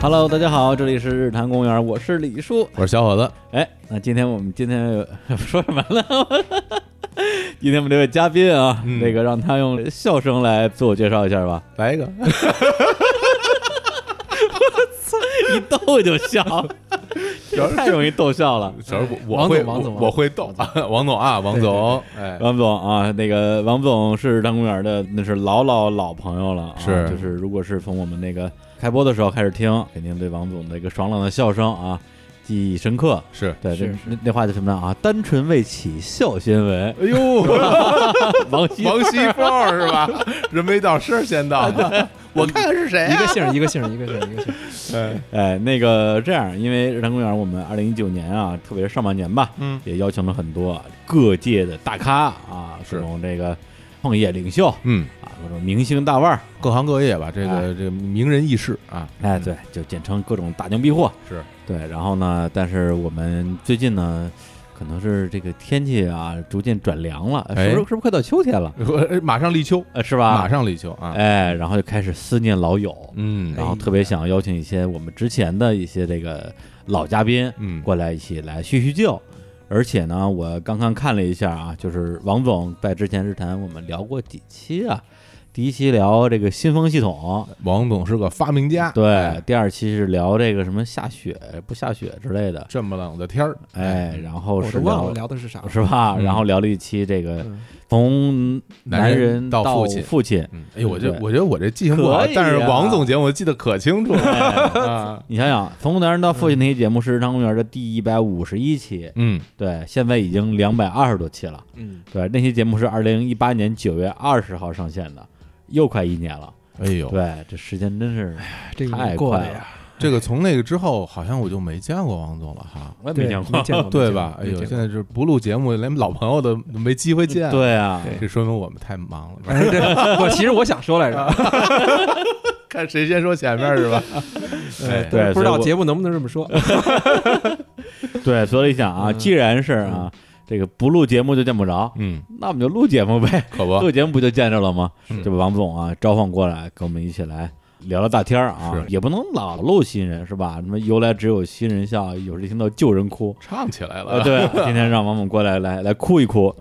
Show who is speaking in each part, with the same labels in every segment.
Speaker 1: Hello，大家好，这里是日坛公园，我是李叔。
Speaker 2: 我是小伙子，
Speaker 1: 哎，那今天我们今天有 说什么呢？今天我们这位嘉宾啊，
Speaker 2: 嗯
Speaker 1: 这个让他用笑声来自我介绍一下 吧。
Speaker 2: 来一个，
Speaker 1: 一逗就笑，
Speaker 2: 主要
Speaker 1: 这太容易逗笑了。
Speaker 2: 主要是我
Speaker 3: 王
Speaker 2: 我会
Speaker 3: 总王总
Speaker 2: 我我会逗， 王总啊，王总，哎，
Speaker 1: 王总啊，那个王总是日坛公园的，那是老老老朋友了啊。
Speaker 2: 是
Speaker 1: 就是如果是从我们那个开播的时候开始听，肯定对王总那个爽朗的笑声啊记忆深刻。
Speaker 2: 是
Speaker 1: 对，
Speaker 3: 是
Speaker 1: 这
Speaker 3: 是
Speaker 1: 那那话叫什么呢啊？单纯为起笑先闻，
Speaker 2: 哎呦，
Speaker 1: 王希
Speaker 2: 王熙凤 是吧？人没到，声儿先到，啊 我看看是谁
Speaker 3: 一
Speaker 2: 啊
Speaker 3: 个姓儿一个姓儿一个姓儿一个姓儿，
Speaker 2: 哎
Speaker 1: 哎，那个这样，因为日坛公园，我们二零一九年啊，特别是上半年吧，
Speaker 2: 嗯，
Speaker 1: 也邀请了很多各界的大咖啊，
Speaker 2: 是
Speaker 1: 各种这个创业领袖啊，
Speaker 2: 嗯，
Speaker 1: 各种明星大腕儿，
Speaker 2: 各行各业吧，这个这个名人轶事啊，
Speaker 1: 哎，对，就简称各种大牛逼货，
Speaker 2: 是
Speaker 1: 对。然后呢，但是我们最近呢，可能是这个天气啊，逐渐转凉了，是
Speaker 2: 哎
Speaker 1: 不是是不是快到秋天了？
Speaker 2: 我哎马上立秋，
Speaker 1: 呃，是吧？
Speaker 2: 马。上立秋啊，
Speaker 1: 哎，然后就开始思念老友，
Speaker 2: 嗯
Speaker 1: 然后特别想邀请一些我们之前的一些这个老嘉宾，
Speaker 2: 嗯，
Speaker 1: 过来一起来叙叙旧。而且呢，我刚刚看了一下啊，就是王总在之前日坛我们聊过几期啊，第一期聊这个新风系统，
Speaker 2: 王总是个发明家，
Speaker 1: 对
Speaker 2: 哎，
Speaker 1: 第二期是聊这个什么下雪不下雪之类的，
Speaker 2: 这么冷的天儿，
Speaker 1: 哎，然后
Speaker 3: 我
Speaker 1: 是
Speaker 3: 都忘
Speaker 1: 聊
Speaker 3: 了聊的是啥了。
Speaker 1: 是吧？
Speaker 2: 嗯
Speaker 1: 然后聊了一期这个
Speaker 3: 嗯
Speaker 1: 从
Speaker 2: 男人
Speaker 1: 人
Speaker 2: 到
Speaker 1: 父
Speaker 2: 父亲
Speaker 1: 父亲，
Speaker 2: 嗯，哎呦，我这
Speaker 1: 对
Speaker 2: 我觉得我这记性不好
Speaker 1: 可以，
Speaker 2: 但是
Speaker 1: 啊
Speaker 2: 王总节目我记得可清楚了
Speaker 1: 哎
Speaker 2: 啊，
Speaker 1: 你想想，从男人到父亲那期节目是日常公园的第一百五十一期，
Speaker 2: 嗯，
Speaker 1: 对，现在已经两百二十多期了。
Speaker 3: 嗯，
Speaker 1: 对，那期节目是二零一八年九月二十号上线的，又快一年了。
Speaker 2: 哎呦，
Speaker 1: 对，这时间真是
Speaker 3: 这个
Speaker 1: 太
Speaker 3: 你过
Speaker 1: 快
Speaker 3: 来
Speaker 1: 了
Speaker 3: 呀，
Speaker 2: 这个从那个之后，好像我就没见过王总了哈。
Speaker 1: 我也
Speaker 3: 对
Speaker 1: 没见过
Speaker 3: 没，见过，
Speaker 2: 对吧？哎
Speaker 3: 没
Speaker 2: 呦，
Speaker 3: 见
Speaker 2: 现在
Speaker 3: 过
Speaker 2: 就是不录节目，连老朋友都没机会见。，
Speaker 1: 对啊，
Speaker 3: 对
Speaker 2: 这说明我们太忙了。
Speaker 3: 哎，对， 我其实我想说来着，
Speaker 2: 看谁先说前面 是吧？哎，
Speaker 1: 对
Speaker 3: 不知
Speaker 1: 所以
Speaker 3: 道
Speaker 1: 我
Speaker 3: 节目能不能这么说。
Speaker 1: 对，所以想啊，
Speaker 3: 嗯
Speaker 1: 既然是啊，这个不录节目就见不着，
Speaker 2: 嗯，
Speaker 1: 那我们就录节目呗，
Speaker 2: 可不，
Speaker 1: 录节目不就见着了吗？
Speaker 2: 是
Speaker 1: 这不王总啊，召唤过来跟我们一起来。聊聊大天儿啊，
Speaker 2: 是
Speaker 1: 也不能老录新人是吧？什么由来只有新人笑，有时听到旧人哭。
Speaker 2: 唱起 来
Speaker 1: 呃，
Speaker 2: 了。
Speaker 1: 对，今天让王总过来来来哭一哭。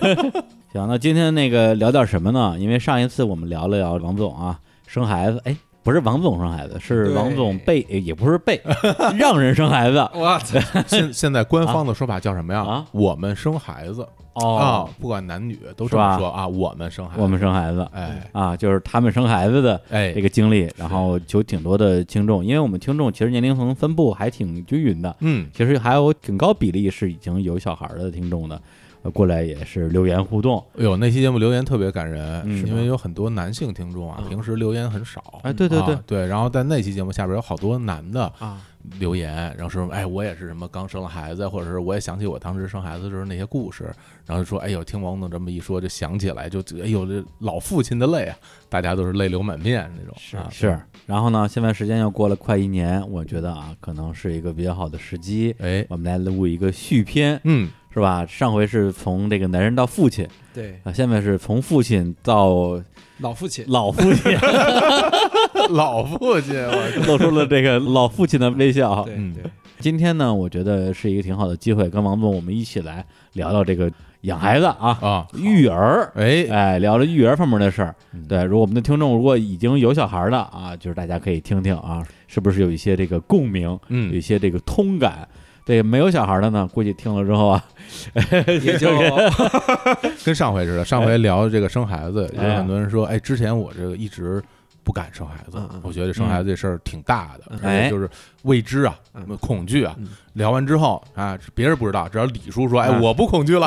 Speaker 1: 行，那今天那个聊点什么呢？因为上一次我们聊了聊王总啊生孩子，哎，不是王总生孩子，是
Speaker 3: 对
Speaker 1: 王总被呃也不是被 让人生孩子
Speaker 3: 我操，
Speaker 2: 现现在官方的说法叫什么呀
Speaker 1: 啊？
Speaker 2: 我们生孩子啊
Speaker 1: 哦，，
Speaker 2: 不管男女都
Speaker 1: 是
Speaker 2: 这
Speaker 1: 吧
Speaker 2: 么说啊，我们生孩
Speaker 1: 我
Speaker 2: 子。
Speaker 1: 们生孩子
Speaker 2: 哎
Speaker 1: 啊，就是他们生孩子的
Speaker 2: 哎
Speaker 1: 这，个经历，然后有挺多的听众，因为我们听众其实年龄层分布还挺均匀的，
Speaker 2: 嗯，
Speaker 1: 其实还有挺高比例是已经有小孩儿的听众的，呃过来也是留言互动。
Speaker 2: 哎呦，那期节目留言特别感人，
Speaker 1: 嗯
Speaker 2: 因为有很多男性听众啊，
Speaker 3: 嗯
Speaker 2: 平时留言很少。
Speaker 1: 哎，对对对
Speaker 2: 啊，对，然后在那期节目下边有好多男的
Speaker 3: 啊
Speaker 2: 留言，然后说，哎，我也是什么刚生了孩子，或者是我也想起我当时生孩子的时候那些故事，然后就说，哎呦，听王总这么一说，就想起来，就哎呦，这老父亲的泪啊，大家都是泪流满面那种。
Speaker 3: 是
Speaker 2: 啊
Speaker 1: 是，然后呢，现在时间又过了快一年，我觉得啊，可能是一个比较好的时机，
Speaker 2: 哎，
Speaker 1: 我们来录一个续篇，
Speaker 2: 嗯，
Speaker 1: 是吧？上回是从这个男人到父亲
Speaker 3: 对，
Speaker 1: 啊，下面是从父亲到
Speaker 3: 老父亲，
Speaker 1: 老父亲，
Speaker 2: 老父亲，我
Speaker 1: 露出了这个老父亲的微笑。
Speaker 3: 对
Speaker 2: 嗯
Speaker 3: 对，
Speaker 1: 今天呢，我觉得是一个挺好的机会，跟王总我们一起来聊聊这个养孩子啊，
Speaker 2: 啊，
Speaker 1: 育儿。
Speaker 2: 哎，
Speaker 1: 哎，聊了育儿方面的事儿
Speaker 2: 嗯。
Speaker 1: 对，如果我们的听众如果已经有小孩儿的啊，就是大家可以听听啊，是不是有一些这个共鸣？有一
Speaker 2: 嗯，
Speaker 1: 些这个通感。对，没有小孩的呢，估计听了之后啊，
Speaker 3: 也就
Speaker 2: 跟上回似的，上回聊这个生孩子，有
Speaker 1: 哎
Speaker 2: 很多人说，哎，之前我这个一直。不敢生孩子
Speaker 3: 嗯嗯，
Speaker 2: 我觉得生孩子这事儿挺大的
Speaker 3: 嗯，
Speaker 2: 而且
Speaker 1: 哎
Speaker 2: 就是未知啊
Speaker 3: 嗯、
Speaker 2: 恐惧啊
Speaker 3: 嗯。
Speaker 2: 聊完之后啊，别人不知道，只要李叔说，哎，
Speaker 1: 嗯
Speaker 2: 我不恐 惧了，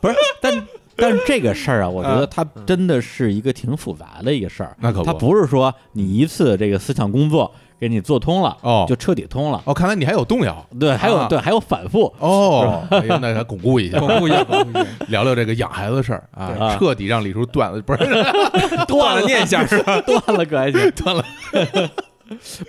Speaker 1: 不是，但但是这个事儿啊，我觉得
Speaker 2: 啊
Speaker 1: 它真的是一个挺复杂的一个事儿，
Speaker 2: 那可
Speaker 1: 它不是说你一次这个思想工作给你做通了，
Speaker 2: 哦
Speaker 1: 就彻底通了。
Speaker 2: 哦，看来你还有动 摇
Speaker 1: 对，还有
Speaker 2: 啊
Speaker 1: 对，还有反 复。
Speaker 2: 哦，哎呦那还巩固一 下，
Speaker 3: 巩固一下，巩固一下，
Speaker 2: 聊聊这个养孩子的事儿
Speaker 1: 对
Speaker 2: 啊
Speaker 1: 啊，
Speaker 2: 彻底让李叔断了，不 是
Speaker 1: 断了
Speaker 3: 念 一下是吧？
Speaker 1: 断了，可还行。
Speaker 2: 断了，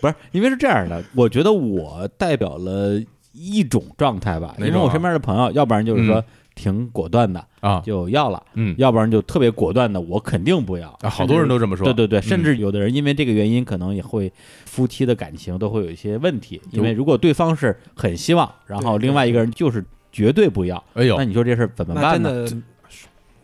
Speaker 1: 不是，因为是这样的，我觉得我代表了一种状态吧，因
Speaker 2: 哪
Speaker 1: 为
Speaker 2: 种啊嗯
Speaker 1: 我身边的朋友，要不然就是说挺果断的
Speaker 2: 啊，
Speaker 1: 就要了，
Speaker 2: 嗯
Speaker 1: 要不然就特别果断的我肯定不要。
Speaker 2: 啊，好多人都这么说，
Speaker 1: 对对对，甚
Speaker 2: 嗯
Speaker 1: 至有的人因为这个原因，可能也会夫妻的感情都会有一些问题。因为
Speaker 2: 有
Speaker 1: 如果对方是很希望，然后
Speaker 3: 对
Speaker 1: 另外一个人就是绝对不要，
Speaker 2: 哎呦
Speaker 1: 那，你说这事儿怎么
Speaker 3: 那
Speaker 1: 办
Speaker 3: 真
Speaker 1: 呢？
Speaker 3: 的说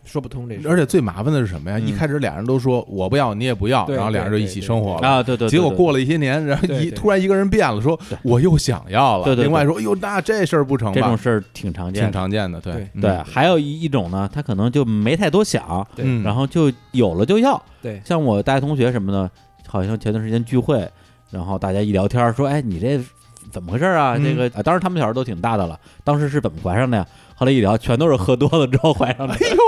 Speaker 3: 说不通这事。
Speaker 2: 而且最麻烦的是什么呀？
Speaker 1: 嗯
Speaker 2: 一开始俩人都说我不要，你也不要，
Speaker 3: 对
Speaker 2: 然后俩人就一起生活
Speaker 3: 对
Speaker 2: 了。
Speaker 1: 啊，对对，对
Speaker 2: 结果
Speaker 1: 对
Speaker 2: 过了一些年，然后
Speaker 3: 对
Speaker 2: 一
Speaker 3: 对
Speaker 2: 突然一个人变了，说
Speaker 1: 对
Speaker 2: 我又想要了。
Speaker 1: 对对对
Speaker 2: 另外说，哎呦，那这事儿不成
Speaker 1: 这种
Speaker 2: 吧？
Speaker 1: 事儿挺常见
Speaker 2: 挺
Speaker 1: 的。
Speaker 2: 常见的，对
Speaker 3: 对
Speaker 2: 嗯
Speaker 1: 对，啊还有一一种呢，他可能就没太多想，
Speaker 3: 对
Speaker 2: 嗯，
Speaker 1: 然后就有了就要。
Speaker 3: 对，
Speaker 1: 像我大学同学什么的，好像前段时间聚会，然后大家一聊天儿说：“哎，你这怎么回事儿啊？
Speaker 2: 嗯
Speaker 1: 这个、啊，当时他们小时候都挺大的了，当时是怎么怀上的呀？”后来一聊，全都是喝多了之后怀上的。哎呦，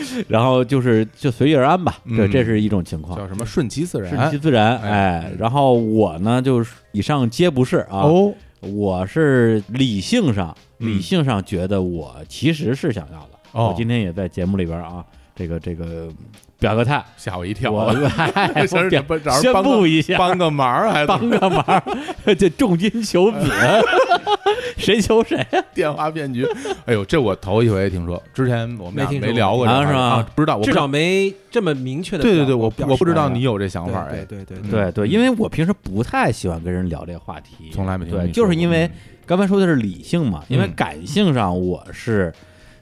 Speaker 1: 然后就是就随遇而安吧，对，
Speaker 2: 嗯
Speaker 1: 这是一种情况，
Speaker 2: 叫什么顺其自
Speaker 1: 顺
Speaker 2: 然
Speaker 1: 其自然。
Speaker 2: 哎
Speaker 1: 哎，然后我呢，就是以上皆不是啊，
Speaker 2: 哦，
Speaker 1: 我是理性上
Speaker 2: 嗯
Speaker 1: 理性上觉得我其实是想要的。
Speaker 2: 哦
Speaker 1: 我今天也在节目里边啊，这个这个表个态，
Speaker 2: 吓我一跳，啊
Speaker 1: 我 哎
Speaker 2: 这事
Speaker 1: 我
Speaker 2: 儿
Speaker 1: 表
Speaker 2: 不找人
Speaker 1: 宣
Speaker 2: 帮
Speaker 1: 布
Speaker 2: 个
Speaker 1: 一下，
Speaker 2: 帮个忙儿还
Speaker 1: 帮个忙儿，这重金求子，谁求谁啊？
Speaker 2: 电话骗局。哎呦，这我头一回听说，之前我们
Speaker 3: 没
Speaker 2: 俩
Speaker 3: 听说
Speaker 2: 没聊过这
Speaker 1: 过
Speaker 2: 玩意
Speaker 1: 啊
Speaker 2: 儿
Speaker 1: 是吗
Speaker 2: 啊，不知道，我不
Speaker 3: 至
Speaker 2: 知道
Speaker 3: 少没这么明确的。
Speaker 2: 对对对，我
Speaker 3: 表示
Speaker 2: 我不知道
Speaker 1: 出来
Speaker 2: 你有这想
Speaker 3: 对
Speaker 2: 法儿，哎
Speaker 3: 对，对对
Speaker 2: 嗯
Speaker 3: 对，
Speaker 1: 对对，因为我平时不太喜欢跟人聊这话题，
Speaker 2: 从来没听说
Speaker 1: 对，
Speaker 2: 你
Speaker 1: 就
Speaker 2: 说
Speaker 1: 是
Speaker 2: 过
Speaker 1: 因为刚才说的是理性嘛，因为
Speaker 2: 嗯
Speaker 1: 感性上我是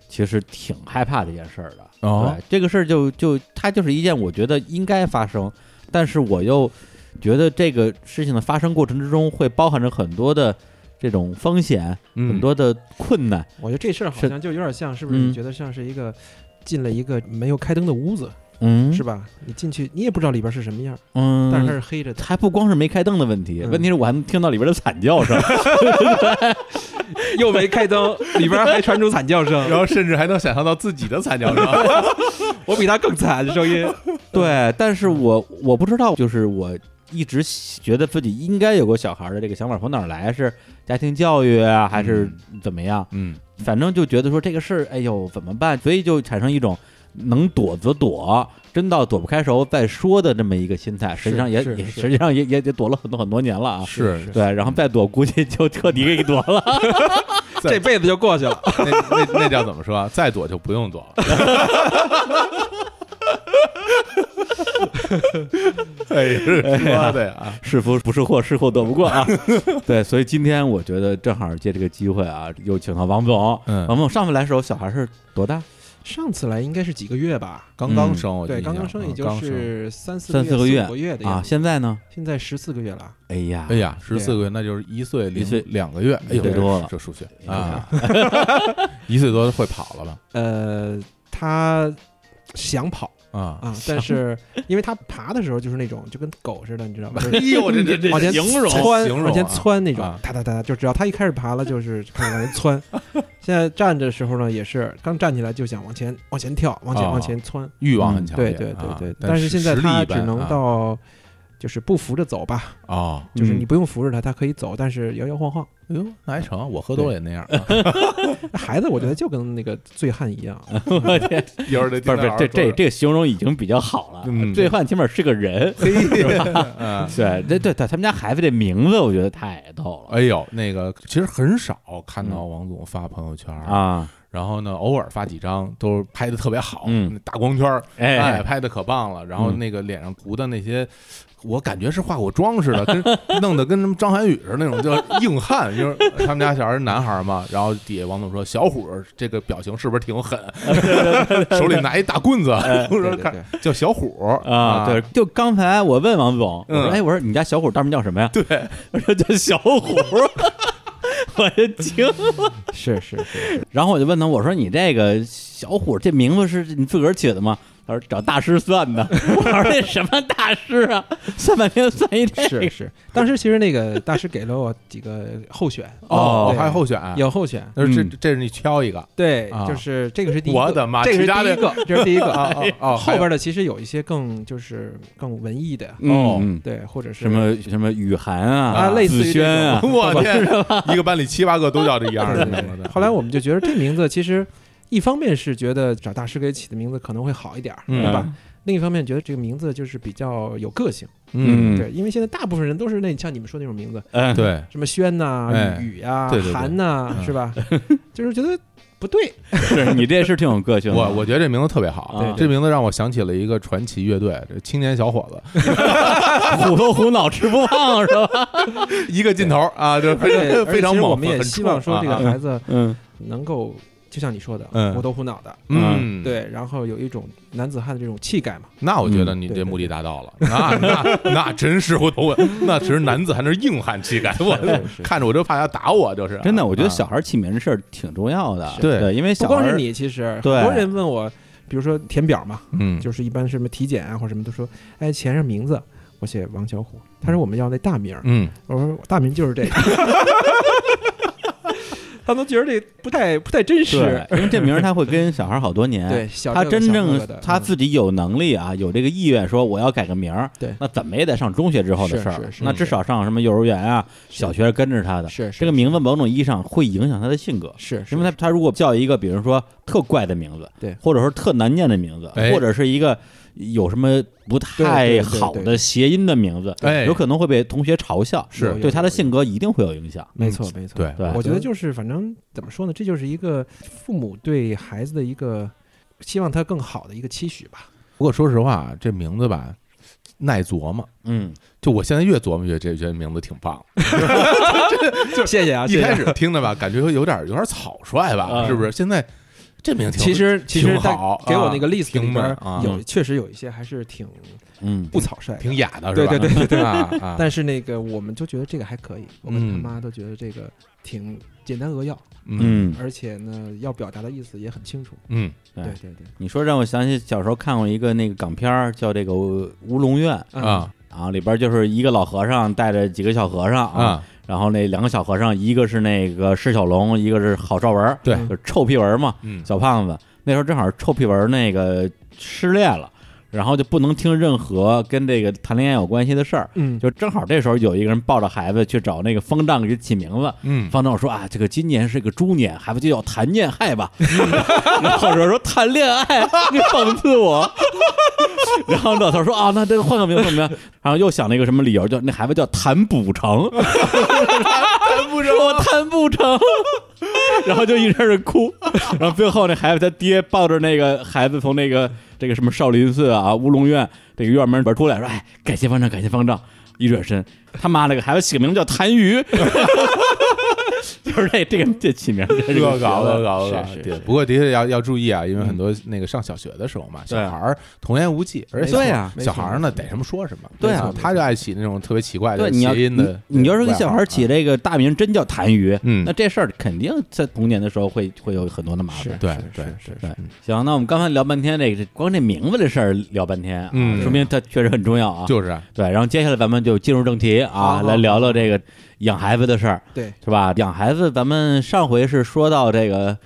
Speaker 1: 其实挺害怕这件事儿的。
Speaker 2: 哦
Speaker 1: 对，这个事儿就就它就是一件我觉得应该发生，但是我又觉得这个事情的发生过程之中会包含着很多的这种风险，
Speaker 2: 嗯
Speaker 1: 很多的困难。
Speaker 3: 我觉得这事儿好
Speaker 1: 是
Speaker 3: 像就有点像，是不是？
Speaker 1: 嗯
Speaker 3: 你觉得像是一个进了一个没有开灯的屋子，
Speaker 1: 嗯
Speaker 3: 是吧？你进去，你也不知道里边是什么样，
Speaker 1: 嗯，
Speaker 3: 但是它是黑着的。
Speaker 1: 还不光是没开灯的问题，
Speaker 3: 嗯
Speaker 1: 问题是我还能听到里边的惨叫声。
Speaker 3: 又没开灯，里边还传出惨叫
Speaker 2: 然
Speaker 3: 声，
Speaker 2: 后甚至还能想象到自己的惨叫声。
Speaker 3: 我比他更惨的声音。
Speaker 1: 对，但是我我不知道，就是我一直觉得自己应该有个小孩的这个想法从哪儿来？是家庭教育啊，还是怎么样？
Speaker 2: 嗯，
Speaker 1: 反正就觉得说这个事儿，哎呦怎么办？所以就产生一种能躲则躲，真到躲不开时候再说的这么一个心态。实际上也
Speaker 3: 是
Speaker 1: 也
Speaker 3: 是
Speaker 1: 实际上也也也躲了很多很多年了啊。
Speaker 2: 是
Speaker 3: 是嗯
Speaker 1: 对，然后再躲，估计就彻底给躲了。
Speaker 3: 这辈子就过去了。
Speaker 2: 那那那叫怎么说啊？再躲就不用躲了。 哎呀，是说的呀，啊
Speaker 1: 是福不是祸，是祸躲不过 啊。对，所以今天我觉得正好借这个机会啊，又请到王总。
Speaker 2: 嗯
Speaker 1: 王总上次来的时候，小孩是多大？
Speaker 3: 上次来应该是几个月吧？
Speaker 1: 嗯
Speaker 2: 刚刚生，我
Speaker 3: 对，
Speaker 2: 印象
Speaker 1: 啊
Speaker 3: 刚刚
Speaker 2: 嗯
Speaker 3: 生也就
Speaker 2: 刚生
Speaker 3: 是三四
Speaker 1: 三四个月
Speaker 3: 四五个月的
Speaker 1: 啊，
Speaker 3: 样子。
Speaker 1: 现在呢？
Speaker 3: 现在十四个月了，
Speaker 1: 哎呀，
Speaker 2: 哎呀，十
Speaker 3: 啊
Speaker 2: 四个月，那就是一岁
Speaker 1: 一
Speaker 2: 零
Speaker 1: 岁
Speaker 2: 两个月，哎呦，
Speaker 1: 一岁多了
Speaker 2: 这数学
Speaker 1: 哎呀
Speaker 2: 啊，一岁多会跑了吧？
Speaker 3: 呃，他想跑
Speaker 2: 啊，
Speaker 3: 啊，但是因为他爬的时候就是那种就跟狗似的，你知道 吗？就是
Speaker 2: 哎呦，这这这
Speaker 3: 往前
Speaker 1: 形容
Speaker 3: 窜，
Speaker 2: 形容啊
Speaker 3: 往前窜那种
Speaker 2: 啊，
Speaker 3: 哒哒哒，哒，就只要他一开始爬了，就是开始往前窜。现在站着的时候呢，也是刚站起来就想往前往前跳，往前
Speaker 2: 哦
Speaker 3: 往前窜。
Speaker 2: 欲望很强烈
Speaker 3: 嗯对对对
Speaker 2: 啊
Speaker 3: 对，
Speaker 2: 但
Speaker 3: 但是现在
Speaker 2: 实力
Speaker 3: 他
Speaker 2: 一般
Speaker 3: 只能
Speaker 2: 啊
Speaker 3: 到就是不扶着走吧，
Speaker 2: 哦，
Speaker 3: 就是你
Speaker 1: 嗯
Speaker 3: 不用扶着他，他可以走，但是摇摇晃晃。
Speaker 2: 哎呦，那还成，我喝多了也那样啊，
Speaker 3: 那孩子我觉得就跟那个醉汉一样，啊
Speaker 1: 我天，
Speaker 2: 一会儿得
Speaker 1: 不是不是，这这这个形容已经比较好了。
Speaker 2: 嗯
Speaker 1: 醉汉起码是个 人。
Speaker 2: 这
Speaker 1: 对对对对，他们家孩子这名字我觉得太逗了
Speaker 2: 哎呦，那个其实很少看到王总发朋友圈儿，
Speaker 1: 嗯啊！
Speaker 2: 然后呢，偶尔发几张，都是拍的特别好，
Speaker 1: 嗯，
Speaker 2: 大光圈儿，
Speaker 1: 哎
Speaker 2: 哎，拍的可棒了。然后
Speaker 1: 嗯
Speaker 2: 那个脸上涂的那些，我感觉是化过妆似 的，跟弄得跟什么张涵予似的那种，叫硬汉。 因为他们家小孩儿男孩儿嘛，然后底下王总说：“小虎儿这个表情是不是挺 狠？手里拿一大棍子，
Speaker 1: 哎
Speaker 2: 我说
Speaker 3: 对对
Speaker 2: 看
Speaker 3: 对
Speaker 2: 叫小虎儿
Speaker 1: 啊，对，，就刚才我问王总，我说，
Speaker 2: 嗯
Speaker 1: 哎，我说你家小虎大名叫什么呀？对， 我说叫小虎， 我就惊了。
Speaker 3: 是是是，
Speaker 1: 然后我就问他，我说你这个小虎这名字是你自个儿起的吗？他说找大师算的。 我说这什么大师啊？算半天算一 这
Speaker 3: 是
Speaker 1: 个。
Speaker 3: 是，当时其实那个大师给了我几个候选，
Speaker 1: 哦
Speaker 2: 哦，
Speaker 3: 对
Speaker 2: 还有候选，
Speaker 3: 有候选，
Speaker 2: 那这
Speaker 1: 嗯
Speaker 2: 这是你挑一个
Speaker 3: 对
Speaker 2: 啊，
Speaker 3: 就是这个是第一个，
Speaker 2: 我的妈
Speaker 3: 这个
Speaker 2: 其
Speaker 3: 是
Speaker 2: 他
Speaker 3: 第
Speaker 2: 的
Speaker 3: 一个，这是第一
Speaker 2: 啊
Speaker 3: 个。
Speaker 2: 啊啊！
Speaker 3: 后
Speaker 2: 还有
Speaker 3: 边的其实有一些更就是更文艺的，
Speaker 2: 哦
Speaker 1: 嗯，嗯
Speaker 3: 对，或者是
Speaker 1: 什么什么雨涵啊，
Speaker 3: 啊类似于
Speaker 1: 子轩 啊，
Speaker 2: 我天，一个班里七八个都叫这一样的
Speaker 3: 对对
Speaker 2: 名字。
Speaker 3: 后来我们就觉得这名字其实，一方面是觉得找大师给起的名字可能会好一点儿，
Speaker 2: 嗯
Speaker 3: 对吧？另一方面觉得这个名字就是比较有个性，
Speaker 1: 嗯
Speaker 3: 对，因为现在大部分人都是那像你们说那种名字，
Speaker 1: 嗯，
Speaker 2: 对，
Speaker 3: 什么轩呐、
Speaker 2: 哎
Speaker 3: 雨呀、
Speaker 2: 对对对
Speaker 3: 韩呐，
Speaker 2: 嗯
Speaker 3: 是吧？就是觉得不对，
Speaker 1: 是你这是挺有个性的，
Speaker 2: 我我觉得这名字特别好，
Speaker 3: 啊
Speaker 1: 对
Speaker 2: 这名字让我想起了一个传奇乐队，这青年小伙 子，
Speaker 1: 虎头虎脑吃不胖是吧？
Speaker 2: 一个劲头啊，就是非
Speaker 3: 对而
Speaker 2: 常
Speaker 3: 且
Speaker 2: 非常
Speaker 3: 其实
Speaker 2: 猛。
Speaker 3: 我们也
Speaker 2: 很
Speaker 3: 希望
Speaker 2: 冲
Speaker 3: 说这个
Speaker 2: 啊
Speaker 3: 孩子
Speaker 1: 嗯
Speaker 3: 能够，就像你说的，
Speaker 2: 嗯
Speaker 3: 虎头虎脑的，
Speaker 2: 嗯，，
Speaker 3: 对，然后有一种男子汉的这种气概嘛。
Speaker 2: 那我觉得
Speaker 1: 嗯
Speaker 2: 你
Speaker 3: 对
Speaker 2: 这
Speaker 3: 对
Speaker 2: 目的达到了，那那那真是我我那其实男子还是硬汉气概，我
Speaker 3: 是
Speaker 2: 看着我就怕他打我，就是
Speaker 1: 真的，我觉得
Speaker 2: 啊
Speaker 1: 小孩起名这事儿挺重要的，
Speaker 3: 是
Speaker 2: 对
Speaker 1: 对，因为
Speaker 3: 不
Speaker 1: 小孩
Speaker 3: 光是
Speaker 1: 儿
Speaker 3: 你，其实很
Speaker 1: 对
Speaker 3: 多人问我，比如说填表嘛，
Speaker 2: 嗯
Speaker 3: 就是一般什么体检啊或者什么，都说，哎，填上名字，我写王小虎。他说我们要那大名儿，
Speaker 2: 嗯
Speaker 3: 我说大名就是这个。 他都觉得这不太不太真实
Speaker 1: 对，，因为这名儿他会跟小孩儿好多 年，
Speaker 3: 对，小
Speaker 1: 他
Speaker 3: 这个
Speaker 1: 真
Speaker 3: 小
Speaker 1: 正
Speaker 3: 那个的
Speaker 1: 他
Speaker 3: 嗯
Speaker 1: 自己有能力啊，有这个意愿，说我要改个名儿，
Speaker 3: 对
Speaker 1: 那怎么也得上中学之后的
Speaker 3: 是
Speaker 1: 事儿
Speaker 3: 是，是
Speaker 1: 那至少上什么幼儿园啊、
Speaker 3: 是
Speaker 1: 小学跟着他的，
Speaker 3: 是是
Speaker 1: 这个名字某种意义上会影响他的性格，
Speaker 3: 是
Speaker 1: 因为他他如果叫一个比如说特怪的名字，
Speaker 3: 对
Speaker 1: 或者说特难念的名字，
Speaker 2: 哎
Speaker 1: 或者是一个有什么不
Speaker 3: 对
Speaker 1: 太
Speaker 3: 对对
Speaker 1: 好
Speaker 3: 对
Speaker 1: 的谐音的名字，
Speaker 2: 哎
Speaker 1: 有可能会被同学嘲笑，
Speaker 2: 是
Speaker 1: 对他的性
Speaker 3: 格，
Speaker 1: 格一定会有影响。
Speaker 3: 没错没错。
Speaker 2: 对
Speaker 1: 对
Speaker 3: 我觉得就是反正怎么说呢，这就是一个父母对孩子的一个希望他更好的一个期许吧。
Speaker 2: 不过说实话，这名字吧耐琢磨。
Speaker 1: 嗯，
Speaker 2: 就我现在越琢磨越这觉得名字挺棒，
Speaker 3: 谢谢啊，
Speaker 2: 一
Speaker 3: 谢谢啊
Speaker 2: 开始听的吧，感觉有点有点草率吧，
Speaker 1: 嗯
Speaker 2: 是不是？现在这名挺
Speaker 3: 其实其实
Speaker 2: 挺
Speaker 3: 在
Speaker 2: 好
Speaker 3: 给我
Speaker 2: 啊
Speaker 3: 那个 list 里
Speaker 2: 平
Speaker 3: 边
Speaker 2: 稳
Speaker 3: 儿
Speaker 2: 啊
Speaker 3: 有确实有一些还是挺
Speaker 1: 嗯，
Speaker 3: 不草率的，
Speaker 2: 挺雅的，是
Speaker 3: 对
Speaker 2: 吧？
Speaker 3: 对对对对。
Speaker 2: 啊啊！
Speaker 3: 但是那个我们就觉得这个还可以，我跟他
Speaker 2: 嗯
Speaker 3: 妈都觉得这个挺简单扼要，
Speaker 2: 嗯
Speaker 1: 嗯，
Speaker 3: 而且呢要表达的意思也很清楚。
Speaker 2: 嗯
Speaker 1: 对
Speaker 3: 对对对，
Speaker 1: 你说让我想起小时候看过一个那个港片儿，叫这个《乌龙院》
Speaker 2: 啊
Speaker 1: 啊，里边就是一个老和尚带着几个小和尚啊，
Speaker 2: 啊！
Speaker 1: 然后那两个小和尚，一个是那个释小龙，一个是郝邵文，
Speaker 2: 对
Speaker 1: 就是臭屁文嘛，
Speaker 2: 嗯
Speaker 1: 小胖子。那时候正好臭屁文那个失恋了，然后就不能听任何跟这个谈恋爱有关系的事儿。
Speaker 3: 嗯，
Speaker 1: 就正好这时候有一个人抱着孩子去找那个方丈给起名字，
Speaker 2: 嗯，
Speaker 1: 方丈说啊，这个今年是个猪年，孩子就叫谈恋爱吧。然后说说谈恋爱，你讽刺我。 然后老头说啊，那这个换个名字怎么样？然后又想了一个什么理由，叫那孩子叫谭补 成，谭补成，我谭不成。然后就一阵儿哭，然后最后那孩子他爹抱着那个孩子从那个这个什么少林寺啊乌龙院这个院门里边出来，说哎，感谢方丈，感谢方丈。一转身，他妈了个孩子起个名字叫谭鱼， 就是这这个这起名真是
Speaker 2: 恶搞
Speaker 1: 的
Speaker 2: 恶搞恶搞
Speaker 1: 是是，
Speaker 2: 对
Speaker 1: 是嗯
Speaker 2: 不过的确要要注意啊，因为很多那个上小学的时候嘛，小孩儿童言无忌，而且
Speaker 1: 对啊
Speaker 2: 小小孩儿呢逮什么说什么，
Speaker 1: 对啊
Speaker 2: 没错他就爱起那种特别奇怪的
Speaker 1: 对，你要
Speaker 2: 谐音的，啊
Speaker 1: 你你要是给小孩起这个大名，真叫痰盂，
Speaker 2: 嗯
Speaker 1: 那这事儿肯定在童年的时候会会有很多的麻
Speaker 3: 是
Speaker 1: 烦。
Speaker 2: 对
Speaker 3: 是
Speaker 2: 对
Speaker 3: 是是
Speaker 1: 对，行，那我们刚才聊半天这个，光这名字这事儿聊半天啊，
Speaker 2: 嗯
Speaker 1: 说明它确实很重要啊。
Speaker 2: 就是啊
Speaker 1: 对，然后接下来咱们就进入正题
Speaker 3: 好
Speaker 1: 啊，
Speaker 3: 好
Speaker 1: 来聊聊这个养孩子的事儿，
Speaker 3: 对
Speaker 1: 是吧？养孩子，咱们上回是说到这个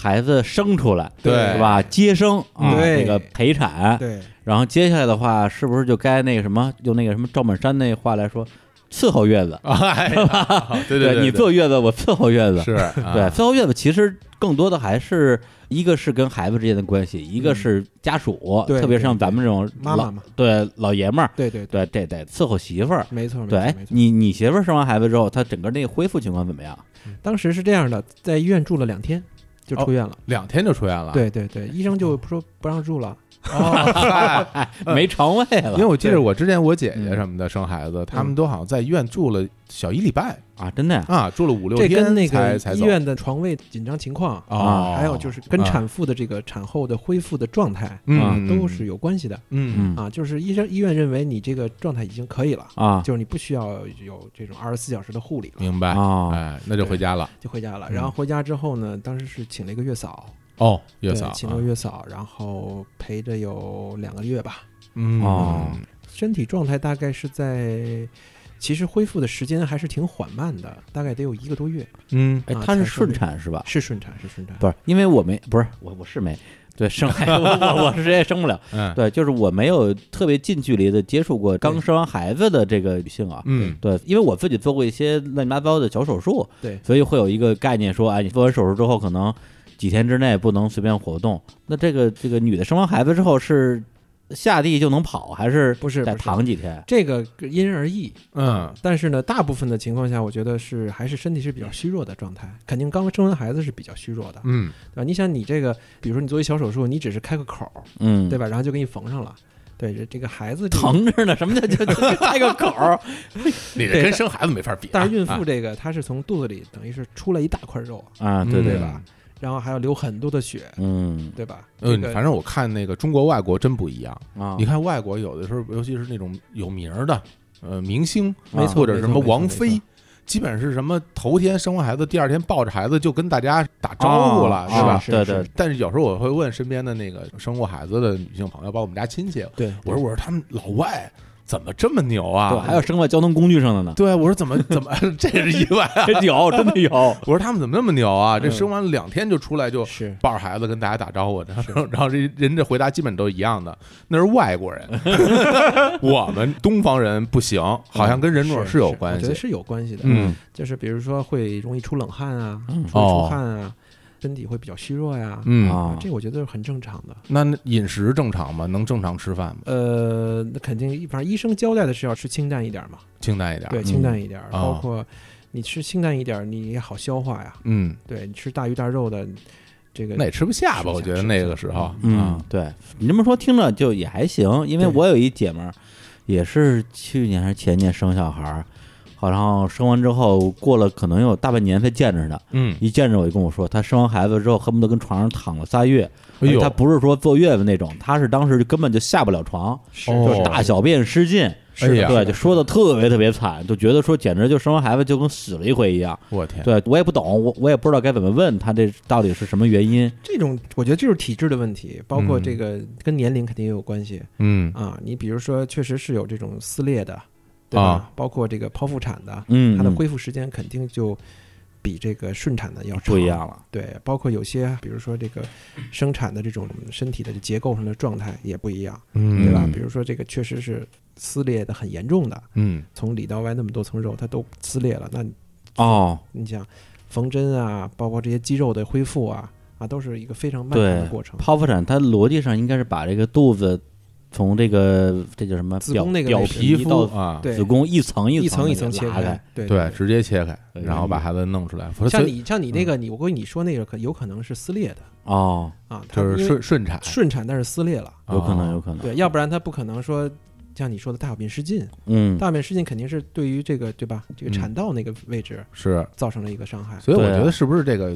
Speaker 1: 孩子生出来，
Speaker 2: 对
Speaker 1: 是吧？接生啊，
Speaker 3: 对
Speaker 1: 这个陪产，
Speaker 3: 对，
Speaker 1: 然后接下来的话，是不是就该那个什么，用那个什么赵本山那话来说，伺候月 子？
Speaker 2: 哎 呀对对，
Speaker 1: 你坐月子，我伺候月子。
Speaker 2: 是啊
Speaker 1: 对，伺候月子其实更多的还是一个是跟孩子之间的关系，一个是家属，
Speaker 3: 嗯对
Speaker 1: 特别像咱们这种
Speaker 3: 妈
Speaker 1: 老
Speaker 3: 妈嘛，
Speaker 1: 对老爷们儿，
Speaker 3: 对对对，
Speaker 1: 对得得伺候媳妇儿。
Speaker 3: 没错没
Speaker 1: 对，
Speaker 3: 错
Speaker 1: 哎
Speaker 3: 没错。
Speaker 1: 你你媳妇儿生完孩子之后，她整个那个恢复情况怎么 样？
Speaker 3: 当时是这样的，在医院住了两天就
Speaker 2: 哦
Speaker 3: 出院了。
Speaker 2: 两天就出院了，
Speaker 3: 对对对，医生就说不让住了。
Speaker 2: 哦，嗨
Speaker 1: 哎，
Speaker 2: 呃
Speaker 1: 没床位了，
Speaker 2: 因为我记
Speaker 3: 对嗯
Speaker 2: 得我之前我姐姐什么的生孩子，他们都好像在医院住了小一礼拜
Speaker 1: 啊，真的呀，
Speaker 2: 啊，住了五六
Speaker 3: 这
Speaker 2: 天
Speaker 3: 跟那个
Speaker 2: 才才
Speaker 3: 医
Speaker 2: 走
Speaker 3: 院的床位紧张情况，
Speaker 2: 哦，
Speaker 3: 还有就是跟
Speaker 2: 啊
Speaker 3: 产妇的这个产后的恢复的状态
Speaker 1: 啊
Speaker 2: 嗯
Speaker 3: 都是有关系的
Speaker 2: 嗯
Speaker 1: 嗯
Speaker 3: 啊。就是医生医院认为你这个状态已经可以了，
Speaker 1: 啊
Speaker 3: 就是你不需要有这种二十四小时的护理了，
Speaker 2: 明白
Speaker 1: 啊，
Speaker 2: 哎，那就回家了
Speaker 3: 就回家了。
Speaker 2: 嗯
Speaker 3: 然后回家之后呢，当时是请了一个月嫂，
Speaker 2: 哦，月
Speaker 3: 对
Speaker 2: 嫂
Speaker 3: 请了个月嫂，然后陪着有两个月吧。
Speaker 2: 嗯
Speaker 1: 哦
Speaker 3: 身体状态大概是在，其实恢复的时间还是挺缓慢的，大概得有一个多月。
Speaker 2: 嗯
Speaker 1: 哎
Speaker 3: 啊，
Speaker 1: 她是
Speaker 3: 才说
Speaker 1: 顺
Speaker 3: 明
Speaker 1: 产是吧？
Speaker 3: 是顺产，是顺产。
Speaker 1: 不是，因为我没不是我我是没对生 孩子，我我我是谁也生不了。
Speaker 2: 嗯
Speaker 1: 对，就是我没有特别近距离的接触过刚
Speaker 3: 对
Speaker 1: 生完孩子的这个女性啊。
Speaker 2: 嗯
Speaker 1: 对，因为我自己做过一些乱七八糟的小手术，
Speaker 3: 对
Speaker 1: 所以会有一个概念说，哎，你做完手术之后，可能几天之内不能随便活动。那这个这个女的生完孩子之后是下地就能跑，还是
Speaker 3: 不是
Speaker 1: 得
Speaker 3: 不是
Speaker 1: 躺几天？
Speaker 3: 这个因人而异，
Speaker 2: 嗯，
Speaker 3: 但是呢，大部分的情况下，我觉得是还是身体是比较虚弱的状态，肯定刚生完孩子是比较虚弱的，
Speaker 2: 嗯，
Speaker 3: 对吧？你想，你这个，比如说你做一小手术，你只是开个口儿，
Speaker 1: 嗯，
Speaker 3: 对
Speaker 1: 吧？
Speaker 3: 吧？然后就给你缝上了，对，这这个孩子这 个
Speaker 1: 疼啊着呢，什么叫就就就开个口儿？
Speaker 2: 你这
Speaker 3: 对
Speaker 2: 跟
Speaker 3: 但
Speaker 2: 生孩子没法比啊，
Speaker 3: 但是孕妇
Speaker 2: 啊
Speaker 3: 这个，她是从肚子里等于是出了一大块肉，
Speaker 1: 啊，对
Speaker 3: 对
Speaker 1: 对
Speaker 2: 嗯
Speaker 3: 吧？然后还要流很多的血，
Speaker 1: 嗯
Speaker 3: 对吧？
Speaker 2: 嗯
Speaker 3: 这，个
Speaker 2: 反正我看那个中国外国真不一样。
Speaker 1: 啊，
Speaker 2: 你看外国有的时候，尤其是那种有名儿的，呃，明星，
Speaker 1: 啊没
Speaker 2: 或者什么王
Speaker 3: 没
Speaker 2: 菲
Speaker 3: 错，
Speaker 2: 基本是什么头天生完孩子，第二天抱着孩子就跟大家打招呼了，
Speaker 1: 啊
Speaker 2: 是吧？
Speaker 1: 对对
Speaker 2: 但是有时候我会问身边的那个生过孩子的女性朋友，包括我们家亲戚，啊
Speaker 3: 对，
Speaker 2: 我说我说他们老外怎么这么牛
Speaker 1: 对，
Speaker 2: 啊？，
Speaker 1: 还有生在交通工具上的呢
Speaker 2: 对我说怎么怎么这是意外啊？
Speaker 1: 有真的有，
Speaker 2: 我说他们怎么那么牛啊？这
Speaker 3: 嗯
Speaker 2: 生完两天就出来就。
Speaker 3: 是
Speaker 2: 抱着孩子跟大家打招 呼，然后然后这人这回答基本都一样的，那是外国人， 我们东方人不行，好像跟人种
Speaker 3: 是
Speaker 2: 有
Speaker 3: 是
Speaker 2: 关
Speaker 3: 我觉得
Speaker 2: 系。
Speaker 3: 是有关系的。
Speaker 2: 嗯，
Speaker 3: 就是比如说会容易出冷汗啊，
Speaker 1: 嗯
Speaker 3: 出出汗啊，身体会比较虚弱呀、
Speaker 2: 嗯，
Speaker 1: 啊
Speaker 3: 这我觉得是很正常的。
Speaker 2: 那饮食正常吗？能正常吃饭吗？
Speaker 3: 呃，那肯定，反正医生交代的是要吃清淡一点嘛，
Speaker 2: 清淡一点。
Speaker 3: 对，
Speaker 1: 嗯
Speaker 3: 清淡一点，包
Speaker 2: 啊
Speaker 3: 括你吃清淡一点，你也好消化呀。
Speaker 2: 嗯，
Speaker 3: 对你吃大鱼大肉的，这个
Speaker 2: 那也吃不下吧？我觉得那个时候，
Speaker 1: 嗯，对你这么说听着就也还行，因为
Speaker 3: 对
Speaker 1: 我有一姐们儿，也是去年还是前年生小孩儿，好，然后生完之后过了可能有大半年才见着她，
Speaker 2: 嗯，
Speaker 1: 一见着我就跟我说，她生完孩子之后恨不得跟床上躺了仨月，
Speaker 2: 哎呦
Speaker 1: 她，不是说坐月子那种，她是当时就根本就下不了床，
Speaker 3: 是
Speaker 2: 哦
Speaker 1: 就是大小便失禁，
Speaker 2: 哎呀
Speaker 1: 对，就说的特别特别惨，就觉得说简直就生完孩子就跟死了一回一样，
Speaker 2: 我天，
Speaker 1: 对我也不懂，我我也不知道该怎么问她这到底是什么原因，
Speaker 3: 这种，我觉得就是体质的问题，包括
Speaker 2: 嗯
Speaker 3: 这个跟年龄肯定也有关系
Speaker 2: 嗯
Speaker 3: 啊。你比如说，确实是有这种撕裂的，对吧？
Speaker 2: 啊
Speaker 3: 包括这个剖腹产的，
Speaker 1: 嗯，
Speaker 3: 它的
Speaker 1: 嗯
Speaker 3: 恢复时间肯定就比这个顺产的要长
Speaker 1: 不一。样了，
Speaker 3: 对，包括有些，比如说这个生产的这种身体的结构上的状态也不一样，
Speaker 2: 嗯，
Speaker 3: 对吧？
Speaker 1: 嗯
Speaker 3: 比如说这个确实是撕裂的很严重的，
Speaker 2: 嗯，
Speaker 3: 从里到外那么多层肉，它都撕裂了。那你
Speaker 1: 哦。
Speaker 3: 你想缝针啊，包括这些肌肉的恢复啊，啊，都是一个非常漫长
Speaker 1: 对
Speaker 3: 的过程。
Speaker 1: 剖腹产它逻辑上应该是把这个肚子从这个这叫什么
Speaker 3: 子
Speaker 1: 表
Speaker 3: 宫那个
Speaker 1: 表
Speaker 3: 位置
Speaker 1: 皮
Speaker 2: 皮肤
Speaker 1: 到
Speaker 2: 啊，
Speaker 3: 对，
Speaker 1: 子宫一层
Speaker 3: 一
Speaker 1: 层
Speaker 3: 层
Speaker 1: 一
Speaker 3: 一层切
Speaker 1: 拉开，，
Speaker 3: 对
Speaker 2: 对，。直接切开，
Speaker 1: 哎呀
Speaker 2: 然后把孩子弄出来。不是
Speaker 3: 像
Speaker 2: 所以嗯
Speaker 3: 你像你那个你，我跟你说那个可有可能是撕裂的
Speaker 1: 哦，
Speaker 3: 啊，它
Speaker 2: 就是
Speaker 3: 因为
Speaker 2: 顺顺产，
Speaker 3: 顺产，但是撕裂了。
Speaker 1: 有可能有
Speaker 2: 啊
Speaker 1: 可能，
Speaker 3: 对，要不然他不可能说像你说的大小便失禁，
Speaker 1: 嗯
Speaker 3: 大小便失禁肯定是对于这个对吧？这个
Speaker 2: 嗯
Speaker 3: 产道那个位置
Speaker 2: 是，
Speaker 3: 造成了一个伤害。
Speaker 2: 所以我
Speaker 1: 对啊
Speaker 2: 觉得是不是这个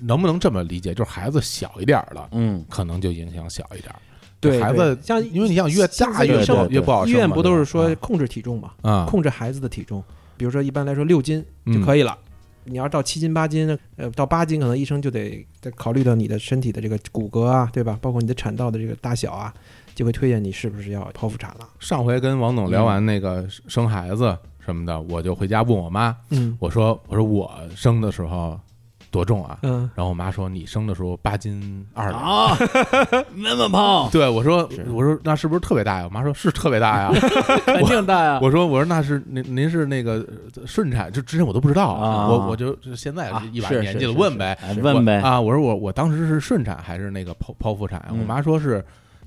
Speaker 2: 能不能这么理解？就是孩子小一点儿了，
Speaker 1: 嗯，
Speaker 2: 可能就影响小一点儿。
Speaker 3: 对，
Speaker 2: 孩子
Speaker 3: 对像
Speaker 2: 因为你像越大
Speaker 3: 现在
Speaker 2: 越
Speaker 1: 上
Speaker 2: 不越不好
Speaker 3: 医
Speaker 2: 生嘛，
Speaker 3: 院不都是说
Speaker 2: 对吧嗯
Speaker 3: 控制体重嘛，
Speaker 2: 啊
Speaker 3: 控制孩子的体重，比如说一般来说六斤就
Speaker 2: 嗯
Speaker 3: 可以了。你要到七斤八斤，呃，到八斤可能医生就得得考虑到你的身体的这个骨骼啊，对吧？包括你的产道的这个大小啊，就会推荐你是不是要剖腹产了。
Speaker 2: 上回跟王总聊完那个生孩子什么的，我就回家问我妈，
Speaker 3: 嗯
Speaker 2: 我说我说我生的时候多重啊？
Speaker 3: 嗯，
Speaker 2: 然后我妈说你生的时候八斤二两。
Speaker 1: 啊， 那么胖，
Speaker 2: 对，我说
Speaker 3: 是，
Speaker 2: 我说那是不是特别大呀？我妈说是特别 大呀。
Speaker 1: 肯定大呀，
Speaker 2: 我说，我说那是您您是那个呃顺产，就之前我都不知道，
Speaker 1: 啊
Speaker 2: 我我就就现在
Speaker 1: 啊
Speaker 2: 一把
Speaker 1: 是
Speaker 2: 年
Speaker 1: 是
Speaker 2: 纪了，
Speaker 1: 是
Speaker 2: 问
Speaker 1: 是
Speaker 2: 呗
Speaker 1: 哎，
Speaker 2: 我
Speaker 1: 问呗
Speaker 2: 啊！我说我我当时是顺产还是那个剖剖腹产？啊
Speaker 1: 嗯
Speaker 2: 我妈说是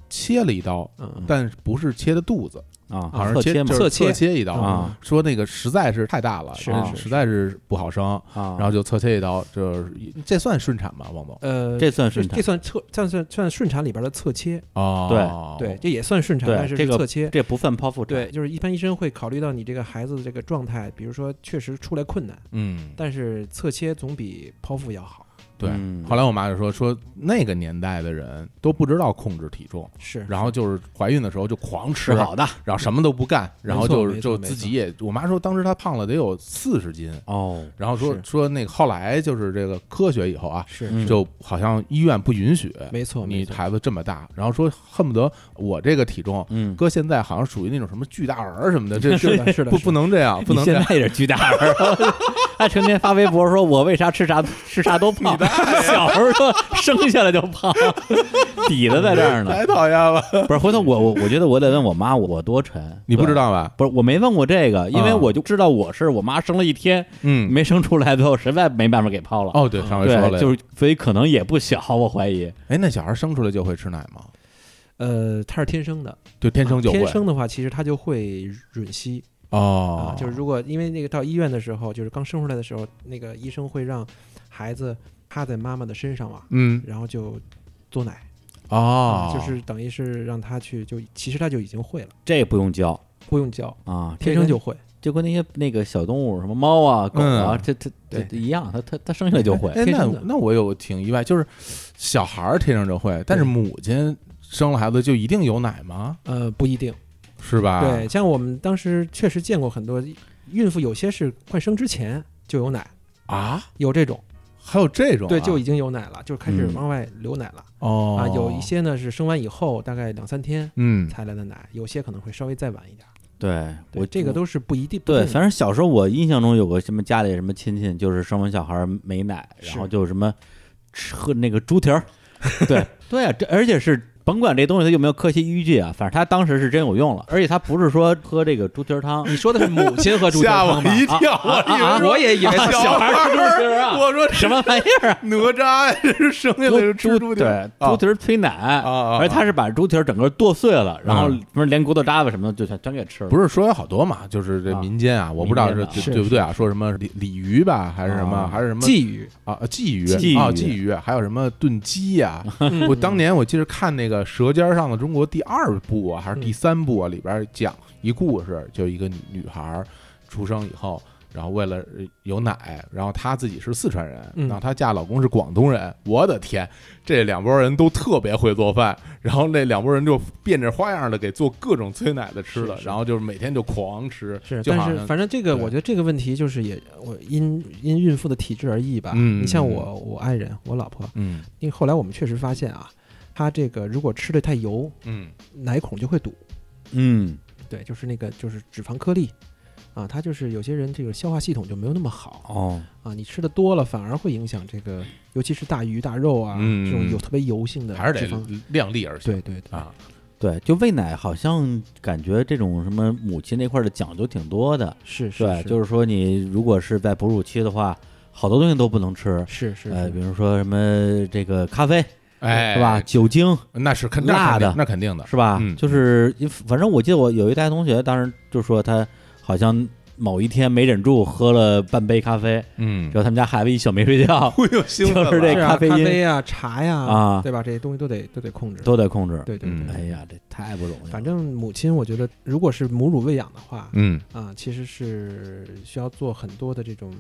Speaker 2: 切了一刀，
Speaker 3: 嗯，
Speaker 2: 但不是切的肚子，
Speaker 1: 啊，
Speaker 2: 好
Speaker 1: 侧
Speaker 2: 像
Speaker 1: 切
Speaker 2: 切
Speaker 1: 嘛
Speaker 2: 就是
Speaker 3: 侧切
Speaker 2: 侧切一刀
Speaker 1: 啊，
Speaker 2: 说那个实在是太大了，
Speaker 3: 是
Speaker 2: 那
Speaker 1: 是
Speaker 2: 实在是不好生，
Speaker 1: 啊，
Speaker 2: 然后就侧切一刀，就是这算顺产吗？王总
Speaker 3: 呃，
Speaker 1: 这算顺
Speaker 3: 这
Speaker 1: 产，
Speaker 3: 算侧，算算算顺产里边的侧切，
Speaker 2: 哦，
Speaker 3: 对，，这也算顺产，
Speaker 1: 对
Speaker 3: 但是
Speaker 1: 这
Speaker 3: 是
Speaker 1: 个
Speaker 3: 侧切。
Speaker 1: 这不算剖腹产，
Speaker 3: 对，，就是一般医生会考虑到你这个孩子的这个状态，比如说确实出来困难，
Speaker 2: 嗯，
Speaker 3: 但是侧切总比剖腹要好。
Speaker 2: 对
Speaker 1: 嗯。
Speaker 2: 后来我妈就说说那个年代的人都不知道控制体重。
Speaker 3: 是，
Speaker 2: 然后就是怀孕的时候就狂吃，
Speaker 1: 吃好的
Speaker 2: 然后什么都不干，然后
Speaker 3: 没错
Speaker 2: 就
Speaker 3: 没
Speaker 2: 就
Speaker 3: 错
Speaker 2: 自己也，我妈说当时她胖了得有四十斤，
Speaker 1: 哦，
Speaker 2: 然后说
Speaker 3: 是
Speaker 2: 说那个后来就是这个科学以后啊，
Speaker 3: 是，
Speaker 1: 嗯
Speaker 2: 就好像医院不允许
Speaker 3: 没错，哦没
Speaker 2: 你
Speaker 3: 错
Speaker 2: 孩子这么大，然后说恨不得我这个体重，
Speaker 1: 嗯，
Speaker 2: 搁现在好像属于那种什么巨大儿什么的， 这这
Speaker 3: 是的，是的，
Speaker 2: 不
Speaker 3: 是
Speaker 2: 不能这样，不能
Speaker 1: 你
Speaker 2: 这
Speaker 1: 现
Speaker 2: 样。
Speaker 1: 在也是巨大儿，还成天发微博说我为啥吃啥吃啥都胖，小时候说生下来就胖，底子在这儿呢。
Speaker 2: 太讨厌了，
Speaker 1: 不是，回头我我我觉得我得问我妈我多沉，
Speaker 2: 你不知
Speaker 1: 对？
Speaker 2: 道吧？
Speaker 1: 不是，我没问过这个，因为
Speaker 2: 啊
Speaker 1: 我就知道我是我妈生了一天
Speaker 2: 嗯，
Speaker 1: 没生出来，最后实在没办法给抛了。
Speaker 2: 哦，对，上回说
Speaker 1: 对，
Speaker 2: 了，
Speaker 1: 就是所以可能也不小，我怀疑。
Speaker 2: 哎，那小孩生出来就会吃奶吗？
Speaker 3: 呃，它是天生的，
Speaker 2: 就天生就会
Speaker 3: 啊天生的话，其实它就会吮吸啊、
Speaker 2: 哦，
Speaker 3: 就是如果因为那个到医院的时候，就是刚生出来的时候，那个医生会让孩子趴在妈妈的身上嘛，
Speaker 2: 嗯
Speaker 3: 然后就嘬奶啊
Speaker 2: 哦，
Speaker 3: 就是等于是让他去就其实他就已经会了，
Speaker 1: 这不用教
Speaker 3: 不用教，
Speaker 1: 啊，
Speaker 3: 天生就会。
Speaker 1: 就跟那些那个小动物，什么猫啊、狗啊，
Speaker 2: 嗯
Speaker 1: 这这这
Speaker 3: 对
Speaker 1: 这一样，它它它生下来就会。
Speaker 2: 哎，
Speaker 3: 天
Speaker 2: 那
Speaker 3: 生的
Speaker 2: 那我有挺意外，就是小孩儿天生就会，但是
Speaker 3: 对
Speaker 2: 母亲生了孩子就一定有奶吗？
Speaker 3: 呃，不一定。
Speaker 2: 是吧？
Speaker 3: 对，像我们当时确实见过很多孕妇，有些是快生之前就有奶，
Speaker 2: 啊，
Speaker 3: 有这种，
Speaker 2: 还有这种啊、
Speaker 3: 对，就已经有奶了，就开始
Speaker 1: 嗯
Speaker 3: 往外流奶了、
Speaker 2: 哦
Speaker 3: 啊。有一些呢是生完以后大概两三天
Speaker 2: 嗯
Speaker 3: 才来的奶，有些可能会稍微再晚一点。
Speaker 1: 对
Speaker 3: 对
Speaker 1: 我
Speaker 3: 这个都是不一定。
Speaker 2: 嗯
Speaker 3: 不
Speaker 1: 对，
Speaker 3: 定的
Speaker 1: 反正小时候我印象中有个什么家里什么亲戚，就是生完小孩儿没奶，
Speaker 3: 是
Speaker 1: 然后就什么吃喝那个猪蹄 儿，对对啊，这而且是甭管这东西它有没有科学依据啊，反正他当时是真有用了，而且他不是说喝这个猪蹄儿汤
Speaker 3: 你说的是母亲和猪蹄儿
Speaker 2: 吓我
Speaker 3: 汤吧？
Speaker 2: 一跳，我以为
Speaker 3: 啊，
Speaker 2: 说
Speaker 3: 我也以为
Speaker 1: 啊
Speaker 3: 是
Speaker 1: 小孩儿吃猪蹄儿啊，
Speaker 2: 哎 我说
Speaker 1: 什么玩意 儿啊？
Speaker 2: 哪吒呀，这是生下来
Speaker 1: 猪
Speaker 2: 就吃猪蹄儿
Speaker 1: 对，
Speaker 2: 哦
Speaker 1: 猪蹄儿催奶
Speaker 2: 啊啊啊
Speaker 1: 而且他是把猪蹄儿整个剁碎了，然后
Speaker 2: 嗯
Speaker 1: 不是连骨头渣子什么的就全全给吃了。
Speaker 2: 不是说有好多嘛，就是这
Speaker 1: 啊
Speaker 2: 民间啊，我不知道
Speaker 1: 民
Speaker 2: 是
Speaker 1: 间的
Speaker 2: 对
Speaker 3: 是
Speaker 2: 对不对啊，说什么鲤鲤鱼吧，还是什么，
Speaker 1: 啊
Speaker 2: 还是什么
Speaker 3: 寄语，
Speaker 2: 啊鲫鱼
Speaker 1: 鲫鱼
Speaker 2: 啊鲫鱼，还有什么炖鸡呀、
Speaker 3: 嗯
Speaker 2: 我当年我记得看那个《舌尖上的中国》第二部啊，还是第三部啊，里边讲一故事，就一个女女孩儿出生以后，然后为了呃有奶，
Speaker 1: 嗯
Speaker 2: 然后她自己是四川人，
Speaker 3: 嗯
Speaker 2: 然后她嫁老公是广东人，我的天，这两拨人都特别会做饭，然后那两拨人就变着花样的给做各种催奶的吃的，
Speaker 3: 是是
Speaker 2: 然后就是每天就狂吃，
Speaker 3: 是，
Speaker 2: 就
Speaker 3: 但
Speaker 2: 好
Speaker 3: 是
Speaker 2: 像
Speaker 3: 反正这个，
Speaker 2: 对
Speaker 3: 我觉得这个问题就是也我因因孕妇的体质而异吧。
Speaker 2: 嗯
Speaker 3: 你像我，我爱人，我老婆，
Speaker 2: 嗯
Speaker 3: 因为后来我们确实发现啊，她这个如果吃的太油，
Speaker 2: 嗯
Speaker 3: 奶孔就会堵，
Speaker 1: 嗯，
Speaker 3: 对，就是那个就是脂肪颗粒啊，她就是有些人这个消化系统就没有那么好
Speaker 1: 哦，
Speaker 3: 啊，你吃的多了反而会影响这个，尤其是大鱼大肉啊、
Speaker 2: 嗯
Speaker 3: 这种有特别油性的
Speaker 2: 还是得
Speaker 3: 脂肪，
Speaker 2: 量力而行
Speaker 3: 对对对，
Speaker 2: 啊，
Speaker 1: 嗯对，就喂奶好像感觉这种什么母亲那块儿的讲究挺多的。
Speaker 3: 是是
Speaker 1: 对，
Speaker 3: 是
Speaker 1: 就是说你如果是在哺乳期的话，好多东西都不能吃。
Speaker 3: 是是
Speaker 1: 呃，
Speaker 3: 是
Speaker 1: 比如说什么这个咖啡
Speaker 2: 哎，
Speaker 1: 是吧？？酒精
Speaker 2: 那是肯那
Speaker 1: 辣
Speaker 2: 肯定
Speaker 1: 的
Speaker 2: 那肯定的，
Speaker 1: 是吧？
Speaker 2: 嗯
Speaker 1: 就是反正我记得我有一大学同学，当时就说他好像某一天没忍住喝了半杯咖啡，
Speaker 2: 嗯
Speaker 1: 然，
Speaker 2: ，
Speaker 1: 后他们家孩子一宿没睡觉
Speaker 2: 我又兴奋了，
Speaker 1: 就是这
Speaker 3: 是
Speaker 1: 个
Speaker 3: 啊
Speaker 1: 咖啡因
Speaker 3: 啊、茶呀
Speaker 1: 啊
Speaker 3: 对吧？这些东西都得都得控制。
Speaker 1: 都得控制。
Speaker 3: 对对
Speaker 2: 嗯
Speaker 3: 对，
Speaker 1: 哎呀，这太不容易了。
Speaker 3: 反正母亲，我觉得如果是母乳喂养的话，
Speaker 2: 嗯
Speaker 3: 啊，其实是需要做很多的这种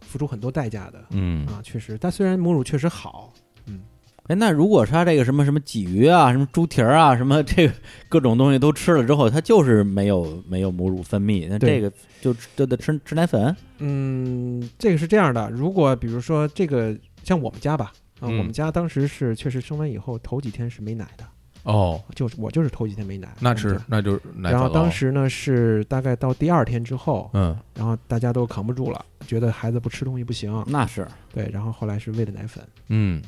Speaker 3: 付出很多代价的
Speaker 2: 嗯
Speaker 3: 啊，确实。但虽然母乳确实好，嗯，
Speaker 1: 哎，那如果他这个什么什么鲫鱼啊、什么猪蹄儿啊、什么这个各种东西都吃了之后，他就是没有没有母乳分泌，那这
Speaker 3: 对
Speaker 1: 个就就得吃吃奶粉。
Speaker 3: 嗯，这个是这样的。如果比如说这个像我们家吧，啊，
Speaker 2: 嗯
Speaker 3: 我们家当时是确实生完以后头几天是没奶的，
Speaker 2: 哦，
Speaker 3: 就是我就是头几天没奶，
Speaker 2: 那
Speaker 3: 我们
Speaker 2: 是
Speaker 3: 家。
Speaker 2: 那就是哦奶
Speaker 3: 嗯然后
Speaker 2: 枣糕
Speaker 3: 当时呢是大概到第二天之后，
Speaker 2: 嗯
Speaker 3: 然后大家都扛不住了，觉得孩子不吃东西不行，
Speaker 1: 那是，
Speaker 3: 对，然后后来是喂的奶粉。
Speaker 2: 嗯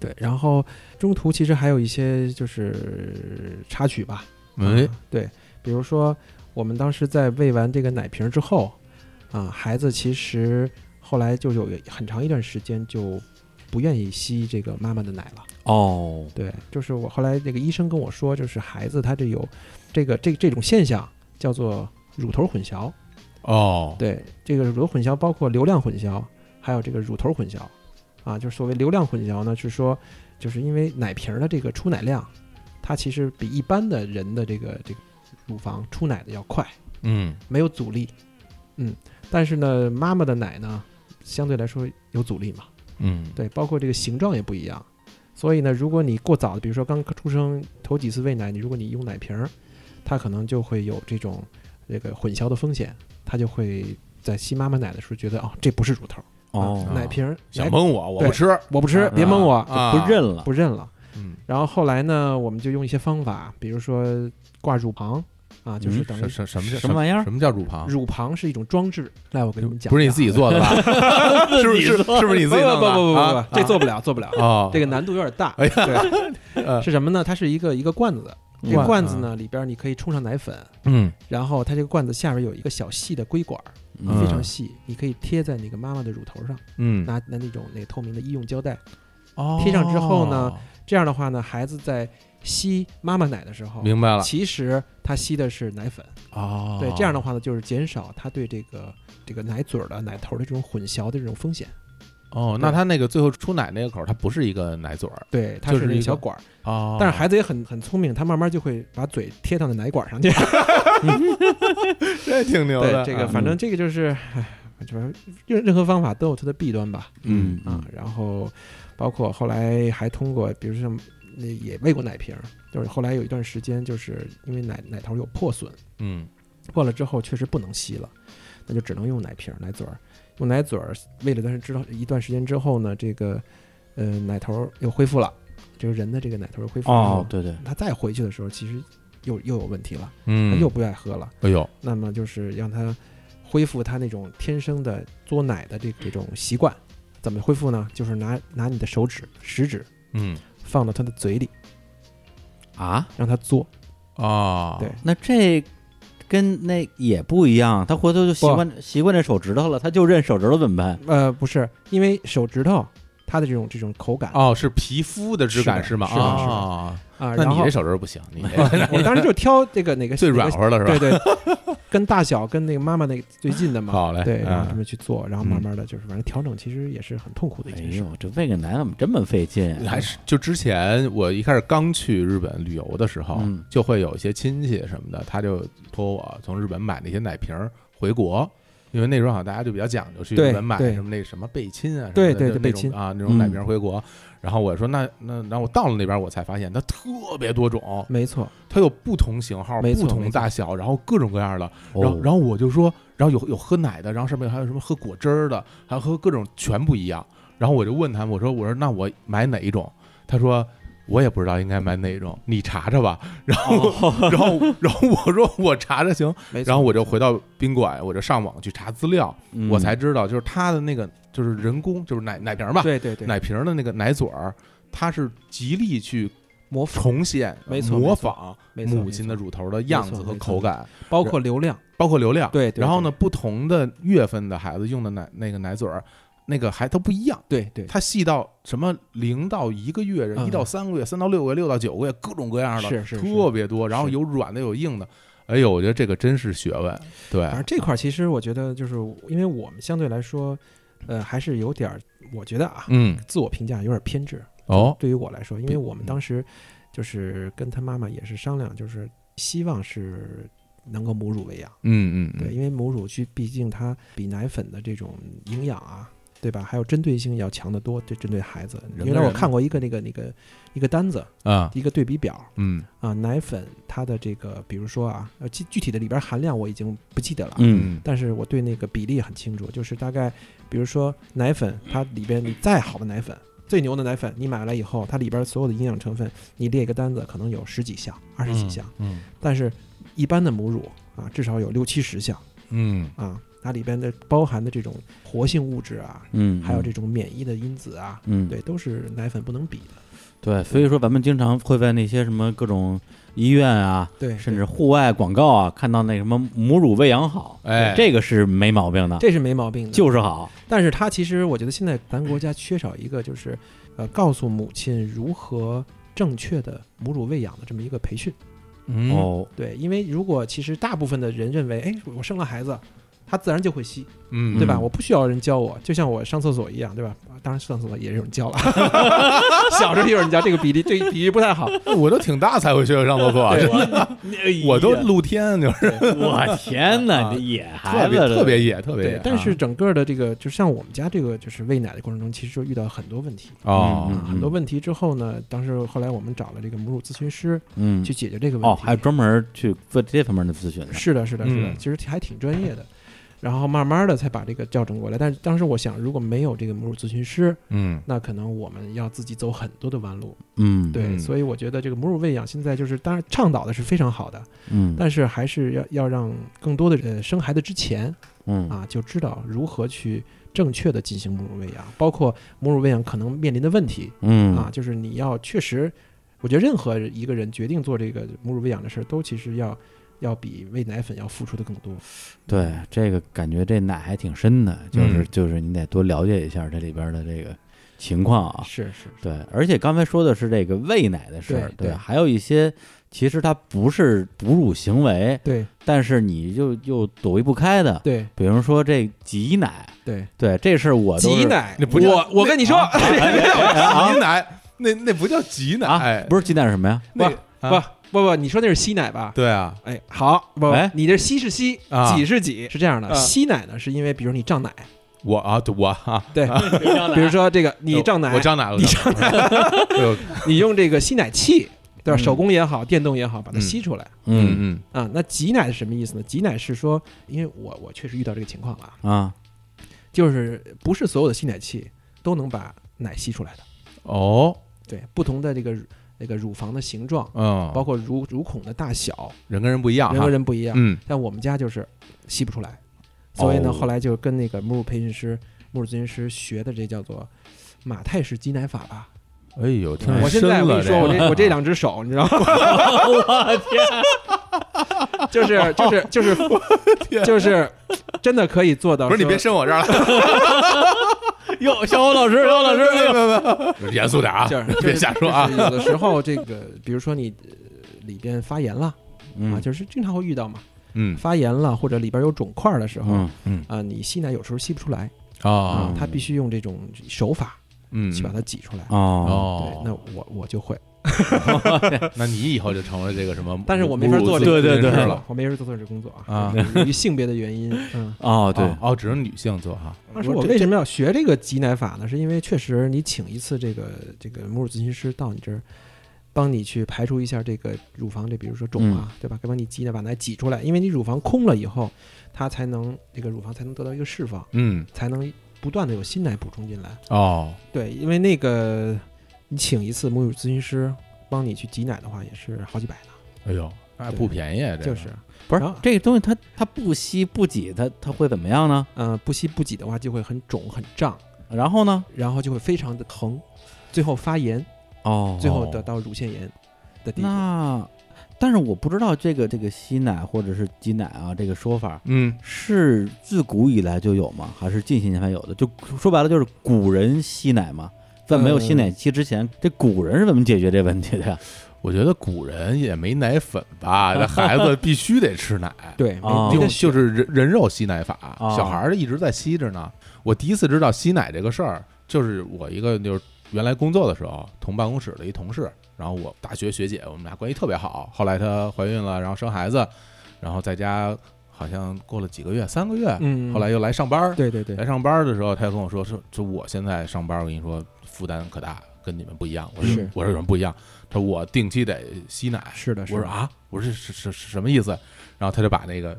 Speaker 3: 对，然后中途其实还有一些就是插曲吧，
Speaker 2: 喂
Speaker 3: 啊对，比如说我们当时在喂完这个奶瓶之后，啊，孩子其实后来就有很长一段时间就不愿意吸这个妈妈的奶了。
Speaker 1: 哦，
Speaker 3: 对，就是我后来那个医生跟我说，就是孩子他这有这个这这种现象叫做乳头混淆。
Speaker 2: 哦
Speaker 3: 对，这个乳头混淆包括流量混淆，还有这个乳头混淆，啊，就是所谓流量混淆呢，是说就是因为奶瓶儿的这个出奶量，它其实比一般的人的这个这个乳房出奶的要快，
Speaker 2: 嗯
Speaker 3: 没有阻力，嗯，但是呢，妈妈的奶呢，相对来说有阻力嘛，
Speaker 2: 嗯
Speaker 3: 对，包括这个形状也不一样，所以呢，如果你过早的，比如说刚出生头几次喂奶，你如果你用奶瓶儿，它可能就会有这种这个混淆的风险，它就会在吸妈妈奶的时候觉得哦，这不是乳头，
Speaker 1: 哦
Speaker 3: 啊，奶瓶儿
Speaker 2: 想
Speaker 3: 奶
Speaker 2: 蒙我我不
Speaker 3: 对
Speaker 2: 吃
Speaker 3: 我不吃
Speaker 1: 啊，
Speaker 3: 别蒙我，
Speaker 2: 啊
Speaker 1: 不认了
Speaker 3: 不认了。
Speaker 2: 嗯
Speaker 3: 然后后来呢，我们就用一些方法，比如说挂乳旁啊，就是
Speaker 1: 嗯
Speaker 3: 等
Speaker 2: 什什
Speaker 3: 于
Speaker 2: 什么叫
Speaker 1: 什么玩意儿
Speaker 2: 什么叫乳旁？
Speaker 3: 乳旁是一种装置，来我给你们讲，
Speaker 2: 不是你自己。做的 吧？是不是是不是你
Speaker 3: 不
Speaker 2: 自
Speaker 3: 不
Speaker 2: 己弄
Speaker 3: 不
Speaker 2: 的？
Speaker 3: 不不
Speaker 2: 啊
Speaker 3: 不，这做不了，做不了，
Speaker 2: 哦，
Speaker 3: 这个难度有点大。
Speaker 2: 哎
Speaker 3: 对，
Speaker 2: 呃
Speaker 3: 是什么呢？它是一个一个罐子，这
Speaker 2: 罐啊
Speaker 3: 罐子呢里边你可以冲上奶粉，
Speaker 2: 嗯
Speaker 3: 然后它这个罐子下边有一个小细的硅管，
Speaker 1: 嗯
Speaker 3: 非常细，你可以贴在那个妈妈的乳头上，
Speaker 2: 嗯
Speaker 3: 拿拿那种那个透明的医用胶带，
Speaker 2: 哦
Speaker 3: 贴上之后呢这样的话呢，孩子在吸妈妈奶的时候，
Speaker 2: 明白了
Speaker 3: 其实它吸的是奶粉。
Speaker 2: 哦
Speaker 3: 对，这样的话呢，就是减少它对这个这个奶嘴儿的奶头儿的这种混淆的这种风险。
Speaker 2: 哦，那他那个最后出奶那个口儿，它不是一个奶嘴儿
Speaker 3: 对，它
Speaker 2: 就是是
Speaker 3: 那
Speaker 2: 一
Speaker 3: 个
Speaker 2: 个
Speaker 3: 小管儿，
Speaker 2: 哦
Speaker 3: 但是孩子也很很聪明，他慢慢就会把嘴贴到那奶管上去。
Speaker 2: 这挺牛
Speaker 3: 对，
Speaker 2: 的，
Speaker 3: 这个
Speaker 2: 啊
Speaker 3: 反正这个就是，唉，就是任任何方法都有它的弊端吧。
Speaker 1: 嗯
Speaker 3: 啊，然后包括后来还通过，比如说那也喂过奶瓶儿，就是后来有一段时间，就是因为奶奶头有破损，
Speaker 2: 嗯
Speaker 3: 破了之后确实不能吸了，那就只能用奶瓶儿、奶嘴儿。用奶嘴儿喂了，但是知道一段时间之后呢，这个呃奶头儿又恢复了，这个人的这个奶头儿又恢复了。
Speaker 1: 哦，，对对，
Speaker 3: 他再回去的时候，其实又又有问题了，他
Speaker 2: 嗯，
Speaker 3: 又不愿意喝了。
Speaker 2: 哎呦，
Speaker 3: 那么就是让他恢复他那种天生的嘬奶的这这种习惯。怎么恢复呢？就是拿拿你的手指食指
Speaker 2: 嗯
Speaker 3: 放到他的嘴里，
Speaker 1: 啊，
Speaker 3: 让他嘬。
Speaker 2: 哦，
Speaker 3: 对
Speaker 1: 那这跟那也不一样，他回头就习惯习惯这手指头了，他就认手指头怎么办？
Speaker 3: 呃，不是，因为手指头它的这种这种口感啊、
Speaker 2: 哦，是皮肤的质感
Speaker 3: 是的
Speaker 2: 吗？
Speaker 3: 是的是的
Speaker 2: 啊，那
Speaker 3: 然
Speaker 2: 你
Speaker 3: 后
Speaker 2: 这手指头不行，你这
Speaker 3: 我当时就挑这个哪 个
Speaker 2: 最软
Speaker 3: 哪
Speaker 2: 和了是
Speaker 3: 个
Speaker 2: 吧？
Speaker 3: 对对，跟大小跟那个妈妈那个最近的嘛。
Speaker 2: 好嘞，
Speaker 3: 对，然后这
Speaker 2: 嗯
Speaker 3: 么去做，然后慢慢的就是，反正调整其实也是很痛苦的
Speaker 1: 哎
Speaker 3: 一件事。
Speaker 1: 呦，这喂个奶怎么这么费劲啊？
Speaker 2: 还是就之前我一开始刚去日本旅游的时候，
Speaker 1: 嗯
Speaker 2: 就会有一些亲戚什么的，他就托我从日本买那些奶瓶儿回国。因为那时候好像大家就比较讲究，去
Speaker 3: 对
Speaker 2: 日本买
Speaker 3: 对
Speaker 2: 什么那什么贝亲啊什么的，
Speaker 3: 对对
Speaker 2: 就
Speaker 3: 对
Speaker 2: 那
Speaker 3: 贝
Speaker 2: 种
Speaker 3: 亲嗯
Speaker 2: 啊那种奶瓶儿回国。然后我说那那，然后我到了那边我才发现它特别多种，
Speaker 3: 没错，
Speaker 2: 它有不同型号、
Speaker 3: 没错
Speaker 2: 不
Speaker 3: 没
Speaker 2: 同
Speaker 3: 错
Speaker 2: 大小，然后各种各样的。然后
Speaker 1: 哦，
Speaker 2: 然后我就说，然后有有喝奶的，然后上面还有什么喝果汁儿的，还有喝各种全不一样。然后我就问他们，我说我说那我买哪一种？他说我也不知道应该买哪一种，你查查吧。然后、然后然后我说我查查行。
Speaker 3: 哦没错。
Speaker 2: 然后我就回到宾馆，我就上网去查资料，
Speaker 1: 嗯
Speaker 2: 我才知道就是他的那个就是人工就是奶奶瓶儿吧，
Speaker 3: 对对对，
Speaker 2: 奶瓶儿的那个奶嘴儿，它是极力去
Speaker 3: 模仿
Speaker 2: 重现
Speaker 3: 没错
Speaker 2: 模
Speaker 3: 没错
Speaker 2: 仿
Speaker 3: 没错
Speaker 2: 母亲的
Speaker 3: 没
Speaker 2: 乳头的样
Speaker 3: 没
Speaker 2: 子
Speaker 3: 错
Speaker 2: 和
Speaker 3: 没错
Speaker 2: 口感。
Speaker 3: 错包括流量，
Speaker 2: 包括流量，
Speaker 3: 对对
Speaker 2: 然后呢，不同的月份的孩子用的奶那个奶嘴儿，那个还都不一样，
Speaker 3: 对对，
Speaker 2: 它细到什么零到一个月，
Speaker 3: 嗯
Speaker 2: 一到三个月，三到六个月，六到九个月，各种各样的，
Speaker 3: 是是是
Speaker 2: 特别多。然后有软的，有硬的。哎呦，我觉得这个真是学问，对
Speaker 3: 反，正这块儿其实我觉得就是因为我们相对来说，呃，还是有点儿，我觉得啊，
Speaker 2: 嗯，
Speaker 3: 自我评价有点偏执。
Speaker 2: 哦，
Speaker 3: 对于我来说，因为我们
Speaker 2: 嗯
Speaker 3: 当时就是跟他妈妈也是商量，就是希望是能够母乳喂养，
Speaker 2: 嗯嗯，
Speaker 3: 对，因为母乳去毕竟它比奶粉的这种营养啊。对吧？还有针对性要强得多，对针对孩子。
Speaker 2: 人跟
Speaker 3: 原来我
Speaker 2: 人嘛
Speaker 3: 看过一个那个那个一个单子，
Speaker 2: 嗯啊，
Speaker 3: 一个对比表，
Speaker 2: 嗯
Speaker 3: 啊，奶粉它的这个，比如说啊，呃，具具体的里边含量我已经不记得了，啊
Speaker 1: 嗯
Speaker 3: 但是我对那个比例很清楚，就是大概，比如说奶粉，它里边你再好的奶粉，最牛的奶粉，你买来以后，它里边所有的营养成分，你列一个单子，可能有十几项、二十几项，，
Speaker 2: 嗯
Speaker 3: 但是一般的母乳啊，至少有六七十项
Speaker 2: 嗯
Speaker 3: 啊，它里边的包含的这种活性物质啊，
Speaker 1: 嗯，
Speaker 3: 还有这种免疫的因子啊，
Speaker 1: 嗯
Speaker 3: 对，都是奶粉不能比的，
Speaker 1: 对，所以说咱们经常会在那些什么各种医院啊，
Speaker 3: 对，
Speaker 1: 甚至户外广告啊，看到那什么母乳喂养好，
Speaker 2: 哎
Speaker 1: 这个是没毛病的，
Speaker 3: 这是没毛病的，
Speaker 1: 就是好，
Speaker 3: 但是它其实我觉得现在咱国家缺少一个就是，呃，告诉母亲如何正确的母乳喂养的这么一个培训。
Speaker 2: 嗯，
Speaker 1: 哦，
Speaker 3: 对，因为如果其实大部分的人认为，哎，我生了孩子，他自然就会吸，
Speaker 2: 嗯，
Speaker 3: 对吧？
Speaker 1: 嗯
Speaker 3: 我不需要人教我，就像我上厕所一样，对吧？啊当然上厕所也有人教了， 小时候有人教，这个比例这个比例不太好。
Speaker 2: 哎我都挺大才会学会上厕所，真的 我都露天就是
Speaker 1: 我天哪，
Speaker 2: 啊
Speaker 1: 这野孩
Speaker 2: 特
Speaker 1: 子
Speaker 2: 别
Speaker 1: 这
Speaker 2: 特别野，特别
Speaker 3: 对
Speaker 2: 野，，
Speaker 3: 但是整个的这个，就像我们家这个，就是喂奶的过程中，其实就遇到很多问题。啊
Speaker 2: 哦
Speaker 1: 嗯嗯，
Speaker 3: 很多问题之后呢，当时后来我们找了这个母乳咨询师
Speaker 1: 嗯
Speaker 3: 去解决这个问题。
Speaker 1: 哦，还有专门去做这方面的咨询的，
Speaker 3: 是的，是的，是的，
Speaker 2: 嗯
Speaker 3: 其实还挺专业的。然后慢慢的才把这个校正过来。但是当时我想，如果没有这个母乳咨询师，
Speaker 2: 嗯
Speaker 3: 那可能我们要自己走很多的弯路。
Speaker 1: 嗯，
Speaker 3: 对，
Speaker 2: 嗯
Speaker 3: 所以我觉得这个母乳喂养现在就是，当然倡导的是非常好的，
Speaker 1: 嗯，
Speaker 3: 但是还是要要让更多的呃生孩子之前
Speaker 1: 嗯
Speaker 3: 啊就知道如何去正确的进行母乳喂养，包括母乳喂养可能面临的问题
Speaker 1: 嗯
Speaker 3: 啊，，就是你要确实，我觉得任何一个人决定做这个母乳喂养的事儿，都其实要要比喂奶粉要付出的更多。
Speaker 1: 对，这个感觉这奶还挺深的，就是
Speaker 2: 嗯
Speaker 1: 就是你得多了解一下这里边的这个情况啊。
Speaker 3: 是是，
Speaker 1: 对，而且刚才说的是这个喂奶的事儿，
Speaker 3: 对对
Speaker 1: 还有一些其实它不是哺乳行为，
Speaker 3: 对
Speaker 1: 但是你又又躲避不开的，
Speaker 3: 对
Speaker 1: 比如说这挤奶，
Speaker 3: 对，
Speaker 1: 对，这事儿我都是
Speaker 3: 挤奶
Speaker 2: 啊那，不啊哎叫
Speaker 3: 我我跟你说， 哎
Speaker 2: 挤
Speaker 3: 啊
Speaker 2: 奶，那那不叫挤
Speaker 1: 啊
Speaker 2: 奶，，哎
Speaker 1: 不是挤奶是什么呀？
Speaker 2: 那
Speaker 3: 不不
Speaker 2: 啊
Speaker 3: 不不，你说那是吸奶吧？
Speaker 2: 对啊，
Speaker 3: 哎，好，不
Speaker 1: 哎，
Speaker 3: 你这吸是吸，
Speaker 2: 啊
Speaker 3: 挤是挤，是这样的。
Speaker 2: 啊
Speaker 3: 吸奶呢，是因为比如你胀奶，
Speaker 2: 我啊，对我啊，
Speaker 3: 对，比如说这个你胀奶
Speaker 2: 我，胀奶了，
Speaker 3: 你
Speaker 2: 胀 奶了，对
Speaker 3: 你用这个吸奶器，对吧？
Speaker 2: 嗯
Speaker 3: 手工也好，电动也好，把它
Speaker 2: 嗯
Speaker 3: 吸出来
Speaker 1: 嗯
Speaker 2: 嗯
Speaker 3: 啊。那挤奶是什么意思呢？挤奶是说，因为我我确实遇到这个情况了啊，
Speaker 1: 啊，
Speaker 3: 就是不是所有的吸奶器都能把奶吸出来的，
Speaker 2: 嗯，哦，
Speaker 3: 对，不同的这个那个乳房的形状，
Speaker 2: 嗯，
Speaker 3: 包括乳乳孔的大小，
Speaker 2: 人跟人不一样
Speaker 3: 人和
Speaker 2: 哈，
Speaker 3: 人不一样。
Speaker 2: 嗯，
Speaker 3: 但我们家就是吸不出来，所以呢，
Speaker 2: 哦
Speaker 3: 后来就跟那个母乳培训师、母乳咨询师学的这叫做马泰式挤奶法吧。
Speaker 2: 哎呦，听着
Speaker 3: 我现在
Speaker 2: 深
Speaker 3: 我
Speaker 2: 了
Speaker 3: 跟你说，我
Speaker 2: 个
Speaker 3: 这我这两只手，你知道吗？我天，就是就是就是就是，真的可以做到。
Speaker 2: 不是你别伸我这儿了，
Speaker 1: 哟，小欧老师，小欧老师，哎呦
Speaker 2: 严肃点啊
Speaker 3: 就是，就是
Speaker 2: 别瞎说啊
Speaker 3: 就是，有的时候这个，比如说你呃里边发炎了啊，
Speaker 1: 嗯
Speaker 3: 就是经常会遇到嘛，
Speaker 2: 嗯
Speaker 3: 发炎了或者里边有肿块的时候
Speaker 1: 嗯
Speaker 3: 啊，你吸奶有时候吸不出来
Speaker 2: 啊
Speaker 3: 啊，它必须用这种手法
Speaker 2: 嗯
Speaker 3: 去把它挤出来。
Speaker 1: 哦，
Speaker 2: 哦
Speaker 3: 对，，那我我就会，
Speaker 2: 那你以后就成了这个什么？
Speaker 3: 但是我没法做这
Speaker 1: 个对对对
Speaker 2: 了。
Speaker 3: 我没人做做这工作
Speaker 2: 啊
Speaker 3: 啊，由于性别的原因，嗯。
Speaker 1: 哦，对，
Speaker 2: 哦，哦只能女性做哈。
Speaker 3: 当时我
Speaker 2: 这
Speaker 3: 为什么要学这个挤奶法呢？是因为确实你请一次这个这个母乳咨询师到你这儿，帮你去排除一下这个乳房这，比如说肿啊，对吧？该帮你挤奶把奶挤出来，因为你乳房空了以后，它才能这个乳房才能得到一个释放，
Speaker 2: 嗯，
Speaker 3: 才能不断的有新奶补充进来。
Speaker 2: 哦，
Speaker 3: 对，因为那个你请一次母乳咨询师帮你去挤奶的话，也是好几百呢，
Speaker 2: 哎呦，哎，
Speaker 3: 对
Speaker 2: 不便宜啊，这
Speaker 3: 就
Speaker 2: 个
Speaker 3: 是。
Speaker 1: 不是
Speaker 3: 然后
Speaker 1: 这个东西它，它不吸不挤，它它会怎么样呢？
Speaker 3: 呃，不吸不挤的话就会很肿很胀，
Speaker 1: 然后呢？
Speaker 3: 然后就会非常的疼，最后发炎，
Speaker 1: 哦，
Speaker 3: 最后得到乳腺炎的地步。
Speaker 1: 那，但是我不知道这个这个吸奶或者是挤奶啊这个说法
Speaker 2: 嗯，
Speaker 1: 是自古以来就有吗？还是近些年才有的？就说白了就是古人吸奶嘛，在没有吸奶期之前，这古人是怎么解决这问题的呀？
Speaker 2: 我觉得古人也没奶粉 吧，这孩子必须得吃奶。
Speaker 3: 对，啊
Speaker 1: 哦
Speaker 3: 没
Speaker 2: 用
Speaker 3: 得
Speaker 2: 就
Speaker 3: 选
Speaker 2: 是人人肉吸奶法，
Speaker 1: 哦
Speaker 2: 小孩儿一直在吸着呢。我第一次知道吸奶这个事儿，就是我一个就是原来工作的时候同办公室的一同事，然后我大学学姐，我们俩关系特别好。后来她怀孕了，然后生孩子，然后在家好像过了几个月，三个月，
Speaker 3: 嗯，
Speaker 2: 后来又来上班儿。
Speaker 3: 对对对
Speaker 2: 来，上班儿的时候，她就跟我说：“说说我现在上班儿，我跟你说负担可大，跟你们不一样。”我说
Speaker 3: 是：“
Speaker 2: 我说有什么不一样？”她说：“我定期得吸奶。”
Speaker 3: 是的，是
Speaker 2: 我说
Speaker 3: 的，
Speaker 2: 啊，我说是是是什么意思？然后他就把那个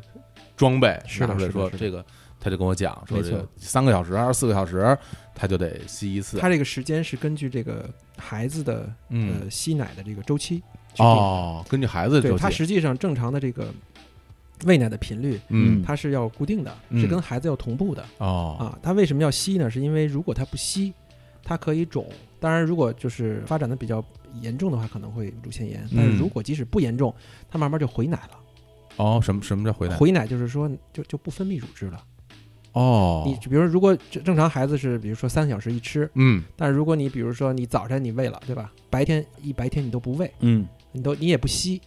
Speaker 2: 装备
Speaker 3: 是
Speaker 2: 拿
Speaker 3: 的
Speaker 2: 出来
Speaker 3: 是的
Speaker 2: 说，
Speaker 3: 是的
Speaker 2: 这个他就跟我讲说，
Speaker 3: 没
Speaker 2: 这
Speaker 3: 错
Speaker 2: 个三个小时还是四个小时，他就得吸一次。
Speaker 3: 它这个时间是根据这个孩子的
Speaker 2: 嗯
Speaker 3: 呃吸奶的这个周期去定的。
Speaker 2: 哦，根据孩子的
Speaker 3: 呃对，
Speaker 2: 周
Speaker 3: 它
Speaker 2: 期，
Speaker 3: 实际上正常的这个喂奶的频率，
Speaker 2: 嗯
Speaker 1: 嗯
Speaker 3: 它是要固定的，
Speaker 2: 嗯
Speaker 3: 是跟孩子要同步的
Speaker 2: 哦
Speaker 3: 啊。它为什么要吸呢？是因为如果它不吸，它可以肿。当然，如果就是发展的比较严重的话，可能会乳腺炎。但
Speaker 2: 嗯
Speaker 3: 是如果即使不严重，它慢慢就回奶了。
Speaker 2: 哦，什么什么叫回奶？
Speaker 3: 回奶就是说，就就不分泌乳汁了。
Speaker 2: 哦，
Speaker 3: 你比如说，如果正正常孩子是比如说三小时一吃，
Speaker 2: 嗯
Speaker 3: 但是如果你比如说你早晨你喂了，对吧？白天一白天你都不喂，
Speaker 1: 嗯，
Speaker 3: 你都你也不吸，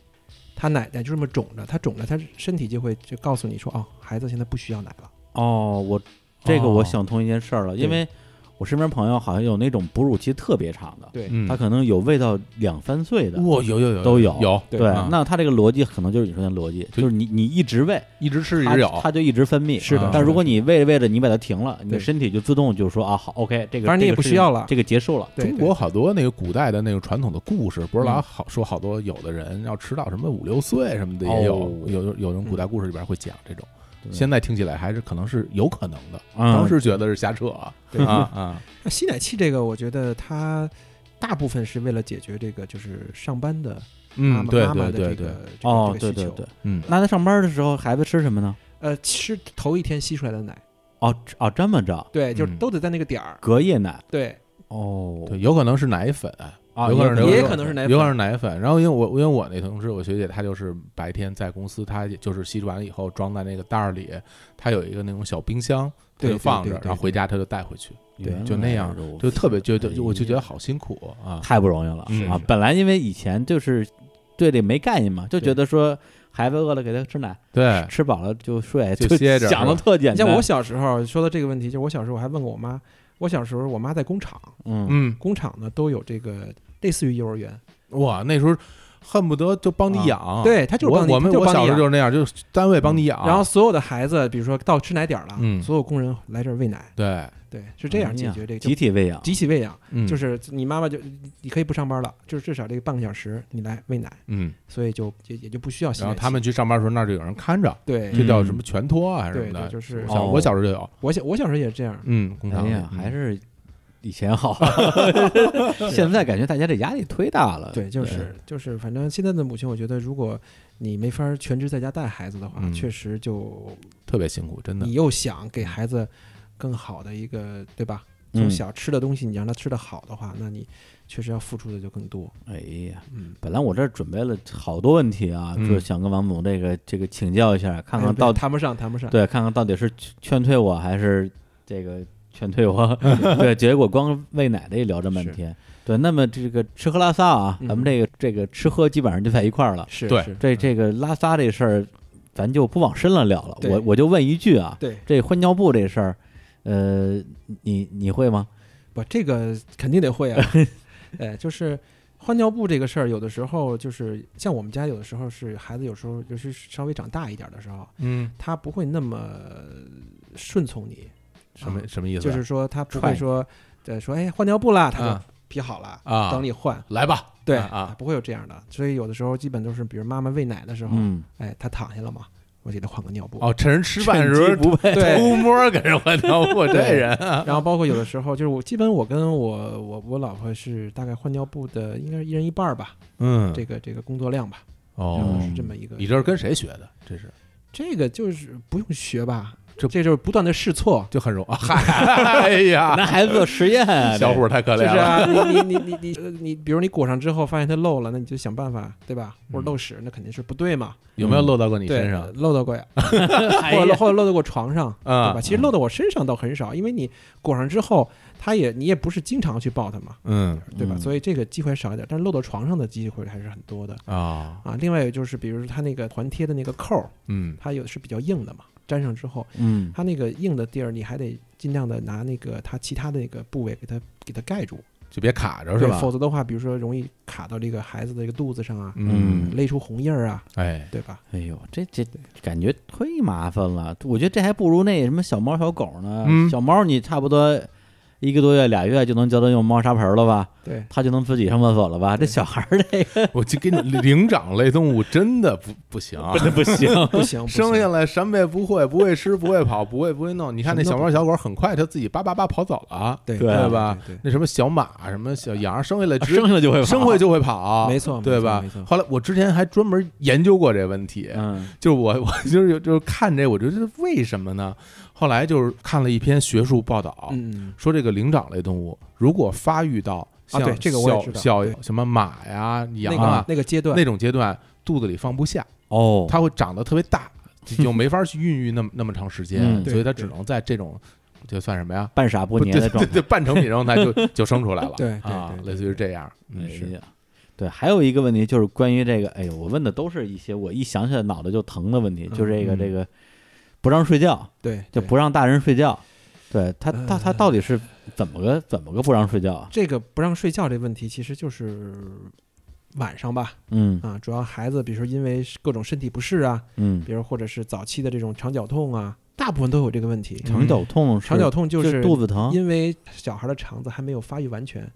Speaker 3: 他奶奶就这么肿着，他肿着，他身体就会就告诉你说，哦，孩子现在不需要奶了。
Speaker 1: 哦，我这个
Speaker 2: 哦
Speaker 1: 我想通一件事儿了，因为我身边朋友好像有那种哺乳期特别长的，
Speaker 3: 对
Speaker 2: 嗯，
Speaker 1: 他可能有喂到两三岁的，
Speaker 2: 哇，有有有
Speaker 1: 都
Speaker 2: 有
Speaker 1: 有对
Speaker 2: 啊，
Speaker 1: 那他这个逻辑可能就是你说的逻辑，
Speaker 2: 对
Speaker 1: 就是你你一直喂，
Speaker 2: 一直吃一
Speaker 1: 它
Speaker 2: 直有，
Speaker 1: 它就一直分泌。
Speaker 3: 是
Speaker 2: 的
Speaker 1: 啊
Speaker 2: 是的
Speaker 1: 但如果你喂着喂着你把它停了，你的
Speaker 3: 对
Speaker 1: 身体就自动就说啊好，OK，这个
Speaker 3: 反正你也
Speaker 1: 这个
Speaker 3: 不
Speaker 1: 事
Speaker 3: 需要了
Speaker 1: 这个结束了。
Speaker 3: 对
Speaker 2: 中
Speaker 3: 对
Speaker 2: 国好多那个古代的那个传统的故事，不是老
Speaker 1: 嗯
Speaker 2: 好说好多有的人要吃到什么五六岁什么的也有
Speaker 1: 哦，
Speaker 2: 有有有人古代故事里边会讲这种。
Speaker 3: 嗯
Speaker 1: 对
Speaker 2: 现在听起来还是可能是有可能的，
Speaker 1: 嗯
Speaker 2: 当时觉得是瞎扯啊
Speaker 3: 对
Speaker 2: 啊啊！
Speaker 3: 那吸奶器这个，我觉得它大部分是为了解决这个就是上班的妈
Speaker 2: 嗯，
Speaker 3: 妈
Speaker 2: 对
Speaker 3: 妈妈
Speaker 2: 对
Speaker 3: 的这
Speaker 2: 对
Speaker 3: 个这
Speaker 2: 对，
Speaker 3: 个
Speaker 1: 哦，
Speaker 3: 这
Speaker 1: 对
Speaker 3: 个需
Speaker 1: 对
Speaker 3: 求
Speaker 1: 对。。
Speaker 2: 嗯，
Speaker 1: 那他上班的时候孩子吃什么呢？
Speaker 3: 呃，吃头一天吸出来的奶，
Speaker 1: 哦吃哦，这么着，
Speaker 3: 对，就
Speaker 2: 嗯
Speaker 3: 是都得在那个点儿。
Speaker 1: 隔夜奶
Speaker 3: 对，
Speaker 1: 哦，
Speaker 2: 对，有可能是奶粉
Speaker 3: 啊，
Speaker 2: 有可能
Speaker 3: 也
Speaker 2: 有
Speaker 3: 也
Speaker 2: 可
Speaker 3: 可能是奶
Speaker 2: 有可能
Speaker 3: 粉
Speaker 2: 是奶粉。然后因为我因为我那同事，我学姐她就是白天在公司，她就是吸完了以后装在那个袋儿里，她有一个那种小冰箱，她
Speaker 3: 对
Speaker 2: 就
Speaker 3: 对
Speaker 2: 放着
Speaker 3: 对，对
Speaker 2: 然后回家她就带回去，
Speaker 1: 原来
Speaker 2: 就那样
Speaker 1: 如此
Speaker 2: 就特别觉得
Speaker 1: 哎
Speaker 2: 就我就觉得好辛苦啊。
Speaker 1: 太不容易了、
Speaker 2: 嗯
Speaker 1: 啊！本来因为以前就是对这没概念嘛，就觉得说孩子饿了给他吃奶，
Speaker 2: 对，
Speaker 1: 吃饱了就睡，
Speaker 2: 就歇着
Speaker 1: 想的
Speaker 2: 是吧
Speaker 1: 特简
Speaker 3: 你
Speaker 1: 单。
Speaker 3: 像我小时候说到这个问题，就是我小时候我还问过我妈，我小时候我妈在工厂，
Speaker 1: 嗯，
Speaker 2: 嗯，
Speaker 3: 工厂呢都有这个类似于幼儿园，
Speaker 2: 哇，那时候恨不得就帮你
Speaker 1: 啊
Speaker 2: 养。
Speaker 3: 对她就是
Speaker 2: 我
Speaker 3: 帮你
Speaker 2: 我们
Speaker 3: 就
Speaker 2: 我
Speaker 3: 帮你
Speaker 2: 小时候
Speaker 3: 养
Speaker 2: 就是那样，就是单位帮你养，
Speaker 3: 然后所有的孩子，比如说到吃奶点儿了，
Speaker 2: 嗯
Speaker 3: 所有工人来这儿喂奶，
Speaker 2: 对，
Speaker 3: 对，是这样解决这个就
Speaker 1: 集体喂养，
Speaker 3: 集体喂养，
Speaker 2: 嗯
Speaker 3: 就是你妈妈就你可以不上班了，就是至少这个半个小时你来喂奶，
Speaker 2: 嗯，
Speaker 3: 所以就也也就不需要洗
Speaker 2: 然
Speaker 3: 奶
Speaker 2: 后
Speaker 3: 器
Speaker 2: 他们去上班的时候，那儿就有人看着，
Speaker 3: 对
Speaker 1: 嗯
Speaker 2: 这叫什么全托啊还是什
Speaker 3: 对
Speaker 2: 么的
Speaker 3: 对，。就是
Speaker 2: 我小
Speaker 1: 哦
Speaker 2: 我小时候就有，
Speaker 3: 我小我小时候也是这样，
Speaker 2: 嗯，工厂
Speaker 1: 哎
Speaker 2: 里
Speaker 1: 呀，还
Speaker 2: 嗯
Speaker 1: 是以前好。 现在感觉大家这压力忒大了。
Speaker 3: 对，就是就是，反正现在的母亲，我觉得如果你没法全职在家带孩子的话，
Speaker 2: 嗯
Speaker 3: 确实就
Speaker 2: 特别辛苦，真的
Speaker 3: 你。又想给孩子更好的一个，对吧？
Speaker 1: 嗯
Speaker 3: 从小吃的东西，你让他吃的好的话，那你确实要付出的就更多。
Speaker 1: 哎呀，
Speaker 3: 嗯，
Speaker 1: 本来我这儿准备了好多问题啊，
Speaker 2: 嗯
Speaker 1: 就是想跟王总这个这个请教一下，看看
Speaker 3: 哎不
Speaker 1: 到底
Speaker 3: 谈不上，谈不上。
Speaker 1: 对，看看到底是劝劝退我还是这个劝退 我？对，结果光喂奶的也聊这半
Speaker 3: 是
Speaker 1: 天。对，那么这个吃喝拉撒啊，咱们
Speaker 3: 嗯
Speaker 1: 这个这个吃喝基本上就在一块儿了。
Speaker 3: 是，
Speaker 2: 对
Speaker 3: 是嗯
Speaker 1: 这这个拉撒这事儿，咱就不往深了聊了。
Speaker 3: 对
Speaker 1: 我我就问一句啊，
Speaker 3: 对，
Speaker 1: 这换尿布这事儿，呃，你你会吗？
Speaker 3: 不，这个肯定得会啊。哎，就是换尿布这个事儿，有的时候就是像我们家，有的时候是孩子，有时候尤其是稍微长大一点的时候，
Speaker 2: 嗯，
Speaker 3: 他不会那么顺从你。
Speaker 2: 什么
Speaker 3: 啊
Speaker 2: 什么意思？
Speaker 3: 就是说他不
Speaker 1: 踹
Speaker 3: 会
Speaker 1: 你
Speaker 3: 说，呃，说哎换尿布啦，他就
Speaker 2: 啊
Speaker 3: 披好了
Speaker 2: 啊
Speaker 3: 等你换。
Speaker 2: 来吧，
Speaker 3: 对
Speaker 2: 啊，
Speaker 3: 不会有这样的。所以有的时候基本都是，比如妈妈喂奶的时候，
Speaker 1: 嗯，
Speaker 3: 哎，他躺下了嘛，我给他换个尿布。
Speaker 2: 哦，趁人吃饭的时
Speaker 1: 趁机
Speaker 2: 候
Speaker 1: 不 配，
Speaker 3: 对，
Speaker 2: 偷摸给人换尿布，这人啊，
Speaker 3: 然后包括有的时候就是我基本我跟我我我老婆是大概换尿布的，应该是一人一半儿吧，
Speaker 2: 嗯，
Speaker 3: 这个这个工作量吧，然后
Speaker 2: 哦，
Speaker 3: 是这么一个。
Speaker 2: 你这是跟谁学的？这是
Speaker 3: 这个就是不用学吧，
Speaker 2: 这
Speaker 3: 这就是不断的试错，
Speaker 2: 就很容啊，嗨呀，
Speaker 1: 拿孩子做实验啊，
Speaker 2: 小伙儿太可
Speaker 3: 哎就
Speaker 2: 怜
Speaker 3: 是
Speaker 2: 了，
Speaker 3: 啊，你你你你你呃你，比如你裹上之后发现它漏了，那你就想办法，对吧？或者漏屎，那肯定是不对嘛。
Speaker 2: 有没有漏嗯到过你
Speaker 3: 对
Speaker 2: 身上？
Speaker 3: 漏到过呀，
Speaker 1: 这哎
Speaker 3: 或者漏
Speaker 1: 呀
Speaker 3: 或者漏到过床上，对
Speaker 2: 啊
Speaker 3: 吧？，其实漏到我身上倒很少，因为你裹上之后，它也你也不是经常去抱它嘛，
Speaker 2: 嗯
Speaker 3: 对吧？
Speaker 1: 嗯
Speaker 3: 所以这个机会少一点，但是漏到床上的机会还是很多的
Speaker 2: 啊，
Speaker 3: 啊。另外有就是，比如说它那个环贴的那个扣儿，
Speaker 2: 嗯
Speaker 3: 它有的是比较硬的嘛，粘上之后，
Speaker 1: 嗯，
Speaker 3: 它那个硬的地儿，你还得尽量的拿那个它其他的那个部位给它给它盖住，
Speaker 2: 就别卡着是
Speaker 3: 对，
Speaker 2: 吧？
Speaker 3: 否则的话，比如说容易卡到这个孩子的这个肚子上啊，
Speaker 2: 嗯，
Speaker 3: 勒出红印儿啊，
Speaker 2: 哎，
Speaker 3: 对吧？
Speaker 1: 哎呦，这这感觉忒麻烦了。我觉得这还不如那什么小猫小狗呢。
Speaker 2: 嗯
Speaker 1: 小猫你差不多一个多月俩月就能教它用猫砂盆了吧？
Speaker 3: 对，
Speaker 1: 它就能自己上厕所了吧？这
Speaker 3: 对
Speaker 1: 小孩儿这个
Speaker 2: 我就给你灵长类动物真的不不行啊。
Speaker 1: 不行，
Speaker 3: 不行，不行
Speaker 2: 生下来什么也不会，不会吃，不会跑，不会不会弄。你看那小猫小狗，很快它自己叭叭叭跑走了，
Speaker 3: 对
Speaker 1: 对
Speaker 2: 吧
Speaker 3: 对对
Speaker 2: 那什么小马、什么小羊，生下
Speaker 3: 啊
Speaker 2: 来 直
Speaker 1: 生下来就会跑
Speaker 2: 生会就会跑，
Speaker 3: 没错没错
Speaker 2: 对吧
Speaker 3: 没错？
Speaker 2: 后来我之前还专门研究过这问题，
Speaker 1: 嗯
Speaker 2: 就是我 我就是有就是看这，我觉得为什么呢？后来就是看了一篇学术报道，
Speaker 3: 嗯，
Speaker 2: 说这个灵长类动物如果发育到像
Speaker 3: 啊对这个我也知道
Speaker 2: 小
Speaker 3: 对
Speaker 2: 小什么马呀、
Speaker 3: 那
Speaker 2: 羊
Speaker 3: 个
Speaker 2: 啊
Speaker 3: 那个阶段
Speaker 2: 那种阶段，肚子里放不下，
Speaker 1: 哦，
Speaker 2: 它会长得特别大，就就没法去孕育那 么那么长时间，
Speaker 1: 嗯
Speaker 2: 所以它只能在这种就算什么呀？
Speaker 1: 半傻不
Speaker 2: 不
Speaker 1: 黏
Speaker 2: 对
Speaker 1: 的状
Speaker 2: 对
Speaker 1: 态。
Speaker 2: 对，半成品状态 就就生出来了，
Speaker 3: 对对
Speaker 2: 啊
Speaker 3: 对，对
Speaker 2: 类似于这样，
Speaker 1: 哎
Speaker 2: 嗯是
Speaker 1: 呀，对，还有一个问题就是关于这个，哎呦，我问的都是一些我一想起来脑袋就疼的问题，就这个
Speaker 2: 嗯
Speaker 1: 这个不让睡觉，
Speaker 3: 对
Speaker 1: 就
Speaker 3: 对
Speaker 1: 不让大人睡觉。对他，他
Speaker 2: 嗯
Speaker 1: 他
Speaker 3: 呃
Speaker 1: 到底是怎么个怎么个不让睡觉啊？
Speaker 3: 这个不让睡觉这问题，其实就是晚上吧，
Speaker 1: 嗯
Speaker 3: 啊，主要孩子，比如说因为各种身体不适啊，
Speaker 1: 嗯，
Speaker 3: 比如或者是早期的这种肠绞痛啊，大部分都有这个问题。
Speaker 1: 肠绞嗯痛是，
Speaker 3: 肠绞痛就是是
Speaker 1: 肚子疼，
Speaker 3: 因为小孩的肠子还没有发育完全，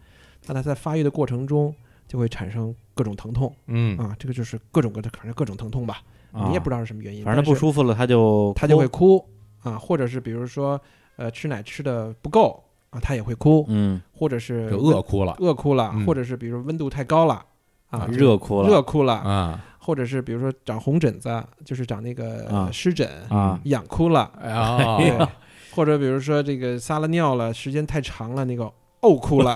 Speaker 3: 那他在发育的过程中就会产生各种疼痛
Speaker 2: 嗯
Speaker 3: 啊，这个就是各种各的，反正各种疼痛吧，
Speaker 1: 啊
Speaker 3: 你也不知道是什么原因，
Speaker 1: 反正他不
Speaker 3: 服，
Speaker 1: 舒服了，他就
Speaker 3: 他就会
Speaker 1: 哭
Speaker 3: 哭啊，或者是比如说呃吃奶吃的不够啊，他也会哭，
Speaker 1: 嗯
Speaker 3: 或者是
Speaker 2: 就饿哭了
Speaker 3: 饿哭了，
Speaker 2: 嗯
Speaker 3: 或者是比如温度太高了啊，就
Speaker 1: 热哭了，
Speaker 3: 热哭了，
Speaker 2: 啊
Speaker 3: 或者是比如说长红疹子，就是长那个
Speaker 1: 啊
Speaker 3: 呃湿疹，
Speaker 1: 啊
Speaker 3: 痒哭了，
Speaker 2: 哎呀
Speaker 3: 对，或者比如说这个撒了尿了，时间太长了，那个呕哭了，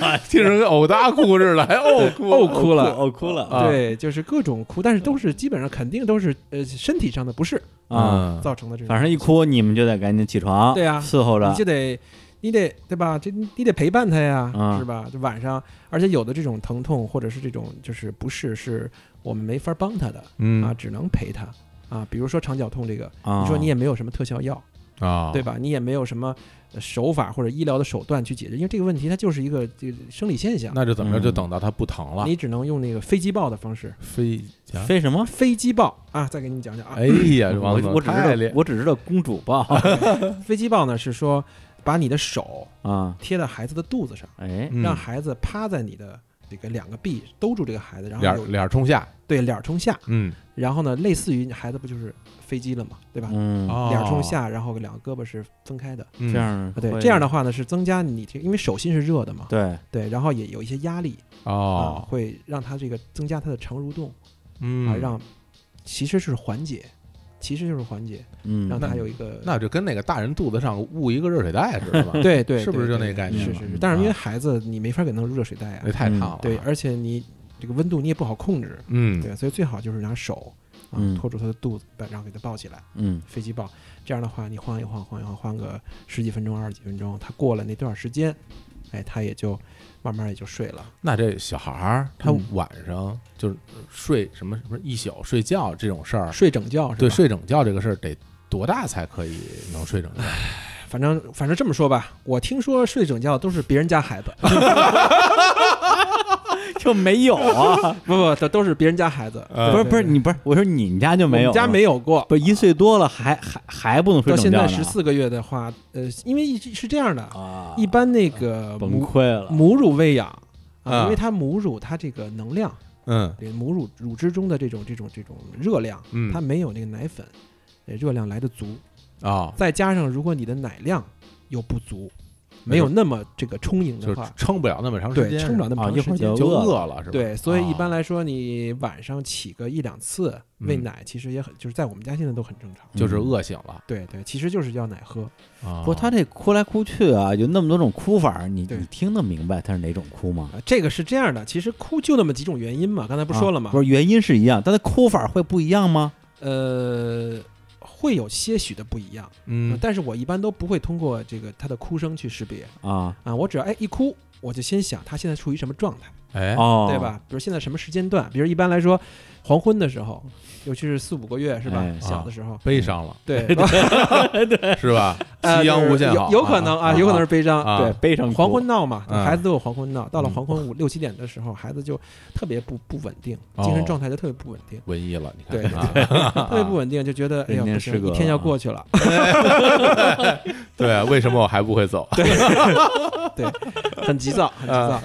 Speaker 1: 哎
Speaker 2: 听着跟呕大哭 似的，还哎呕哭
Speaker 3: 呕哭了。
Speaker 1: 哦，哭了
Speaker 2: 啊
Speaker 3: 对，就是各种哭，但是都是基本上肯定都是呃身体上的不适
Speaker 1: 啊！
Speaker 2: 嗯
Speaker 3: 造成的这种。
Speaker 1: 反正一哭你们就得赶紧起床，
Speaker 3: 对啊
Speaker 1: 伺候着
Speaker 3: 你就得，你得对吧？这你得陪伴他呀，
Speaker 1: 嗯
Speaker 3: 是吧？就晚上，而且有的这种疼痛或者是这种就是不适，是我们没法帮他的、啊，
Speaker 2: 嗯哦
Speaker 3: 只能陪他啊。比如说肠绞痛这个，
Speaker 1: 啊！
Speaker 3: 你说你也没有什么特效药，
Speaker 2: 啊，
Speaker 3: 对吧？你也没有什么呃手法或者医疗的手段去解决，因为这个问题它就是一个这个生理现象，
Speaker 2: 啊那就怎么着？
Speaker 1: 嗯
Speaker 2: 就等到它不疼了，
Speaker 3: 你只能用那个飞机爆的方式，
Speaker 2: 飞啊呀
Speaker 1: 飞什么？
Speaker 3: 飞机爆啊！再给你讲讲啊，
Speaker 2: 哎呀，这王
Speaker 1: 我
Speaker 2: 总
Speaker 1: 我只
Speaker 2: 太
Speaker 1: 知
Speaker 2: 厉
Speaker 1: 道我只知道公主抱
Speaker 2: 哎
Speaker 3: 飞机爆呢是说把你的手
Speaker 1: 啊！
Speaker 3: 贴在孩子的肚子上。
Speaker 1: 哎，
Speaker 2: 嗯
Speaker 3: 让孩子趴在你的这个两个臂兜住这个孩子，然后有
Speaker 2: 脸脸冲下，
Speaker 3: 对脸儿冲下，
Speaker 2: 嗯，
Speaker 3: 然后呢，类似于孩子不就是飞机了嘛，对
Speaker 2: 哦
Speaker 3: 吧？
Speaker 1: 嗯，
Speaker 3: 哦脸儿冲下，然后两个胳膊是分开的。啊
Speaker 2: 嗯，
Speaker 1: 这样
Speaker 3: 对，
Speaker 1: 会
Speaker 3: 这样的话呢是增加你这，因为手心是热的嘛，
Speaker 1: 对
Speaker 3: 对，然后也有一些压力啊，
Speaker 2: 哦，
Speaker 3: 会让他这个增加他的肠蠕动
Speaker 2: 嗯
Speaker 3: 啊，让其实是缓解，其实就是缓解，
Speaker 1: 嗯
Speaker 3: 让
Speaker 2: 那
Speaker 3: 他有一个
Speaker 2: 那就跟那个大人肚子上捂一个热水袋似的 吧？，
Speaker 3: 对对，
Speaker 2: 是不是
Speaker 3: 对
Speaker 2: 就那
Speaker 3: 对
Speaker 2: 概啊
Speaker 1: 念
Speaker 3: 是
Speaker 1: 嘛
Speaker 3: 是
Speaker 1: 嗯
Speaker 3: 是，但是因为孩子你没法给他弄热水袋啊
Speaker 2: 那，太烫了，
Speaker 3: 对，，而且你这个温度你也不好控制，
Speaker 2: 嗯，
Speaker 3: 对，所以最好就是拿手啊
Speaker 1: 嗯
Speaker 3: 托住他的肚子，把然后给他抱起来，
Speaker 1: 嗯
Speaker 3: 飞机抱。这样的话，你晃一晃，晃一晃，晃个十几分钟、二十几分钟，他过了那段时间，哎，他也就慢慢也就睡了。
Speaker 2: 那这小孩儿他
Speaker 3: 嗯
Speaker 2: 晚上就是睡什么什么一宿睡觉这种事儿，
Speaker 3: 睡整觉是吧？
Speaker 2: 对，睡整觉这个事儿得多大才可以能睡整觉？
Speaker 3: 反正反正这么说吧，我听说睡整觉都是别人家孩子，
Speaker 1: 就没有 啊？
Speaker 3: 不不，这都是别人家孩子，
Speaker 2: 呃
Speaker 1: 不是不是你不是我说你们家就
Speaker 3: 我
Speaker 1: 没有
Speaker 3: 们家
Speaker 1: 吗
Speaker 3: 没有过。
Speaker 1: 不是一岁多了还还还不能睡
Speaker 3: 到
Speaker 1: 整
Speaker 3: 现
Speaker 1: 觉
Speaker 3: 在
Speaker 1: 呢
Speaker 3: 十四个月的话，呃，因为一是这样的，
Speaker 1: 啊，
Speaker 3: 一般那个
Speaker 1: 崩
Speaker 3: 母
Speaker 1: 溃了，
Speaker 3: 母乳喂养啊，
Speaker 2: 啊
Speaker 3: 因为它母乳它这个能量。
Speaker 2: 嗯
Speaker 3: 这母乳乳汁中的这种这种这种热量，
Speaker 2: 嗯
Speaker 3: 它没有那个奶粉呃热量来的足，
Speaker 2: 啊，
Speaker 3: 再加上如果你的奶量又不足，
Speaker 2: 那
Speaker 3: 没
Speaker 2: 就
Speaker 3: 有那么这个充盈
Speaker 2: 就
Speaker 3: 的
Speaker 2: 是
Speaker 3: 话，
Speaker 2: 撑不了那么长时
Speaker 3: 对，
Speaker 2: 间，
Speaker 3: 撑不了那
Speaker 1: 啊
Speaker 3: 么
Speaker 1: 一
Speaker 3: 长
Speaker 1: 会儿
Speaker 3: 时间。
Speaker 1: 就
Speaker 2: 就
Speaker 1: 饿
Speaker 2: 饿了是吧？
Speaker 3: 对，所以一般
Speaker 2: 啊
Speaker 3: 来说，你晚上起个一两次
Speaker 2: 嗯
Speaker 3: 喂奶，其实也很，就是在我们家现在都很正常。
Speaker 2: 就是饿醒了。
Speaker 3: 对对，其实就是要奶喝。
Speaker 2: 啊
Speaker 1: 不过他这哭来哭去啊，有那么多种哭法儿，你
Speaker 3: 对
Speaker 1: 你听得明白他是哪种哭吗？
Speaker 3: 啊，这个是这样的，其实哭就那么几种原因嘛，刚才不说了吗？
Speaker 1: 啊不是原因是一样，但他哭法儿会不一样吗？
Speaker 3: 呃，会有些许的不一样，
Speaker 2: 嗯
Speaker 3: 但是我一般都不会通过这个他的哭声去识别。
Speaker 1: 啊
Speaker 3: 啊，我只要哎一哭，我就先想他现在处于什么状态，
Speaker 2: 哎
Speaker 1: 哦，
Speaker 3: 对？吧？比如现在什么时间段，比如一般来说，黄昏的时候，尤其是四五个月是吧？
Speaker 1: 哎
Speaker 3: 小
Speaker 2: 啊
Speaker 3: 的时候，
Speaker 2: 悲伤了
Speaker 3: 对，吧
Speaker 2: 是吧？
Speaker 3: 呃
Speaker 2: 夕阳
Speaker 3: 就是
Speaker 2: 无限好，
Speaker 3: 有有可能
Speaker 2: 啊
Speaker 3: 啊，有可
Speaker 2: 啊
Speaker 3: 能是悲伤。
Speaker 2: 啊
Speaker 1: 对，悲伤哭
Speaker 3: 黄昏闹嘛，
Speaker 2: 嗯
Speaker 3: 孩子都有黄昏闹。到了
Speaker 2: 嗯
Speaker 3: 黄昏五六七点的时候，孩子就特别不不稳定，精神
Speaker 2: 哦
Speaker 3: 状态就特别不稳定，
Speaker 2: 文艺了，你看
Speaker 3: 对
Speaker 2: 啊，
Speaker 3: 特别不稳定，就觉得哎呀
Speaker 1: 人间
Speaker 3: 不
Speaker 1: 失
Speaker 3: 行，
Speaker 1: 格
Speaker 3: 一天要
Speaker 1: 了啊
Speaker 3: 过去 了。
Speaker 2: 对，啊为什么我还不会走？
Speaker 3: 对，很急躁，很急
Speaker 2: 啊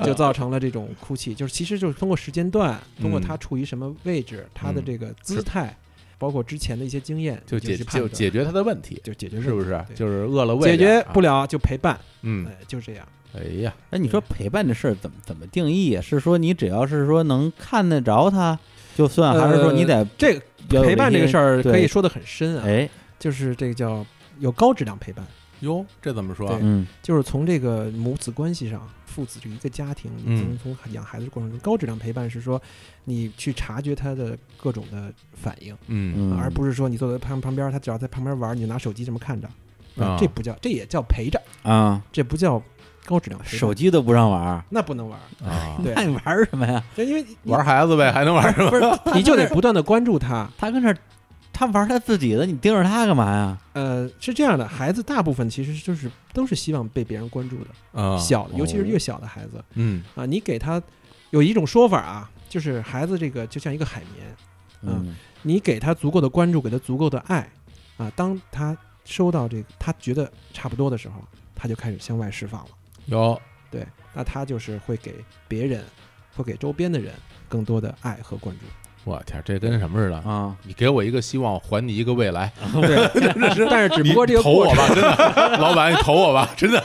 Speaker 3: 躁。
Speaker 2: 啊，
Speaker 3: 就造成了这种哭泣，就是其实就是通过时间段，通过
Speaker 2: 嗯
Speaker 3: 他处于什么位置，他的这个姿态，包括之前的一些经验，
Speaker 2: 就
Speaker 3: 你
Speaker 2: 解
Speaker 3: 去判
Speaker 2: 就
Speaker 3: 断
Speaker 2: 解决他的问题，
Speaker 3: 就解决
Speaker 2: 是
Speaker 3: 问
Speaker 2: 不
Speaker 3: 题
Speaker 2: 是？
Speaker 3: 对
Speaker 2: 就是饿了
Speaker 3: 解
Speaker 2: 喂点
Speaker 3: 决
Speaker 2: 儿啊，
Speaker 3: 不了就陪伴，
Speaker 2: 嗯，
Speaker 3: 哎，就这样。
Speaker 2: 哎呀，
Speaker 1: 哎，你说陪伴这事儿怎么怎么定义啊？是说你只要是说能看得着他就算，还是说你得
Speaker 3: 这个
Speaker 1: 要有
Speaker 3: 呃陪伴这个事儿
Speaker 1: 对
Speaker 3: 可以说得很深
Speaker 1: 一
Speaker 3: 啊，
Speaker 1: 些哎
Speaker 3: 就是这个叫有高质量陪伴，
Speaker 2: 哟，这怎么说啊？
Speaker 3: 对
Speaker 1: 嗯
Speaker 3: 就是从这个母子关系上，父子这一个家庭，
Speaker 2: 嗯
Speaker 3: 从从养孩子的过程中，高质量陪伴是说你去察觉他的各种的反应。
Speaker 2: 嗯
Speaker 1: 嗯，
Speaker 3: 而不是说你坐在旁旁边，他只要在旁边玩，你就拿手机这么看着，
Speaker 2: 啊
Speaker 3: 这不叫，这也叫陪着，
Speaker 1: 啊，
Speaker 3: 这不叫高质量陪伴
Speaker 1: 手机都不让玩儿，
Speaker 3: 那不能玩，
Speaker 2: 啊，
Speaker 3: 嗯对
Speaker 1: 那你玩儿什么呀？
Speaker 3: 就因为你
Speaker 2: 玩孩子呗，还能玩什么？
Speaker 3: 不是，你就得不断的关注他。
Speaker 1: 他跟这儿他玩儿他自己的，你盯着他干嘛呀？
Speaker 3: 呃，是这样的，孩子大部分其实就是都是希望被别人关注的，
Speaker 2: 啊，
Speaker 3: 小的，尤其是
Speaker 1: 哦
Speaker 3: 越小的孩子
Speaker 2: 嗯
Speaker 3: 啊，你给他有一种说法啊，就是孩子这个就像一个海绵，
Speaker 1: 嗯
Speaker 3: 嗯你给他足够的关注，给他足够的爱啊，当他收到这个他觉得差不多的时候，他就开始向外释放了。
Speaker 2: 有
Speaker 3: 对，那他就是会给别人，会给周边的人更多的爱和关注。
Speaker 2: 我天，这跟什么似的？
Speaker 1: 啊，
Speaker 2: 你给我一个希望，还你一个未来。
Speaker 3: 对，啊但是只
Speaker 2: 你
Speaker 3: 不过这个
Speaker 2: 投
Speaker 3: 过
Speaker 2: 我
Speaker 3: 程，
Speaker 2: 吧，真的，老板你投我吧，真的，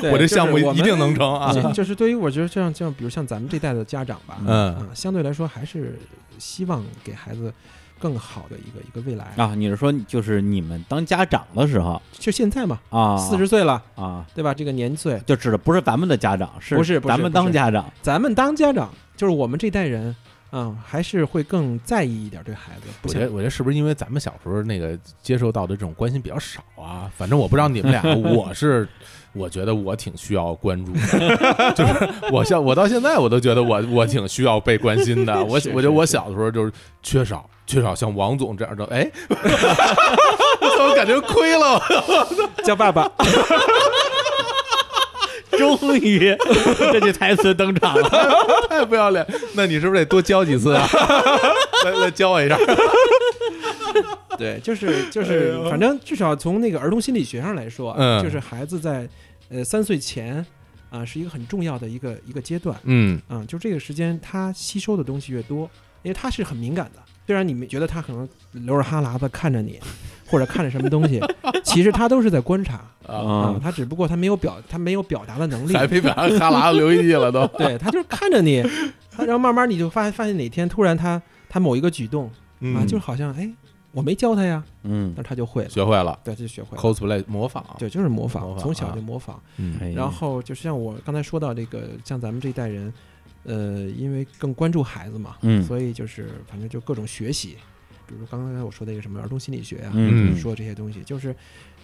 Speaker 3: 对
Speaker 2: 我这项目
Speaker 3: 就是我们
Speaker 2: 一定能成啊！
Speaker 3: 就就是对于我觉得像像比如像咱们这代的家长吧，
Speaker 2: 嗯
Speaker 3: 啊，相对来说还是希望给孩子更好的一个一个未来。
Speaker 1: 啊，你是说就是你们当家长的时候
Speaker 3: 就现在嘛，
Speaker 1: 啊，
Speaker 3: 四十岁了，
Speaker 1: 啊，
Speaker 3: 对吧？这个年岁，
Speaker 1: 就指的不是咱们的家长，是
Speaker 3: 不是不是
Speaker 1: 咱们当家 长
Speaker 3: 咱们当家长，就是我们这代人，嗯，还是会更在意一点对孩子，不
Speaker 2: 我觉
Speaker 3: 像
Speaker 2: 得，我觉得是不是因为咱们小时候那个接受到的这种关心比较少啊？反正我不知道你们 俩，我是我觉得我挺需要关注的， 就是我像我到现在我都觉得我我挺需要被关心的。我我
Speaker 3: 是
Speaker 2: 觉得我
Speaker 3: 是
Speaker 2: 小的时候就是缺少缺少像王总这样的， 哎，我感觉亏了。
Speaker 3: 叫爸爸，
Speaker 1: 终于 这句台词登场了。
Speaker 2: 太不要脸！那你是不是得多教几次啊？ 来来教我一下。
Speaker 3: 对， 就是就是，反正至少从那个儿童心理学上来说，
Speaker 2: 哎嗯
Speaker 3: 就是孩子在呃三岁前啊、是一个很重要的一个一个阶段，
Speaker 2: 嗯
Speaker 3: 啊、就这个时间他吸收的东西越多，因为他是很敏感的。虽然你们觉得他可能流着哈喇子看着 你，或者看着什么东西，其实他都是在观察
Speaker 2: 啊，
Speaker 3: 啊、
Speaker 1: 嗯
Speaker 3: 他只不过他没有表他没有表达的能力，
Speaker 2: 还没把哈喇子流一地了都。
Speaker 3: 对他就是看着你，他然后慢慢你就发发现哪天突然他他某一个举动啊，
Speaker 2: 嗯，
Speaker 3: 就好像哎我没教他呀，
Speaker 1: 嗯
Speaker 3: 但，是他就会了，
Speaker 2: 学会了
Speaker 3: 对，他就学会了，
Speaker 2: cosplay 模仿。
Speaker 3: 对，就是模
Speaker 2: 模
Speaker 3: 仿，
Speaker 2: 仿
Speaker 3: 从小
Speaker 2: 啊
Speaker 3: 就模仿。
Speaker 2: 嗯
Speaker 1: 哎呀
Speaker 3: 然后就像我刚才说到这个，像咱们这一代人，呃，因为更关注孩子嘛，
Speaker 1: 嗯
Speaker 3: 所以就是反正就各种学习，比如刚才我说的一个什么儿童心理学啊，
Speaker 1: 嗯
Speaker 3: 就是说这些东西，就是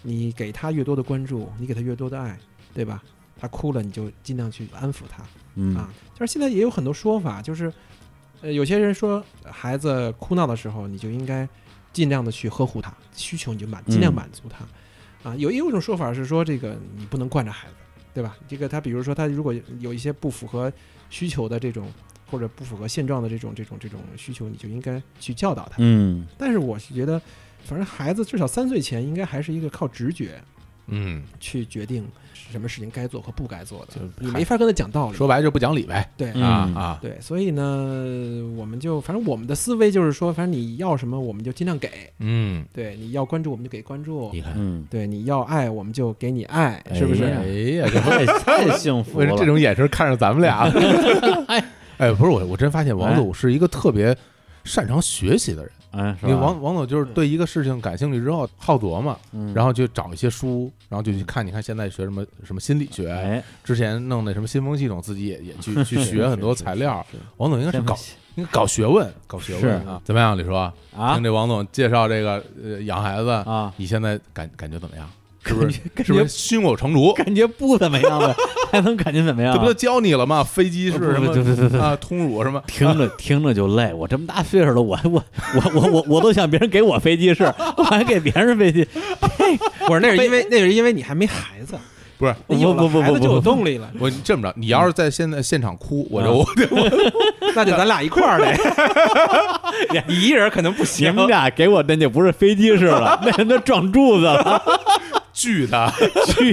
Speaker 3: 你给他越多的关注，你给他越多的爱，对吧？他哭了，你就尽量去安抚他
Speaker 1: 嗯
Speaker 3: 啊。就是现在也有很多说法，就是呃，有些人说孩子哭闹的时候，你就应该尽量的去呵护他，需求你就满尽量
Speaker 1: 嗯
Speaker 3: 满足他。啊，有也有一种说法是说，这个你不能惯着孩子，对吧？这个他比如说他如果有一些不符合需求的这种或者不符合现状的这种这种这种需求，你就应该去教导他。
Speaker 1: 嗯
Speaker 3: 但是我是觉得，反正孩子至少三岁前应该还是一个靠直觉
Speaker 2: 嗯，
Speaker 3: 去决定什么事情该做和不该做的，
Speaker 2: 就
Speaker 3: 你没法跟他讲道理。
Speaker 2: 说白了就不讲理呗。
Speaker 3: 对、
Speaker 1: 嗯
Speaker 2: 啊啊，
Speaker 3: 对，所以呢，我们就反正我们的思维就是说，反正你要什么我们就尽量给，
Speaker 2: 嗯，
Speaker 3: 对，你要关注我们就给关注，
Speaker 2: 看
Speaker 1: 嗯，
Speaker 3: 对，你要爱我们就给你爱，是不是？
Speaker 2: 哎呀，
Speaker 1: 太 太幸福
Speaker 2: 为什
Speaker 1: 了，
Speaker 2: 么这种眼神看着咱们 俩？哎，不是我，我真发现王总是一个特别擅长学习的人。
Speaker 1: 哎，是
Speaker 2: 你
Speaker 1: 吧
Speaker 2: 王王总就是嗯对一个事情感兴趣之后好琢磨，
Speaker 1: 嗯
Speaker 2: 然后就找一些书，然后就去看。你看现在学什么什么心理学，
Speaker 1: 哎，
Speaker 2: 之前弄那什么新风系统，自己也也 去去学很多材料。
Speaker 3: 是，是
Speaker 2: 王总应该是
Speaker 1: 真
Speaker 2: 搞
Speaker 1: 不行
Speaker 2: 应该搞学问，搞学问
Speaker 1: 是
Speaker 2: 啊？怎么样，李叔？
Speaker 1: 啊
Speaker 2: 听这王总介绍这个呃养孩子，
Speaker 1: 啊，
Speaker 2: 你现在感感觉怎么样？是
Speaker 1: 感
Speaker 2: 不
Speaker 1: 觉
Speaker 2: 是
Speaker 1: 感
Speaker 2: 是不
Speaker 1: 觉
Speaker 2: 是胸有成竹？
Speaker 1: 感觉不怎么样 了，还能感觉怎么样
Speaker 2: 这
Speaker 1: 啊？
Speaker 2: 不都教你了吗？飞机是
Speaker 1: 不不
Speaker 2: 什么
Speaker 1: 对对对对
Speaker 2: 啊？通乳什么？
Speaker 1: 听着 听着就累，我这么大岁数了，我我我我我我都想别人给我飞机是，我还给别人飞机，
Speaker 3: 不是那是因为那是因为你还没孩子，
Speaker 2: 不是
Speaker 1: 不
Speaker 3: 你有了
Speaker 1: 不不
Speaker 3: 孩
Speaker 1: 不
Speaker 3: 子
Speaker 1: 不
Speaker 3: 就有
Speaker 1: 不，
Speaker 3: 动 力了，
Speaker 2: 我你这么着，你要是在现在现场
Speaker 1: 嗯
Speaker 2: 哭，我就
Speaker 3: 那就咱俩一块 儿呗。你一人可能不
Speaker 1: 你
Speaker 3: 行，
Speaker 1: 们俩给我那就不是飞机式了，那人都撞柱子了，
Speaker 2: 巨的。
Speaker 1: 去！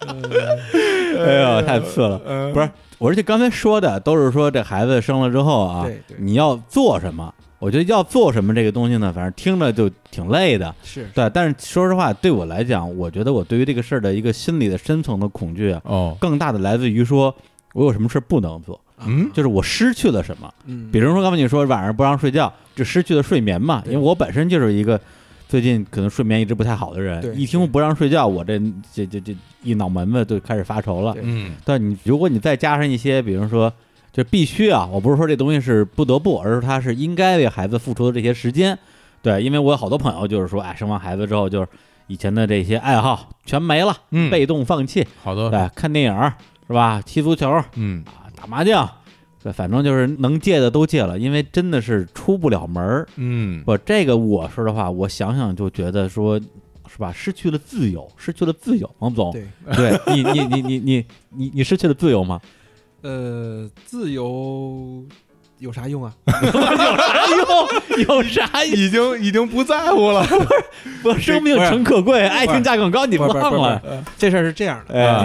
Speaker 1: 哎呦，太次了！
Speaker 3: 嗯
Speaker 2: 呃
Speaker 1: 不是，我而且刚才说的都是说这孩子生了之后啊
Speaker 3: 对对，
Speaker 1: 你要做什么？我觉得要做什么这个东西呢，反正听着就挺累的，
Speaker 3: 是
Speaker 1: 对。但是说实话，对我来讲，我觉得我对于这个事儿的一个心理的深层的恐惧啊，
Speaker 2: 哦，
Speaker 1: 更大的来自于说我有什么事儿不能做，
Speaker 2: 嗯
Speaker 1: 就是我失去了什么。
Speaker 3: 啊嗯，
Speaker 1: 比如说刚才你说晚上不让睡觉，就失去了睡眠嘛。因
Speaker 3: 对
Speaker 1: 为我本身就是一个最近可能睡眠一直不太好的
Speaker 3: 对
Speaker 1: 人，一听不让睡觉，我这这这这一脑门子就开始发愁了
Speaker 3: 对。
Speaker 2: 嗯
Speaker 1: 但你如果你再加上一些，比如说。就必须啊！我不是说这东西是不得不，而是它是应该为孩子付出的这些时间。对，因为我有好多朋友就是说，哎，生完孩子之后，就是以前的这些爱好全没了，
Speaker 2: 嗯，
Speaker 1: 被动放弃。
Speaker 2: 好多
Speaker 1: 对，看电影儿是吧？踢足球，
Speaker 2: 嗯
Speaker 1: 啊，打麻将，对，反正就是能戒的都戒了，因为真的是出不了门儿。
Speaker 2: 嗯
Speaker 1: 不，这个我说的话，我想想就觉得说，是吧？失去了自由，失去了自由，王总，
Speaker 3: 对，
Speaker 1: 对你，你，你，你，你，你，你失去了自由吗？
Speaker 3: 呃，自由有啥用啊？
Speaker 1: 哎呦，有啥用？
Speaker 2: 已经已经不在乎了。
Speaker 1: 我生命诚可贵，爱情价更高，你
Speaker 3: 不是不是
Speaker 1: 忘了？
Speaker 3: 不是啊这事儿是这样的，
Speaker 1: 哎，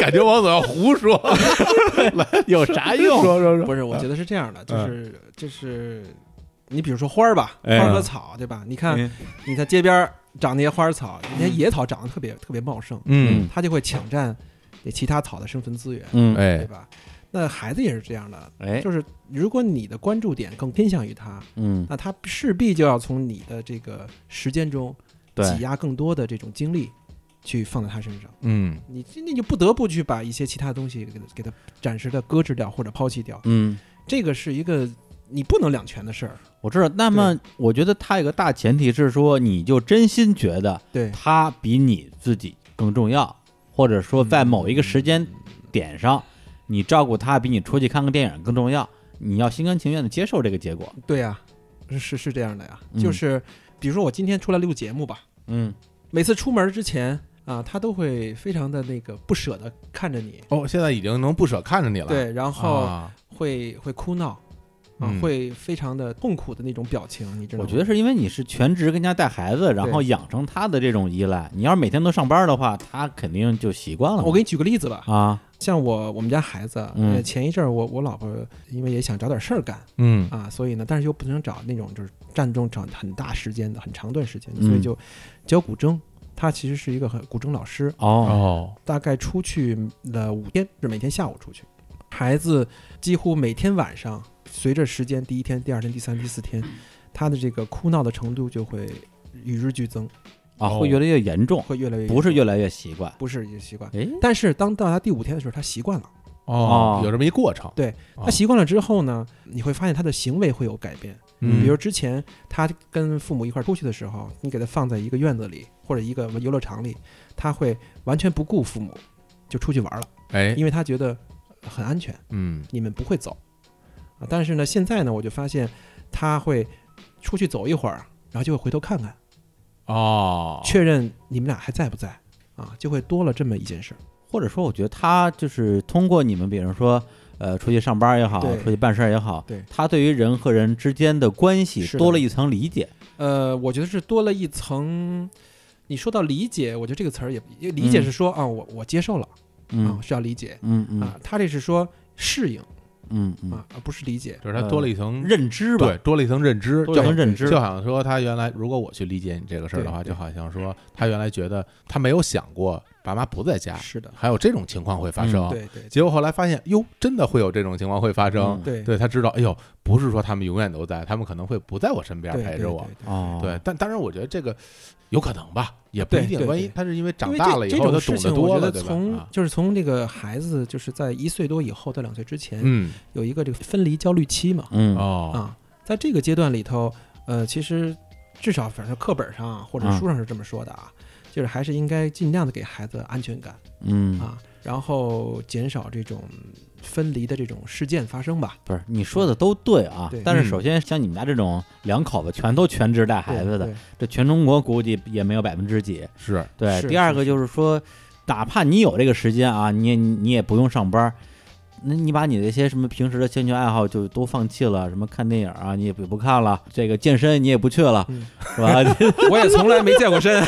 Speaker 2: 感觉王总要胡 说，
Speaker 1: 有啥用？
Speaker 2: 说说说，
Speaker 3: 不是，我
Speaker 1: 啊
Speaker 3: 觉得是这样的，就是就是，你比如说花儿吧，花
Speaker 1: 哎
Speaker 3: 儿和草，对吧？你看
Speaker 1: 嗯
Speaker 3: 你在街边儿长那些花儿草，你看野草长得特别特别茂盛，
Speaker 2: 嗯
Speaker 3: 它就会抢占那其他草的生存资源，
Speaker 1: 嗯，
Speaker 3: 对
Speaker 2: 哎
Speaker 3: 吧？那孩子也是这样的，
Speaker 1: 哎，
Speaker 3: 就是如果你的关注点更偏向于他，
Speaker 1: 嗯，
Speaker 3: 那他势必就要从你的这个时间中挤
Speaker 1: 对，
Speaker 3: 压更多的这种精力去放在他身上。
Speaker 2: 嗯
Speaker 3: 你你就不得不去把一些其他东西给他给他暂时的搁置掉或者抛弃掉，
Speaker 1: 嗯，
Speaker 3: 这个是一个你不能两全的事儿。
Speaker 1: 我知道。那么，我觉得他有个大前提是说，你就真心觉得
Speaker 3: 对，
Speaker 1: 他比你自己更重要，或者说在某一个时间点上，你照顾他比你出去看个电影更重要，你要心甘情愿的接受这个结果。
Speaker 3: 对呀、是是这样的呀，
Speaker 1: 嗯
Speaker 3: 就是比如说我今天出来录节目吧，
Speaker 1: 嗯，
Speaker 3: 每次出门之前啊，他都会非常的那个不舍的看着你，
Speaker 2: 哦，现在已经能不舍看着你了，
Speaker 3: 对，然后
Speaker 2: 啊，
Speaker 3: 会、会哭闹，啊，
Speaker 2: 嗯
Speaker 3: 会非常的痛苦的那种表情，你知道
Speaker 1: 我
Speaker 3: 吗？
Speaker 1: 觉得是因为你是全职跟家带孩子，然后养成他的这种依赖。你要是每天都上班的话，他肯定就习惯了嘛。
Speaker 3: 我给你举个例子吧，
Speaker 1: 啊，
Speaker 3: 像我我们家孩子，
Speaker 1: 嗯
Speaker 3: 呃前一阵儿我我老婆因为也想找点事儿干
Speaker 2: 嗯
Speaker 3: 啊，所以呢，但是又不能找那种就是占用长很大时间的、很长段时间的，
Speaker 1: 嗯
Speaker 3: 所以就教古筝。他其实是一个很古筝老师，
Speaker 1: 哦，
Speaker 2: 哦，
Speaker 3: 大概出去了五天，是每天下午出去。孩子几乎每天晚上，随着时间，第一天、第二天、第三、第四天，他的这个哭闹的程度就会与日俱增，
Speaker 1: 啊，会越来越严重，
Speaker 3: 会越来越
Speaker 1: 不是越来越习惯。
Speaker 3: 不是一个习惯。
Speaker 1: 哎，
Speaker 3: 但是当到他第五天的时候，他习惯了。
Speaker 1: 哦
Speaker 2: 有这么一过程，
Speaker 3: 对
Speaker 2: 哦
Speaker 3: 他习惯了之后呢，你会发现他的行为会有改变。
Speaker 2: 嗯，
Speaker 3: 比如之前他跟父母一块儿出去的时候，你给他放在一个院子里或者一个游乐场里，他会完全不顾父母就出去玩了，
Speaker 2: 哎，
Speaker 3: 因为他觉得很安全，
Speaker 2: 嗯
Speaker 3: 你们不会走啊。但是呢，现在呢，我就发现他会出去走一会儿，然后就会回头看看，
Speaker 2: 哦，
Speaker 3: 确认你们俩还在不在啊，就会多了这么一件事儿。
Speaker 1: 或者说，我觉得他就是通过你们，比如说，呃，出去上班也好，
Speaker 3: 对
Speaker 1: 出去办事儿也好，
Speaker 3: 对
Speaker 1: 他对于人和人之间的关系
Speaker 3: 是的
Speaker 1: 多了一层理解。
Speaker 3: 呃，我觉得是多了一层。你说到理解，我觉得这个词儿也也理解是说、啊，我我接受了。啊
Speaker 1: 嗯，
Speaker 3: 是要理解
Speaker 1: 嗯嗯
Speaker 3: 啊，他这是说适应
Speaker 1: 嗯嗯，
Speaker 3: 啊，而不是理解。
Speaker 2: 就是他多了一层
Speaker 1: 认知吧，
Speaker 2: 对，多了一层认知，
Speaker 1: 多了一层认知
Speaker 2: 就好像说他原来，如果我去理解你这个事儿的话，
Speaker 3: 对对
Speaker 2: 就好像说他原来觉得他没有想过爸妈不在家，
Speaker 3: 是的，
Speaker 2: 还有这种情况会发生。
Speaker 3: 嗯对对
Speaker 2: 结果后来发现，哟，真的会有这种情况会发生
Speaker 1: 嗯。
Speaker 3: 对
Speaker 2: 嗯对他知道，哎呦，不是说他们永远都在，他们可能会不在我身边
Speaker 3: 对
Speaker 2: 陪着我。啊
Speaker 3: 对对对
Speaker 1: 哦，
Speaker 2: 对，，但当然，我觉得这个有可能吧，也不一
Speaker 3: 对
Speaker 2: 定。
Speaker 3: 对
Speaker 2: 万一
Speaker 3: 对
Speaker 2: 他是因为长
Speaker 3: 因为
Speaker 2: 大
Speaker 3: 这
Speaker 2: 了以
Speaker 3: 这
Speaker 2: 后，
Speaker 3: 种
Speaker 2: 他
Speaker 3: 事
Speaker 2: 懂
Speaker 3: 情，
Speaker 2: 多
Speaker 3: 我觉
Speaker 2: 了，
Speaker 3: 得
Speaker 2: 对吧？
Speaker 3: 从
Speaker 2: 啊
Speaker 3: 就是从这个孩子就是在一岁多以后到两岁之前，
Speaker 2: 嗯
Speaker 3: 有一个这个分离焦虑期嘛
Speaker 1: 嗯
Speaker 2: 哦
Speaker 3: 啊，在这个阶段里头，呃，其实至少反正课本上啊或者
Speaker 1: 嗯
Speaker 3: 书上是这么说的啊，就是还是应该尽量的给孩子安全感
Speaker 1: 嗯，
Speaker 3: 啊，然后减少这种分离的这种事件发生吧。
Speaker 1: 不是，你说的都对啊
Speaker 3: 对，
Speaker 1: 但是
Speaker 2: 嗯
Speaker 1: 首先像你们家这种两口子全都全职带孩子的
Speaker 3: 对，，
Speaker 1: 这全中国估计也没有百分之几。
Speaker 2: 是
Speaker 1: 对，
Speaker 3: 是
Speaker 1: 第二
Speaker 3: 是
Speaker 1: 个就是说，哪怕你有这个时间啊，你也你也不用上班儿，那你把你那些什么平时的兴趣爱好就都放弃了，什么看电影啊，你也不不看了，这个健身你也不去了，
Speaker 3: 嗯
Speaker 1: 是吧？
Speaker 3: 对我也从来没健过身。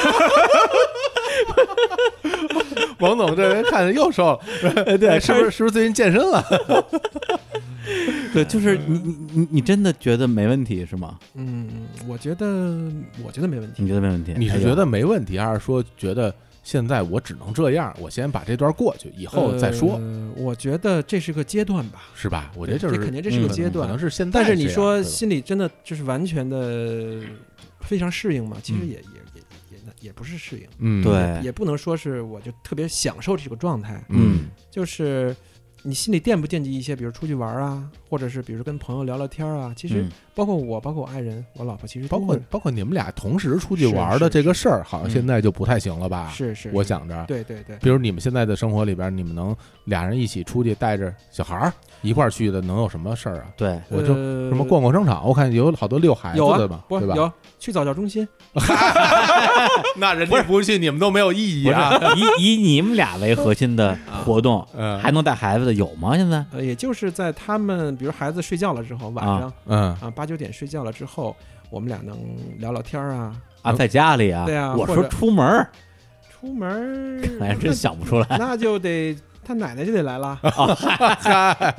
Speaker 2: 王总这人看着又 瘦了，哎
Speaker 1: 对，
Speaker 2: 是不是是不是最近健身了？
Speaker 1: 对，就是你你你你真的觉得没问题是吗？
Speaker 3: 嗯，我觉得，我觉得没问
Speaker 1: 你
Speaker 3: 题。
Speaker 1: 觉得没问题？
Speaker 2: 你
Speaker 1: 哎
Speaker 2: 是
Speaker 1: 呦
Speaker 2: 觉得没问题，还是说觉得现在我只能这样，我先把这段过去，以后再说，
Speaker 3: 呃我觉得这是个阶段吧，
Speaker 2: 是吧？我
Speaker 3: 我
Speaker 2: 觉得就
Speaker 3: 这
Speaker 2: 是
Speaker 3: 肯定这是个
Speaker 1: 嗯
Speaker 3: 阶
Speaker 2: 可
Speaker 3: 段
Speaker 2: 能。是现在这
Speaker 3: 但
Speaker 2: 样。
Speaker 3: 是你说
Speaker 2: 对吧
Speaker 3: 心里真的就是完全的非常适应嘛？其实
Speaker 2: 嗯
Speaker 3: 也也也也也不是适应，
Speaker 2: 嗯，
Speaker 1: 对，
Speaker 3: 也不能说是我就特别享受这个状态，
Speaker 2: 嗯
Speaker 3: 就是。你心里惦不惦记一些，比如出去玩啊，或者是比如跟朋友聊聊天啊？其实
Speaker 1: 嗯
Speaker 3: 包括我，包括我爱人，我老婆，其实都
Speaker 2: 包括
Speaker 3: 会
Speaker 2: 包括你们俩同时出去
Speaker 3: 是
Speaker 2: 玩的
Speaker 3: 是
Speaker 2: 这个事儿，好像
Speaker 1: 嗯
Speaker 2: 现在就不太行了吧？
Speaker 3: 是是，
Speaker 2: 啊我
Speaker 3: 是
Speaker 2: 想着，
Speaker 3: 对对对，
Speaker 2: 比如你们现在的生活里边，你们能俩人一起出去带着小孩儿一块儿去的，能有什么事儿啊？
Speaker 1: 对，
Speaker 2: 我就
Speaker 3: 什
Speaker 2: 什么逛逛商场，我看有好多遛孩子
Speaker 3: 呃有啊
Speaker 2: 的嘛，
Speaker 3: 不
Speaker 2: 对吧？
Speaker 3: 有去早教中心，
Speaker 2: 那人家不去，你们都没有意义啊。
Speaker 1: 以以你们俩为核心 的
Speaker 3: 啊
Speaker 1: 活动，
Speaker 2: 嗯
Speaker 1: 还能带孩子的有吗？现在？啊
Speaker 3: 呃，也就是在他们比如孩子睡觉了之后，晚上
Speaker 2: 嗯，
Speaker 3: 啊八九点睡觉了之后，我们俩能聊聊天儿啊，
Speaker 1: 啊，在家里啊，
Speaker 3: 对啊
Speaker 1: 我
Speaker 3: 或
Speaker 1: 说
Speaker 3: 者
Speaker 1: 出门儿，
Speaker 3: 出门儿
Speaker 1: 哎，真想不出来。
Speaker 3: 那那就得他奶奶就得来了，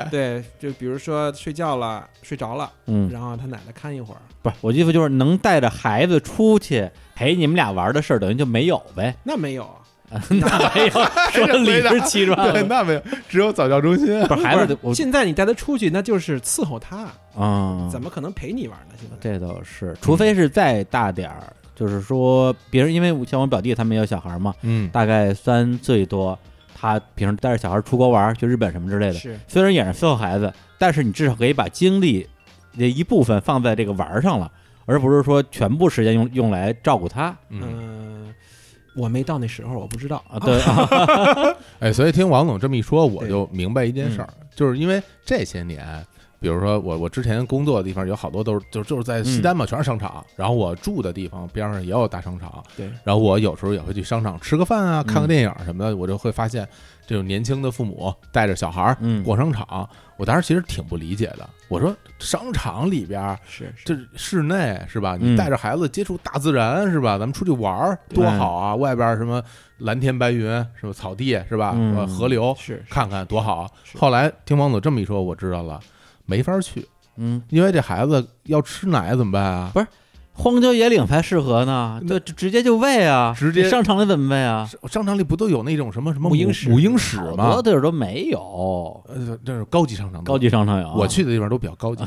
Speaker 3: 对，就比如说睡觉了，睡着了，
Speaker 1: 嗯，
Speaker 3: 然后他奶奶看一会儿，
Speaker 1: 不是，我意思 就是能带着孩子出去陪你们俩玩的事儿，等于就没有呗。
Speaker 3: 那没有啊，
Speaker 1: 那没有说理直气 壮
Speaker 2: 对，
Speaker 1: 的，
Speaker 2: 那没有，只有早教中心。啊
Speaker 1: 不是孩子得我
Speaker 3: 现在你带他出去，那就是伺候他，
Speaker 1: 啊，
Speaker 3: 怎么可能陪你玩呢？现在
Speaker 1: 这倒是，除非是再大点儿，就是说别人，因为像我表弟他们也有小孩嘛，
Speaker 2: 嗯，
Speaker 1: 大概三岁多，他平时带着小孩出国玩，去日本什么之类的，
Speaker 3: 是
Speaker 1: 虽然也是伺候孩子，但是你至少可以把精力的一部分放在这个玩儿上了，而不是说全部时间用用来照顾他
Speaker 2: 嗯，
Speaker 3: 嗯，我没到那时候，我不知道
Speaker 1: 啊。 对啊，
Speaker 2: 哎，所以听王总这么一说，我就明白一件事儿，就是因为这些年，比如说我我之前工作的地方有好多都是就就是在西单嘛，全是商场，然后我住的地方边上也有大商场，
Speaker 3: 对，
Speaker 2: 然后我有时候也会去商场吃个饭啊，看个电影什么的，我就会发现这种年轻的父母带着小孩儿
Speaker 1: 嗯，
Speaker 2: 过商场，我当时其实挺不理解的，我说商场里边儿
Speaker 3: 是是
Speaker 2: 这室内是吧？
Speaker 1: 嗯
Speaker 2: 你带着孩子接触大自然是吧？咱们出去玩儿多好
Speaker 1: 嗯
Speaker 2: 啊！外边儿什么蓝天白云，什么草地是吧？
Speaker 1: 嗯
Speaker 2: 呃河流，
Speaker 3: 是
Speaker 2: 看看多好啊。
Speaker 3: 是
Speaker 2: 后来听王总这么一说，我知道了，没法去，
Speaker 1: 嗯，
Speaker 2: 因为这孩子要吃奶怎么办啊？
Speaker 1: 荒郊野岭才适合呢，
Speaker 2: 那
Speaker 1: 就就直接就喂啊，
Speaker 2: 直接
Speaker 1: 你上场里怎么喂啊？
Speaker 2: 商商场里不都有那种什么什么
Speaker 3: 母婴室
Speaker 2: 母婴室
Speaker 1: 好
Speaker 2: 吗
Speaker 1: 多？地儿都没有，
Speaker 2: 呃，这是高级商场，
Speaker 1: 高。级商场有啊，
Speaker 2: 我去的地方都比较 高级，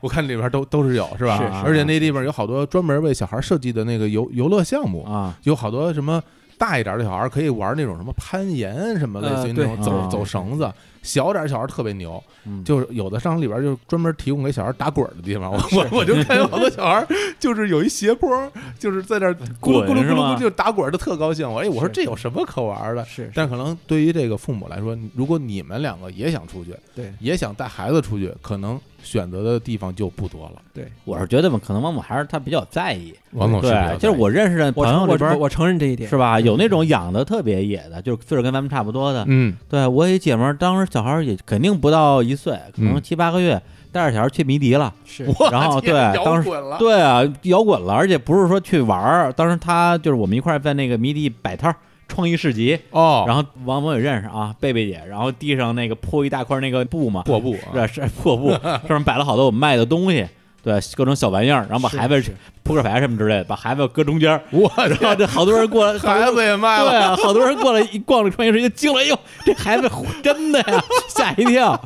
Speaker 2: 我看里边都都是有是吧？
Speaker 1: 是是
Speaker 2: 而且那地方有好多专门为小孩设计的那个游游乐项目，
Speaker 1: 啊，
Speaker 2: 有好多什么大一点的小孩可以玩那种什么攀岩什么，类
Speaker 3: 呃
Speaker 2: 似于那种
Speaker 1: 对
Speaker 2: 走、
Speaker 1: 啊
Speaker 2: 走绳子。小点儿小孩特别牛，
Speaker 1: 嗯
Speaker 2: 就是有的商场里边就是专门提供给小孩打滚儿的地 方。我我 我就看有好多小孩就是有一斜坡，就是在 那儿咕噜咕噜
Speaker 1: 滚是
Speaker 2: 咕噜
Speaker 1: 吗
Speaker 2: 咕噜就打滚儿的，特高兴。我哎，我说
Speaker 3: 是
Speaker 2: 这有什么可玩的？
Speaker 3: 是
Speaker 2: 但可能对于这个父母来说，如果你们两个也想出去，
Speaker 3: 对
Speaker 2: 也想带孩子出去，可能选择的地方就不多了。
Speaker 3: 对，
Speaker 1: 我是觉得吧，可能王总还是他比较在意，
Speaker 2: 王哦总是比较
Speaker 1: 对，就是
Speaker 2: 在意
Speaker 1: 我认识的
Speaker 3: 我
Speaker 1: 朋友里
Speaker 3: 我
Speaker 1: 边
Speaker 3: 我
Speaker 1: 儿
Speaker 3: 我承认这一点
Speaker 1: 是吧，有那种养的特别野的，就是岁数跟咱们差不多的，
Speaker 2: 嗯
Speaker 1: 对我有一姐们儿，当时小孩儿也肯定不到一岁，可能
Speaker 2: 嗯
Speaker 1: 七八个月，带着小孩儿去迷笛了。
Speaker 3: 是
Speaker 1: 然 后
Speaker 2: 天
Speaker 1: 对
Speaker 2: 摇
Speaker 1: 当时
Speaker 2: 滚了
Speaker 1: 对啊，摇滚了，而且不是说去玩儿。当时他就是我们一块儿在那个迷笛摆摊儿，创意市集。
Speaker 2: 哦，
Speaker 1: 然后王蒙也认识啊，贝贝姐，然后地上那个铺一大块那个布嘛，
Speaker 2: 破布啊
Speaker 1: 是 是破布，上面摆了好多我们卖的东西，对，各种小玩意儿，然后把
Speaker 3: 是
Speaker 1: 孩子
Speaker 3: 是
Speaker 1: 扑克牌什么之类的，把孩子搁中间儿，
Speaker 2: 我
Speaker 1: 然后这好多人 过来，
Speaker 2: 孩子也卖
Speaker 1: 对
Speaker 2: 了，
Speaker 1: 啊，好多人过来一逛这穿越世界，惊了，哎呦，这孩子 真的呀，吓一跳。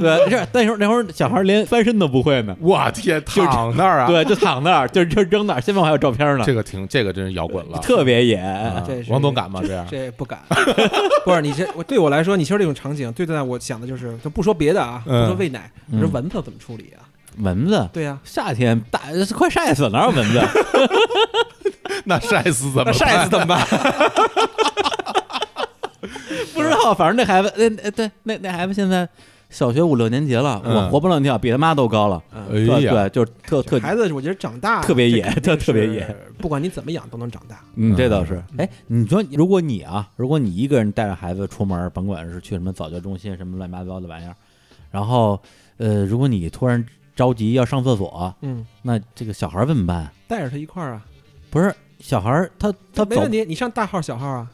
Speaker 1: 对，是那时候那会儿小孩连翻身都不会呢，
Speaker 2: 我天，
Speaker 1: 就是
Speaker 2: 躺那儿啊！
Speaker 1: 对，就躺那儿，就就扔那儿。现在我还有照片呢
Speaker 2: 这，个挺，这个真是摇滚了。
Speaker 1: 特别野。哎
Speaker 2: 啊
Speaker 3: 这是
Speaker 2: 王总敢吗？这样
Speaker 3: 这不敢， 不是你这我对我来说，你说这种场景，对待我想的就是，就不说别的啊，不
Speaker 2: 嗯
Speaker 3: 说喂奶，
Speaker 1: 嗯
Speaker 3: 你说蚊子怎么处理啊？
Speaker 1: 蚊子，
Speaker 3: 对呀，
Speaker 1: 夏天大快晒死了，哪有蚊子？
Speaker 2: 那晒死怎
Speaker 1: 那
Speaker 2: 么办？
Speaker 1: 晒死怎么办？不知道，反正那孩子，那那对那那孩子现在小学五六年级了，我
Speaker 2: 嗯
Speaker 1: 活蹦乱跳，比他妈都高了。
Speaker 3: 嗯，
Speaker 2: 哎
Speaker 1: 对
Speaker 2: 呀，
Speaker 1: 对，就是特特
Speaker 3: 孩子，我觉得长大
Speaker 1: 特别野
Speaker 3: 这肯定
Speaker 1: 特特别
Speaker 3: 是
Speaker 1: 野，
Speaker 3: 不管你怎么养都能长大。
Speaker 1: 嗯，这倒
Speaker 2: 嗯
Speaker 1: 是。哎，你说如果你啊，如果你一个人带着孩子出门，甭管是去什么早教中心什么乱七八糟的玩意儿，然后呃，如果你突然着急要上厕所，
Speaker 3: 嗯，
Speaker 1: 那这个小孩儿怎么办？
Speaker 3: 带着他一块儿啊，
Speaker 1: 不是小孩儿他他
Speaker 3: 没
Speaker 1: 走
Speaker 3: 问题，你上大号小号啊，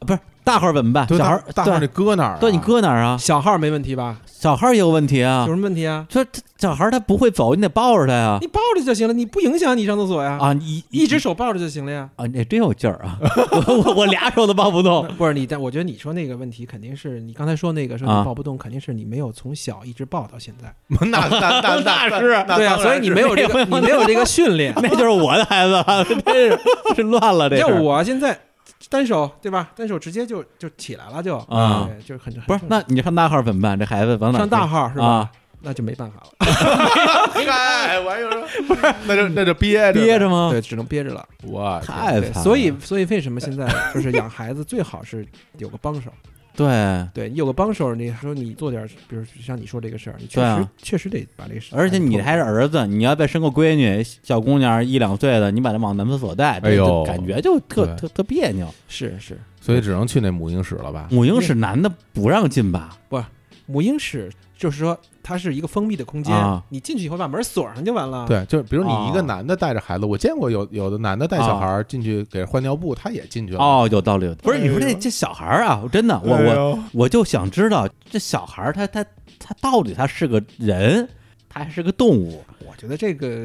Speaker 1: 不是大号儿怎么办？
Speaker 2: 对
Speaker 1: 小孩
Speaker 2: 大
Speaker 1: 儿
Speaker 2: 大号
Speaker 1: 对
Speaker 2: 那搁哪儿啊？
Speaker 1: 对你搁哪儿啊？
Speaker 3: 小号没问题吧？
Speaker 1: 小孩儿也有问题
Speaker 3: 有
Speaker 1: 啊
Speaker 3: 什，么问题啊？
Speaker 1: 就是他小孩儿他不会走，你得抱着他呀
Speaker 3: 你抱着就行了，你不影响你上厕所呀，
Speaker 1: 啊，你
Speaker 3: 一只手抱着就行了呀。
Speaker 1: 啊，你真有劲儿啊！ 我我我俩手都抱不动。
Speaker 3: 不是你，但我觉得你说那个问题肯定是你刚才说那个说
Speaker 1: 啊
Speaker 3: 你抱不动，肯定是你没有从小一直抱到现在，
Speaker 2: 那那那那
Speaker 1: 是
Speaker 3: 对啊，所以你没有这个你没有这个训练。
Speaker 1: 那就是我的孩子了， 真是是乱了这事
Speaker 3: 要
Speaker 1: 儿。
Speaker 3: 我现在单手对吧？单手直接就就起来了就
Speaker 1: 啊
Speaker 3: 对就是很很
Speaker 1: 不是，那你上大号怎么办？这孩子往哪儿
Speaker 3: 上大号是吧？
Speaker 1: 啊？
Speaker 3: 那就没办法了，
Speaker 2: 哎，我 还有说，那就那就憋着
Speaker 1: 憋着吗？
Speaker 3: 对，只能憋着了。
Speaker 2: 我天
Speaker 1: 太
Speaker 3: 啊对
Speaker 1: 惨了。
Speaker 3: 所以所以为什么现在就是养孩子最好是有个帮手？
Speaker 1: 对，
Speaker 3: 对你有个帮手，你说你做点儿，比如像你说这个事儿，你确
Speaker 1: 对
Speaker 3: 实、
Speaker 1: 啊
Speaker 3: 确实得把这个事儿
Speaker 1: 而且
Speaker 3: 碰到。
Speaker 1: 你还是儿子，你要再生个闺女，小姑娘一两岁的，你把她往男厕所带，这
Speaker 2: 哎呦
Speaker 1: 就感觉就特
Speaker 2: 对
Speaker 1: 特特别扭。
Speaker 3: 是是
Speaker 2: 所以只能去那母婴室了吧？
Speaker 1: 母婴室男的不让进吧？
Speaker 3: 母婴室，就是说它是一个封闭的空间，
Speaker 1: 啊
Speaker 3: 你进去以后把门锁上就完了。
Speaker 2: 对，就是比如你一个
Speaker 1: 哦
Speaker 2: 男的带着孩子，我见过有有的男的带小
Speaker 1: 啊
Speaker 2: 孩儿进去给人换尿布，他也进去了。
Speaker 1: 哦，有道理。不是你说
Speaker 2: 哎
Speaker 1: 这
Speaker 2: 呦
Speaker 1: 这小孩儿啊，真的，
Speaker 2: 哎呦，
Speaker 1: 我我我就想知道这小孩儿他他他到底他是个人，他还是个动物
Speaker 3: 我觉得这个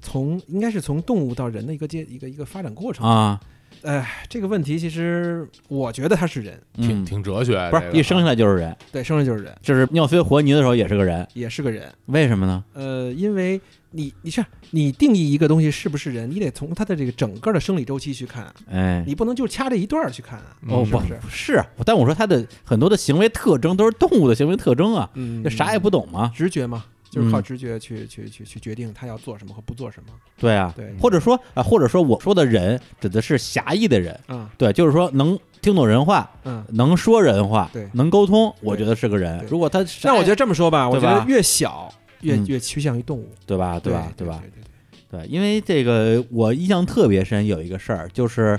Speaker 3: 从应该是从动物到人的一个阶一个一个发展过程。
Speaker 1: 啊？
Speaker 3: 哎，这个问题其实我觉得他是人，
Speaker 2: 挺
Speaker 1: 嗯
Speaker 2: 挺哲学，啊
Speaker 1: 不是一生下
Speaker 2: 来
Speaker 1: 来就是人，
Speaker 3: 对，生来就是人，
Speaker 1: 就是尿飞活泥的时候也是个人，
Speaker 3: 也是个人。
Speaker 1: 为什么呢？
Speaker 3: 呃，因为你你是你定义一个东西是不是人，你得从他的这个整个的生理周期去看，
Speaker 1: 哎，
Speaker 3: 你不能就掐这一段儿去看啊。
Speaker 1: 哦
Speaker 3: 是
Speaker 1: 不
Speaker 3: 不是？
Speaker 1: 是，但我说他的很多的行为特征都是动物的行为特征啊，
Speaker 3: 嗯
Speaker 1: 就啥也不懂嘛。
Speaker 3: 直觉嘛，就是靠
Speaker 1: 嗯
Speaker 3: 直觉去、去去去决定他要做什么和不做什么。
Speaker 1: 对啊，
Speaker 3: 对
Speaker 1: 或者说啊、或者说我说的人指的是狭义的人，
Speaker 3: 嗯
Speaker 1: 对，就是说能听懂人话，
Speaker 3: 嗯。
Speaker 1: 能说人话，
Speaker 3: 对
Speaker 1: 能沟通，我
Speaker 3: 对
Speaker 1: 觉得是个人
Speaker 3: 对。
Speaker 1: 如果他
Speaker 3: 那我觉
Speaker 1: 得
Speaker 3: 得这么说吧，我
Speaker 1: 对
Speaker 3: 觉
Speaker 1: 吧
Speaker 3: 得越小越
Speaker 1: 嗯
Speaker 3: 越趋向于动物，
Speaker 1: 对吧，
Speaker 3: 对
Speaker 1: 吧，对吧，？
Speaker 3: 对对对
Speaker 1: 对，因为这个我印象特别深，有一个事儿，就是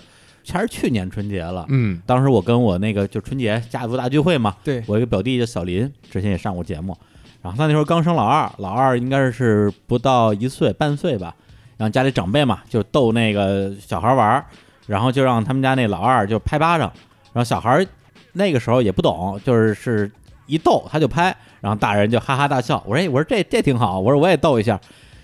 Speaker 1: 还是去年春节了，
Speaker 2: 嗯
Speaker 1: 当时我跟我那个就春节家族大聚会嘛，
Speaker 3: 对
Speaker 1: 我一个表弟叫小林，之前也上过节目，然后他那时候刚生老二，老二应该是不到一岁半岁吧，然后家里长辈嘛就逗那个小孩玩儿，然后就让他们家那老二就拍巴掌，然后小孩儿那个时候也不懂，就是是一逗他就拍，然后大人就哈哈大笑，我说哎我说这这挺好，我说我也逗一下，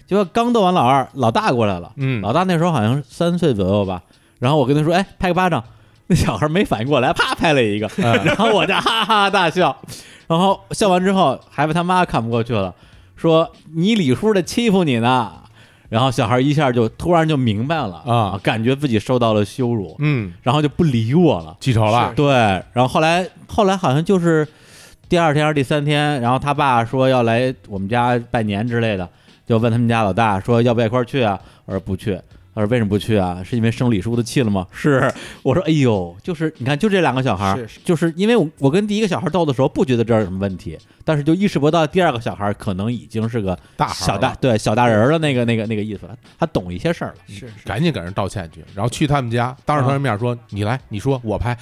Speaker 1: 结果刚逗完老二，老大过来了。
Speaker 2: 嗯，
Speaker 1: 老大那时候好像三岁左右吧，然后我跟他说，哎，拍个巴掌，那小孩没反应过来，啪拍了一个，
Speaker 2: 嗯
Speaker 1: 然后我就哈哈大笑，然后笑完之后，孩子他妈看不过去了，说你李叔的欺负你呢，然后小孩一下就突然就明白了
Speaker 2: 啊，
Speaker 1: 感觉自己受到了羞辱，
Speaker 2: 嗯，
Speaker 1: 然后就不理我了。
Speaker 2: 记仇了
Speaker 3: 是，
Speaker 1: 对，然后后来后来好像就是第二天还是第三天，然后他爸说要来我们家拜年之类的，就问他们家老大说要不要一块儿去啊？我说不去。他说为什么不去啊？是因为生李叔的气了吗？ 是，我说哎呦，就是你看，就这两个小孩儿
Speaker 3: 是，是
Speaker 1: 就是因为我我跟第一个小孩斗的时候不觉得这儿有什么问题，但是就意识不到第二个小孩可能已经是个
Speaker 2: 大孩儿
Speaker 1: 小大
Speaker 2: 了，
Speaker 1: 对小大人儿的那个那个那个意思了，他懂一些事儿了。
Speaker 3: 是是
Speaker 2: 赶紧给人道歉去，然后去他们家，当着他们面说：“你来，你说，我拍。”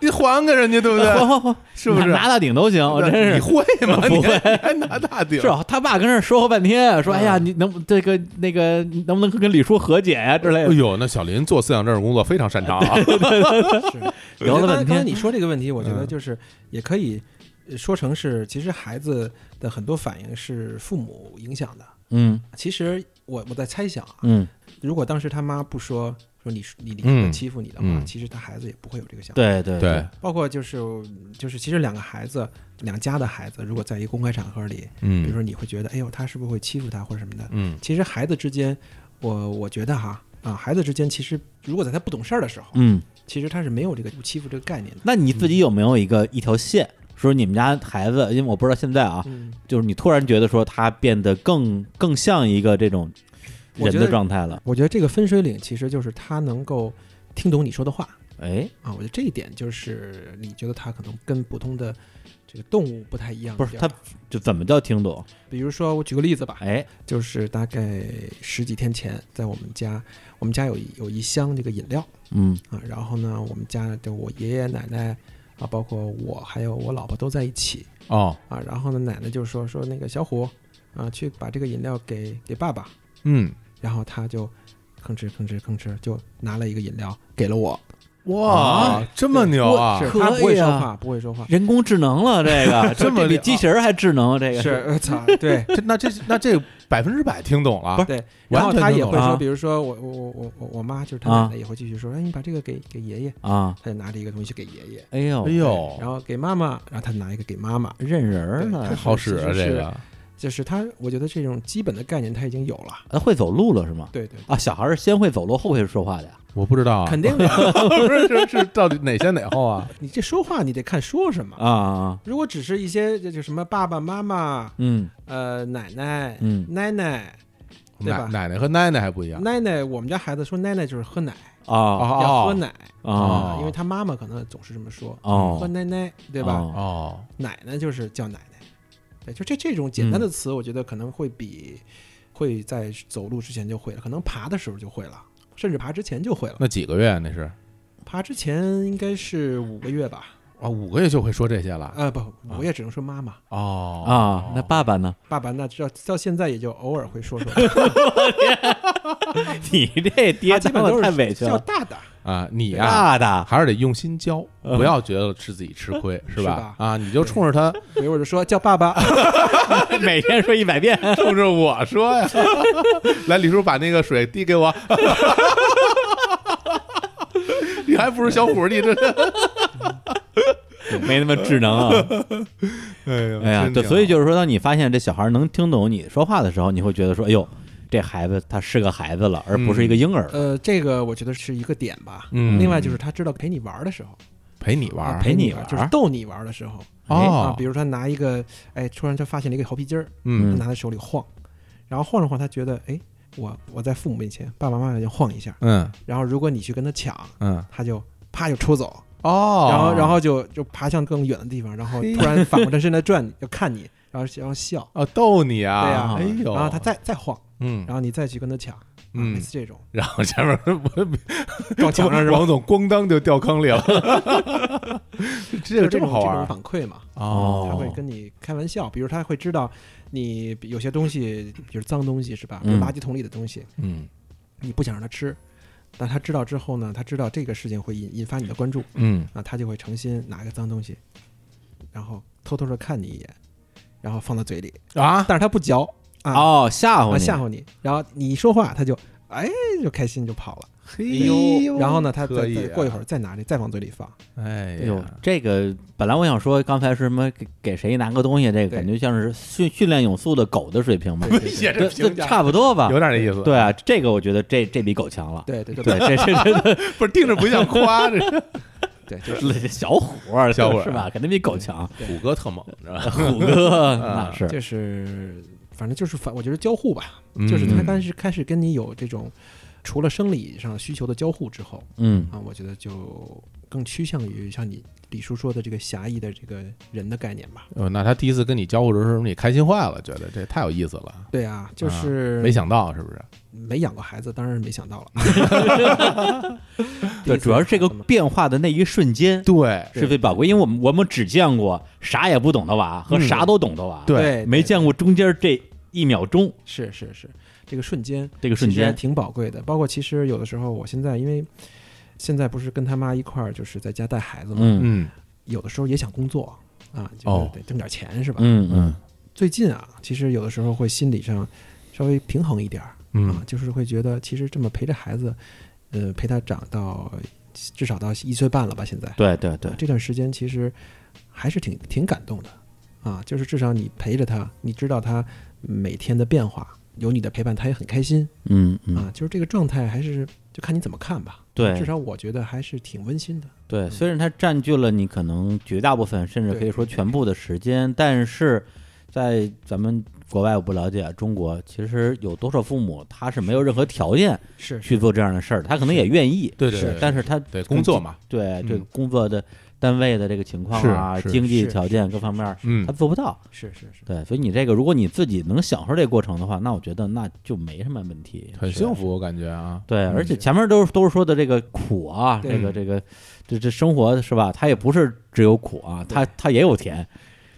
Speaker 2: 你还给人家，对 不
Speaker 1: 嚯
Speaker 2: 对？
Speaker 1: 嚯嚯，
Speaker 2: 是不是
Speaker 1: 拿拿大顶都行？我真是
Speaker 2: 你会吗？
Speaker 1: 不
Speaker 2: 你
Speaker 1: 会
Speaker 2: 还你还拿大顶？
Speaker 1: 是啊，他爸跟那儿说和半天，说
Speaker 3: 嗯
Speaker 1: 哎呀，你能这个那个你能不能跟李叔和解呀、之类
Speaker 2: 哎
Speaker 1: 的。
Speaker 2: 呦，那小林做思想政治工作非常擅长啊！
Speaker 3: 是。
Speaker 1: 聊了
Speaker 3: 我觉
Speaker 1: 半
Speaker 3: 得刚才
Speaker 1: 天
Speaker 3: 你说这个问题，我觉得
Speaker 2: 嗯
Speaker 3: 就是也可以呃说成是，其实孩子的很多反应是父母影响的。
Speaker 1: 嗯
Speaker 3: 其实我我在猜想啊，
Speaker 1: 嗯，
Speaker 3: 如果当时他妈不说说你你你
Speaker 2: 嗯
Speaker 3: 欺负你的话，
Speaker 2: 嗯
Speaker 3: 其实他孩子也不会有这个想法。
Speaker 1: 对对
Speaker 2: 对，
Speaker 3: 包括就是就是，其实两个孩子，两家的孩子，如果在一个公开场合里，比如
Speaker 2: 嗯
Speaker 3: 说你会觉得，哎呦，他是不是会欺负他或者什么的？
Speaker 2: 嗯
Speaker 3: 其实孩子之间，我我觉得哈啊，孩子之间其实如果在他不懂事儿的时候，
Speaker 1: 嗯，
Speaker 3: 其实他是没有这个欺负这个概念的。
Speaker 1: 那你自己有没有一个一条线，说你们家孩子，因为我不知道现在啊，
Speaker 3: 嗯，
Speaker 1: 就是你突然觉得说他变得更更像一个这种
Speaker 3: 我
Speaker 1: 人
Speaker 3: 觉
Speaker 1: 的
Speaker 3: 得
Speaker 1: 状态了？
Speaker 3: 我觉得这个分水岭其实就是他能够听懂你说的话
Speaker 1: 哎，
Speaker 3: 啊，我觉得这一点就是你觉得他可能跟普通的这个动物不太一样
Speaker 1: 不
Speaker 3: 的地
Speaker 1: 是
Speaker 3: 方。
Speaker 1: 他就怎么叫听懂？
Speaker 3: 比如说我举个例子吧，
Speaker 1: 哎，
Speaker 3: 就是大概十几天前，在我们家，我们家有一有一箱这个饮料
Speaker 1: 嗯
Speaker 3: 啊，然后呢，我们家的我爷爷奶奶啊，包括我还有我老婆都在一起
Speaker 2: 哦
Speaker 3: 啊，然后呢，奶奶就说说那个小虎啊，去把这个饮料给给爸爸，
Speaker 2: 嗯，
Speaker 3: 然后他就吭哧吭哧吭哧就拿了一个饮料给了我。
Speaker 2: 哇，这么牛啊！
Speaker 3: 是
Speaker 1: 可
Speaker 3: 他不会
Speaker 1: 以
Speaker 3: 说
Speaker 1: 啊
Speaker 3: 话，不会说话，
Speaker 1: 人工智能了，这 个
Speaker 2: 这么
Speaker 1: 比
Speaker 2: 了
Speaker 1: 机器人还智能啊，这个
Speaker 3: 是 呃操，对
Speaker 2: 这那这那这百分之百听懂了，
Speaker 3: 对。
Speaker 2: 啊完
Speaker 3: 然后
Speaker 2: 全
Speaker 3: 他
Speaker 2: 听
Speaker 3: 也
Speaker 2: 懂
Speaker 3: 会
Speaker 1: 了啊
Speaker 3: 说，比如说我我我我我我妈就是他
Speaker 1: 啊
Speaker 3: 奶奶也会继续说，哎，你把这个给给爷爷，
Speaker 1: 啊，
Speaker 3: 他就拿着一个东西给爷爷，
Speaker 1: 哎呦，
Speaker 2: 哎呦
Speaker 3: 然，后给妈妈，然后他拿一个给妈妈，
Speaker 1: 认人儿
Speaker 3: 对
Speaker 1: 了，
Speaker 2: 好使啊
Speaker 3: 其实是
Speaker 2: 这个！
Speaker 3: 就是他，我觉得这种基本的概念他已经有了，
Speaker 1: 他哎会走路了是吗？
Speaker 3: 对对，
Speaker 1: 啊，小孩儿是先会走路后会说话的呀？
Speaker 2: 我不知道啊，
Speaker 3: 肯定的 呀，
Speaker 2: 不是是是到底哪先哪后啊？
Speaker 3: 你这说话你得看说什么。
Speaker 1: 啊啊，啊
Speaker 3: 如果只是一些这就什么爸爸妈妈、
Speaker 1: 嗯
Speaker 3: 呃奶奶、
Speaker 1: 嗯
Speaker 3: 奶奶、对
Speaker 2: 奶
Speaker 3: 吧
Speaker 2: 奶奶和奶奶还不一样
Speaker 3: 奶奶，我们家孩子说奶奶就是喝奶，
Speaker 1: 啊
Speaker 3: 要喝
Speaker 2: 哦
Speaker 3: 奶，
Speaker 1: 啊
Speaker 2: 哦
Speaker 3: 啊，因为他妈妈可能总是这么说，嗯
Speaker 1: 哦
Speaker 3: 喝奶奶，对吧？
Speaker 1: 哦
Speaker 2: 哦，
Speaker 3: 奶奶就是叫奶奶，对，就这这种简单的词，我觉得可能会比、会在走路之前就会了，可能爬的时候就会了，甚至爬之前就会了。
Speaker 2: 那几个月那是
Speaker 3: 爬之前应该是五个月吧？
Speaker 2: 啊，五个月就会说这些了
Speaker 3: 呃，不，我也只能说妈妈。
Speaker 2: 哦
Speaker 1: 啊，那爸爸呢？
Speaker 3: 爸爸那到到现在也就偶尔 会说说，
Speaker 1: 你这爹
Speaker 3: 他基本都 是
Speaker 1: 太委屈
Speaker 3: 叫
Speaker 1: 了，
Speaker 3: 大大，
Speaker 2: 啊，你呀
Speaker 1: 大的
Speaker 2: 还是得用心教，
Speaker 1: 嗯
Speaker 2: 不要觉得是自己吃 亏是吧
Speaker 3: 是吧？
Speaker 2: 啊，你就冲着他，
Speaker 3: 所以我就说叫爸爸。
Speaker 1: 每天说一百遍，
Speaker 2: 冲着 我说呀，来，李叔把那个水递给我。还不如小虎弟这。
Speaker 1: 没那么智能啊！
Speaker 2: 哎
Speaker 1: 哎呀，对，所以就是说，当你发现这小孩能听懂你说话的时候，你会觉得说，哎呦，这孩子他是个孩子了，而不是一个婴儿。
Speaker 3: 呃，这个我觉得是一个点吧。
Speaker 2: 嗯
Speaker 3: 另外就是他知道陪你玩儿的时候，
Speaker 2: 陪你
Speaker 3: 啊
Speaker 2: 玩
Speaker 1: 陪你玩
Speaker 3: 玩儿
Speaker 1: 儿
Speaker 3: 就是逗你玩儿的时候
Speaker 1: 哦
Speaker 3: 啊。比如他拿一个，哎，突然他发现了一个猴皮筋儿，他
Speaker 2: 嗯
Speaker 3: 拿在手里晃，然后晃着晃，他觉得，哎，我我在父母面前，爸爸妈妈就晃一下。
Speaker 2: 嗯
Speaker 3: 然后如果你去跟他抢，
Speaker 2: 嗯
Speaker 3: 他就啪就抽走，
Speaker 2: 哦
Speaker 3: 然后然后就就爬向更远的地方，然后
Speaker 2: 嘿
Speaker 3: 突然反过身来转，要看 你，然后然后笑，
Speaker 2: 哦逗你啊，
Speaker 3: 对
Speaker 1: 呀
Speaker 2: 哎呦，
Speaker 3: 然后他再再晃，
Speaker 2: 嗯
Speaker 3: 然后你再去跟他抢，啊
Speaker 2: 嗯
Speaker 3: 类似这种
Speaker 2: 然后前面我
Speaker 3: 撞墙上 是吧？
Speaker 2: 王总咣当就掉坑里了，这
Speaker 3: 就
Speaker 2: 个
Speaker 3: 这
Speaker 2: 这
Speaker 3: 种
Speaker 2: 么好
Speaker 3: 这种
Speaker 2: 玩
Speaker 3: 反馈嘛，
Speaker 1: 哦
Speaker 3: 他会跟你开玩笑，比如他会知道你有些东西，比如脏东西是吧？比如
Speaker 1: 嗯
Speaker 3: 垃圾桶里的东西，
Speaker 2: 嗯
Speaker 3: 你不想让他吃，但他知道之后呢，他知道这个事情会引引发你的关注
Speaker 2: 嗯
Speaker 3: 啊，他就会诚心拿一个脏东西，然后偷偷的看你一眼，然后放到嘴里，
Speaker 2: 啊，
Speaker 3: 但是他不嚼啊，
Speaker 1: 哦，吓唬
Speaker 3: 啊
Speaker 1: 你，
Speaker 3: 吓唬你，然后你一说话，他就哎就开心就跑了，
Speaker 2: 嘿
Speaker 3: 然后呢，他再
Speaker 2: 哎可以
Speaker 3: 再
Speaker 2: 啊
Speaker 3: 过一会儿再拿着再往嘴里放，
Speaker 2: 哎
Speaker 1: 哎呦
Speaker 2: 呀，，
Speaker 1: 这个本来我想说，刚才是什么给给谁拿个东西，这个
Speaker 3: 对
Speaker 1: 感觉像是训训练有素的狗的水平嘛，
Speaker 3: 对对对
Speaker 2: 也是
Speaker 1: 这
Speaker 2: 评
Speaker 1: 这
Speaker 2: 价
Speaker 1: 差不多吧
Speaker 2: 有？点那意思，
Speaker 1: 对啊，这个我觉得这这比狗强了。
Speaker 3: 对对
Speaker 1: 对，这这这
Speaker 2: 不是听着不像夸，这是
Speaker 3: 对，就
Speaker 1: 这这 小虎儿，
Speaker 2: 小虎儿
Speaker 1: 是吧？肯定比狗强。
Speaker 2: 虎哥特猛，知 道吧？
Speaker 1: 虎哥
Speaker 2: 啊
Speaker 1: 那是
Speaker 3: 就是反正就是反，我觉得交互吧，
Speaker 2: 嗯
Speaker 3: 就是他
Speaker 1: 嗯
Speaker 3: 开始开始跟你有这种除了生理上需求的交互之后
Speaker 1: 嗯
Speaker 3: 啊，我觉得就更趋向于像你李叔说的这个狭义的这个人的概念吧。
Speaker 2: 哦，那他第一次跟你交互的时候，你开心坏了，觉得这太有意思了，
Speaker 3: 对啊，就是
Speaker 2: 没想到是不是？
Speaker 3: 没养过孩子，当然是没想到了。第一
Speaker 1: 对，
Speaker 3: 次
Speaker 1: 主要是这个
Speaker 3: 养孩子嘛
Speaker 1: 变化的那一瞬间
Speaker 2: 对
Speaker 1: 是最宝贵，因为我们我们只见过啥也不懂的娃和
Speaker 2: 嗯
Speaker 1: 啥都懂的娃，
Speaker 2: 对
Speaker 3: 对，
Speaker 1: 没见
Speaker 3: 过。
Speaker 1: 过中间这一秒钟
Speaker 3: 是是是，这个瞬间，
Speaker 1: 这个瞬
Speaker 3: 其实还
Speaker 1: 间。
Speaker 3: 挺宝贵的。包括其实有的时候，我现在因为现在不是跟他妈一块儿就是在家带孩子嘛，
Speaker 1: 嗯
Speaker 2: 嗯
Speaker 3: 有的时候也想工作啊，就是
Speaker 2: 哦
Speaker 3: 得挣点钱是吧？
Speaker 1: 嗯嗯
Speaker 3: 最近啊，其实有的时候会心理上稍微平衡一点儿啊
Speaker 2: 嗯，
Speaker 3: 就是会觉得其实这么陪着孩子，呃，陪他长到至少到一岁半了吧，现在
Speaker 1: 对对对，
Speaker 3: 这段时间其实还是挺挺感动的啊，就是至少你陪着他，你知道他每天的变化，有你的陪伴，他也很开心。
Speaker 1: 嗯嗯
Speaker 3: 啊，就是这个状态还是就看你怎么看吧。
Speaker 1: 对
Speaker 3: 至少我觉得还是挺温馨的。
Speaker 1: 对，虽然它占据了你可能绝大部分，甚至可以说全部的时间，但是在咱们国外我不了解，中国其实有多少父母他是没有任何条件
Speaker 3: 是
Speaker 1: 去做这样的事儿，他可能也愿意，
Speaker 2: 对对
Speaker 3: 是
Speaker 2: 对，
Speaker 1: 但
Speaker 2: 是
Speaker 1: 是他
Speaker 2: 对工作嘛，
Speaker 1: 对
Speaker 2: 嗯
Speaker 1: 这个工作的单位的这个情况啊、
Speaker 2: 是是
Speaker 1: 经济
Speaker 3: 是
Speaker 1: 条件各方面儿，
Speaker 2: 嗯
Speaker 1: 他做不到。
Speaker 3: 是是是，
Speaker 1: 对，所以你这个，如果你自己能享受这个过程的话，那我觉得那就没什么问题，
Speaker 2: 很
Speaker 1: 是
Speaker 2: 幸。福，我感觉啊，
Speaker 1: 对，
Speaker 2: 嗯
Speaker 1: 而且前面都是都是说的这个苦啊，
Speaker 3: 对
Speaker 1: 这个这个这这生活是吧？它也不是只有苦啊，它它也有甜。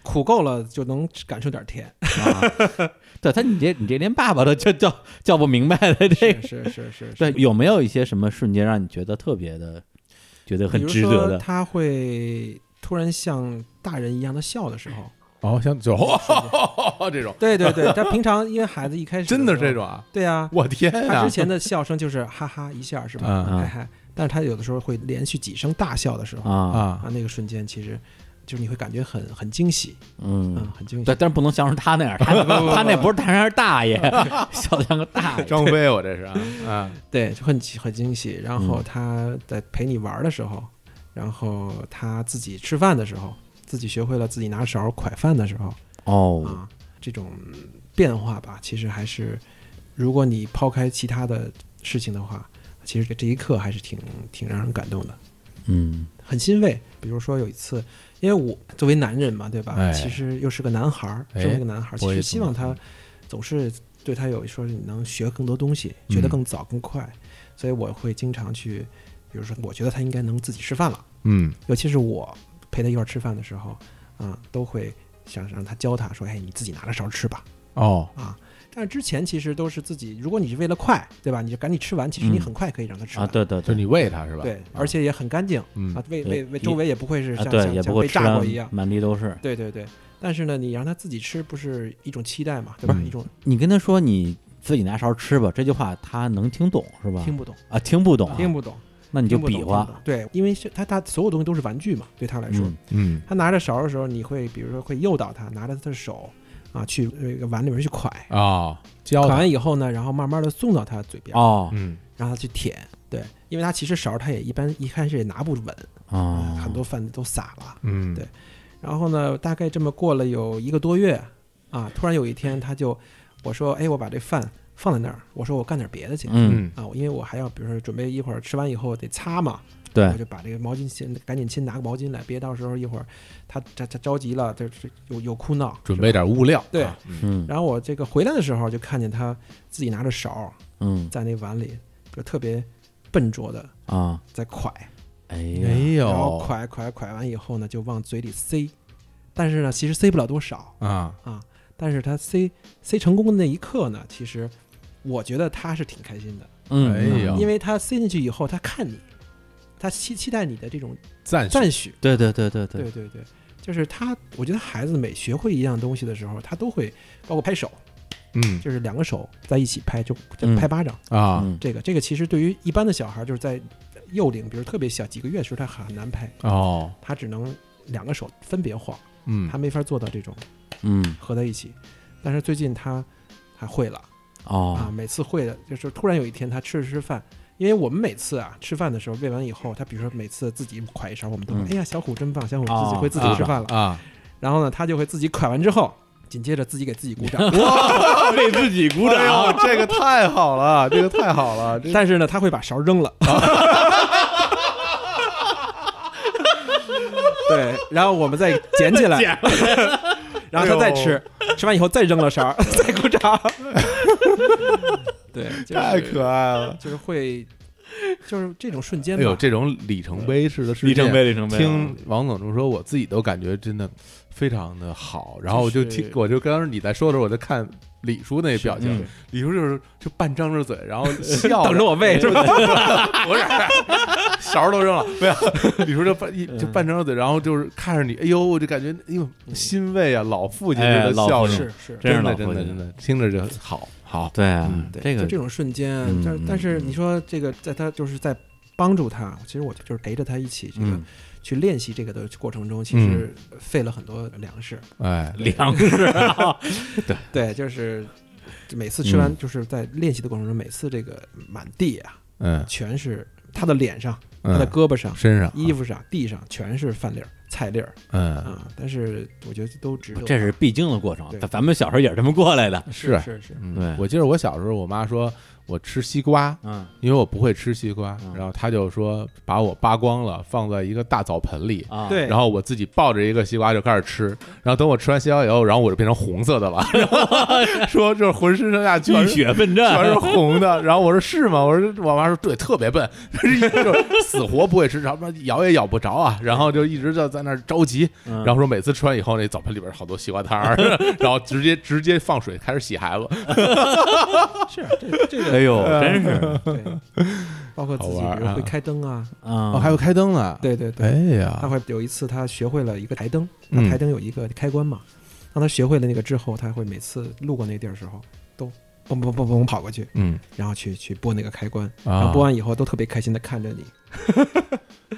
Speaker 3: 苦够了就能感受点甜。
Speaker 1: 对他，它你这你这连爸爸都叫叫叫不明白的这个，
Speaker 3: 是是是是，
Speaker 1: 对，有没有一些什么瞬间让你觉得特别的，觉得
Speaker 3: 比
Speaker 1: 很
Speaker 3: 如
Speaker 1: 值
Speaker 3: 说
Speaker 1: 得的？
Speaker 3: 他会突然像大人一样的笑的时候，
Speaker 2: 哦，像酒 这种，
Speaker 3: 对对对，他平常因为孩子一开始
Speaker 2: 真的
Speaker 3: 时
Speaker 2: 是
Speaker 3: 候
Speaker 2: 这，种啊，
Speaker 3: 对啊，
Speaker 2: 我天
Speaker 3: 他
Speaker 2: 啊
Speaker 3: 之！前的笑声就是哈哈一下是吧？
Speaker 2: 嗯
Speaker 3: 嗨嗨，但是他有的时候会连续几声大笑的时候
Speaker 1: 啊，
Speaker 2: 啊，
Speaker 3: 那个瞬间其实就是你会感觉很很惊喜，嗯，
Speaker 1: 嗯，
Speaker 3: 很惊喜。
Speaker 1: 对，但是不能像是他那样，他 他那不是大人，是大爷，笑得像个大爷。
Speaker 2: 张飞，我这是啊啊，
Speaker 3: 对，就很奇很惊喜。然后
Speaker 1: 嗯
Speaker 3: 他在陪你玩儿的时候，然后他自己吃饭的时候，自己学会了自己拿勺蒯饭的时候
Speaker 1: 哦，
Speaker 3: 啊，这种变化吧，其实还是，如果你抛开其他的事情的话，其实这这一刻还是挺挺让人感动的，
Speaker 1: 嗯
Speaker 3: 很欣慰。比如说有一次，因为我作为男人嘛，对吧？
Speaker 2: 哎
Speaker 3: 其实又是个男孩儿，
Speaker 2: 哎
Speaker 3: 身为一个男孩儿，其
Speaker 2: 我也
Speaker 3: 实
Speaker 2: 这
Speaker 3: 希
Speaker 2: 么
Speaker 3: 望
Speaker 2: 想
Speaker 3: 他总是对他有说是你能学更多东西，学得
Speaker 2: 嗯
Speaker 3: 更早更快，所以我会经常去，比如说我觉得他应该能自己吃饭了，
Speaker 2: 嗯
Speaker 3: 尤其是我陪他一块儿吃饭的时候，啊，都会想让他教他说，哎，你自己拿着勺吃吧，
Speaker 2: 哦，
Speaker 3: 啊。但是之前其实都是自己，如果你是为了快，对吧？你就赶紧吃完，其实你
Speaker 1: 嗯
Speaker 3: 很快可以让他吃
Speaker 1: 啊，
Speaker 3: 完，
Speaker 1: 对对
Speaker 2: 就
Speaker 1: 对
Speaker 2: 是你喂他是吧？啊
Speaker 3: 对，而且也很干净
Speaker 2: 嗯
Speaker 3: 啊，为
Speaker 1: 也
Speaker 3: 为为
Speaker 1: 也
Speaker 3: 周围也不会是
Speaker 1: 啊
Speaker 3: 像
Speaker 1: 对，
Speaker 3: 像
Speaker 1: 也不
Speaker 3: 像
Speaker 1: 会嗯
Speaker 3: 被
Speaker 1: 吃
Speaker 3: 炸过
Speaker 1: 完
Speaker 3: 一样，
Speaker 1: 满地都是。
Speaker 3: 对对对。但是呢，你让他自己吃，不是一种期待嘛，对吧？
Speaker 2: 嗯
Speaker 3: 一种
Speaker 1: 你跟他说你自己拿勺吃吧，这句话他能听懂是吧？
Speaker 3: 听不懂，
Speaker 1: 啊，听不懂啊，
Speaker 3: 听不懂。
Speaker 1: 那你就
Speaker 3: 听不懂
Speaker 1: 比划
Speaker 3: 听不，懂对，因为是他他所有东西都是玩具嘛，对他来说，
Speaker 1: 嗯
Speaker 2: 嗯
Speaker 3: 他拿着勺的时候，你会比如说会诱导他拿着他的手啊去那个碗里面去蒯，
Speaker 2: 啊，教
Speaker 3: 蒯
Speaker 2: 他，
Speaker 3: 完以后呢，然后慢慢的送到他嘴边，
Speaker 1: 哦
Speaker 2: 嗯
Speaker 3: 让他去舔。对，因为他其实勺他也一般一开始也拿不稳，
Speaker 1: 哦，
Speaker 3: 嗯很多饭都撒了。
Speaker 2: 嗯，
Speaker 3: 对然后呢，大概这么过了有一个多月啊，突然有一天他就我说，哎，我把这饭放在那儿，我说我干点别的去。
Speaker 1: 嗯，
Speaker 3: 啊，我因为我还要，比如说准备一会儿吃完以后得擦嘛，
Speaker 1: 对
Speaker 3: 我，就把这个毛巾先赶紧先拿个毛巾来，别到时候一会儿他他他着急了，就是有有哭闹。
Speaker 2: 准备点物料，
Speaker 3: 对
Speaker 2: 啊嗯
Speaker 1: 嗯
Speaker 3: 然后我这个回来的时候就看见他自己拿着勺
Speaker 1: 嗯
Speaker 3: 在那碗里，就特别笨拙的
Speaker 1: 啊，
Speaker 3: 在蒯，
Speaker 1: 哎
Speaker 2: 哎
Speaker 1: 呀，
Speaker 3: 然后
Speaker 2: 呦
Speaker 3: 蒯蒯蒯完以后呢，就往嘴里塞，但是呢，其实塞不了多少
Speaker 2: 啊，
Speaker 3: 啊。但是他塞塞成功的那一刻呢，其实我觉得他是挺开心的，
Speaker 1: 嗯，
Speaker 2: 哎呦
Speaker 1: 嗯
Speaker 3: 因为他塞进去以后，他看你，他期期待你的这种
Speaker 2: 赞许
Speaker 3: 赞许。
Speaker 1: 对对对对对
Speaker 3: 对，对对，就是他，我觉得孩子每学会一样东西的时候，他都会包括拍手，
Speaker 2: 嗯
Speaker 3: 就是两个手在一起拍，就
Speaker 1: 嗯
Speaker 3: 就拍巴掌。
Speaker 2: 啊
Speaker 1: 嗯
Speaker 3: 这个这个其实对于一般的小孩，就是在幼龄，比如特别小几个月的时候，他很难拍，
Speaker 2: 哦，
Speaker 3: 他只能两个手分别晃，
Speaker 2: 嗯
Speaker 3: 他没法做到这种
Speaker 1: 嗯
Speaker 3: 合在一起。但是最近他还会了啊，
Speaker 1: 哦，
Speaker 3: 每次会的，就是突然有一天他吃着吃饭。因为我们每次啊吃饭的时候喂完以后，他比如说每次自己蒯一勺，我们都说：“
Speaker 1: 嗯
Speaker 3: 哎呀，小虎真棒，小虎自己
Speaker 1: 哦
Speaker 3: 会自己
Speaker 2: 啊
Speaker 3: 吃饭了。”
Speaker 2: 啊，
Speaker 3: 然后呢，他就会自己蒯完之后，紧接着自己给自己鼓 掌。
Speaker 1: 为自己鼓
Speaker 2: 哎呦，这个太好了，这个太好了， 这
Speaker 3: 但是呢，他会把勺扔了。对，然后我们再捡起来，然后他再吃，
Speaker 2: 哎
Speaker 3: 吃完以后再扔了勺，再鼓 掌。对，就是、
Speaker 2: 太可爱了。
Speaker 3: 就是会，就是这种瞬间
Speaker 2: 哎呦，
Speaker 3: 吧。
Speaker 2: 这种里程碑式的事
Speaker 1: 里
Speaker 2: 件
Speaker 1: 程碑，里程碑，
Speaker 2: 听王总这么说，我自己都感觉真的非常的好。然后我就听
Speaker 3: 就，是
Speaker 2: 我就刚刚你在说的时候，我在看李叔那表情
Speaker 1: 嗯，
Speaker 2: 李叔就是就半张着嘴，然后 笑，
Speaker 3: 等着我喂是吧？
Speaker 2: 不是， 勺儿都扔了，没 有。李叔就半一
Speaker 1: 嗯
Speaker 2: 就半张着嘴，然后就是看着你，哎呦，我就感觉哎呦欣慰啊，老父亲
Speaker 1: 哎
Speaker 2: 这个
Speaker 1: 老
Speaker 2: 笑
Speaker 1: 父亲
Speaker 2: 容，
Speaker 3: 是是，
Speaker 1: 真是
Speaker 2: 真
Speaker 1: 老
Speaker 2: 的
Speaker 1: 父
Speaker 2: 真的
Speaker 1: 亲
Speaker 2: 真的听着就好好，
Speaker 1: 对啊
Speaker 2: 嗯，
Speaker 3: 对，
Speaker 1: 这
Speaker 3: 就
Speaker 1: 个
Speaker 3: 这种瞬间
Speaker 1: 嗯，
Speaker 3: 但
Speaker 1: 嗯
Speaker 3: 但是
Speaker 1: 嗯
Speaker 3: 你说这个，在他就是在帮助他，其实我就是陪着他一起这个
Speaker 1: 嗯，
Speaker 3: 去练习这个的过程中，其实费了很多粮食。
Speaker 2: 哎，
Speaker 1: 粮食啊，
Speaker 3: 对，就是每次吃完
Speaker 1: 嗯，
Speaker 3: 就是在练习的过程中，每次这个满地啊，
Speaker 2: 嗯
Speaker 3: 全是他的脸上、他的
Speaker 2: 嗯，
Speaker 3: 胳膊上、
Speaker 2: 身上
Speaker 3: 衣服上、地上全是饭粒儿、菜粒儿
Speaker 2: 嗯
Speaker 3: 啊。但是我觉得都值得。
Speaker 1: 这是必经的过程
Speaker 3: 对，
Speaker 1: 咱咱们小时候也是这么过来的，
Speaker 2: 是
Speaker 3: 是是，
Speaker 2: 嗯
Speaker 1: 对
Speaker 2: 我记得我小时候，我妈说我吃西瓜，
Speaker 1: 嗯，
Speaker 2: 因为我不会吃西瓜，
Speaker 1: 嗯
Speaker 2: 然后她就说把我扒光了，放在一个大澡盆里。
Speaker 1: 啊，
Speaker 3: 对
Speaker 2: 然后我自己抱着一个西瓜就开始吃，然后等我吃完西瓜以后，然后我就变成红色的了， 然后说就是浑身上下全
Speaker 1: 浴
Speaker 2: 是
Speaker 1: 血奋
Speaker 2: 全是
Speaker 1: 战，
Speaker 2: 红的，然后我说是吗？我说我妈说对，特别笨， 就是一就是死活不会吃，然后咬也咬不着啊，然后就一直就在那儿着急，
Speaker 1: 然
Speaker 2: 然后说每次吃完以后，那澡盆里边好多西瓜汤儿， 然后直接直接放水开始洗孩子，
Speaker 3: 是这 这
Speaker 1: 哎
Speaker 3: 个
Speaker 1: 呦，真是
Speaker 3: 对，包括自
Speaker 2: 好
Speaker 3: 己
Speaker 2: 玩
Speaker 3: 比如
Speaker 2: 啊
Speaker 3: 会开灯啊，
Speaker 1: 啊，
Speaker 2: 哦，还有开灯呢。，
Speaker 3: 对对对
Speaker 2: 哎，
Speaker 3: 他
Speaker 2: 呀，
Speaker 3: 会有一次他学会了一个台灯，
Speaker 2: 嗯
Speaker 3: 他台灯有一个开关嘛，当他学会了那个之后，他会每次路过那地儿的时候都嘣嘣嘣嘣跑过去，
Speaker 2: 嗯
Speaker 3: 然后去去拨那个开关，然
Speaker 2: 啊
Speaker 3: 后拨，完以后都特别开心的看着你，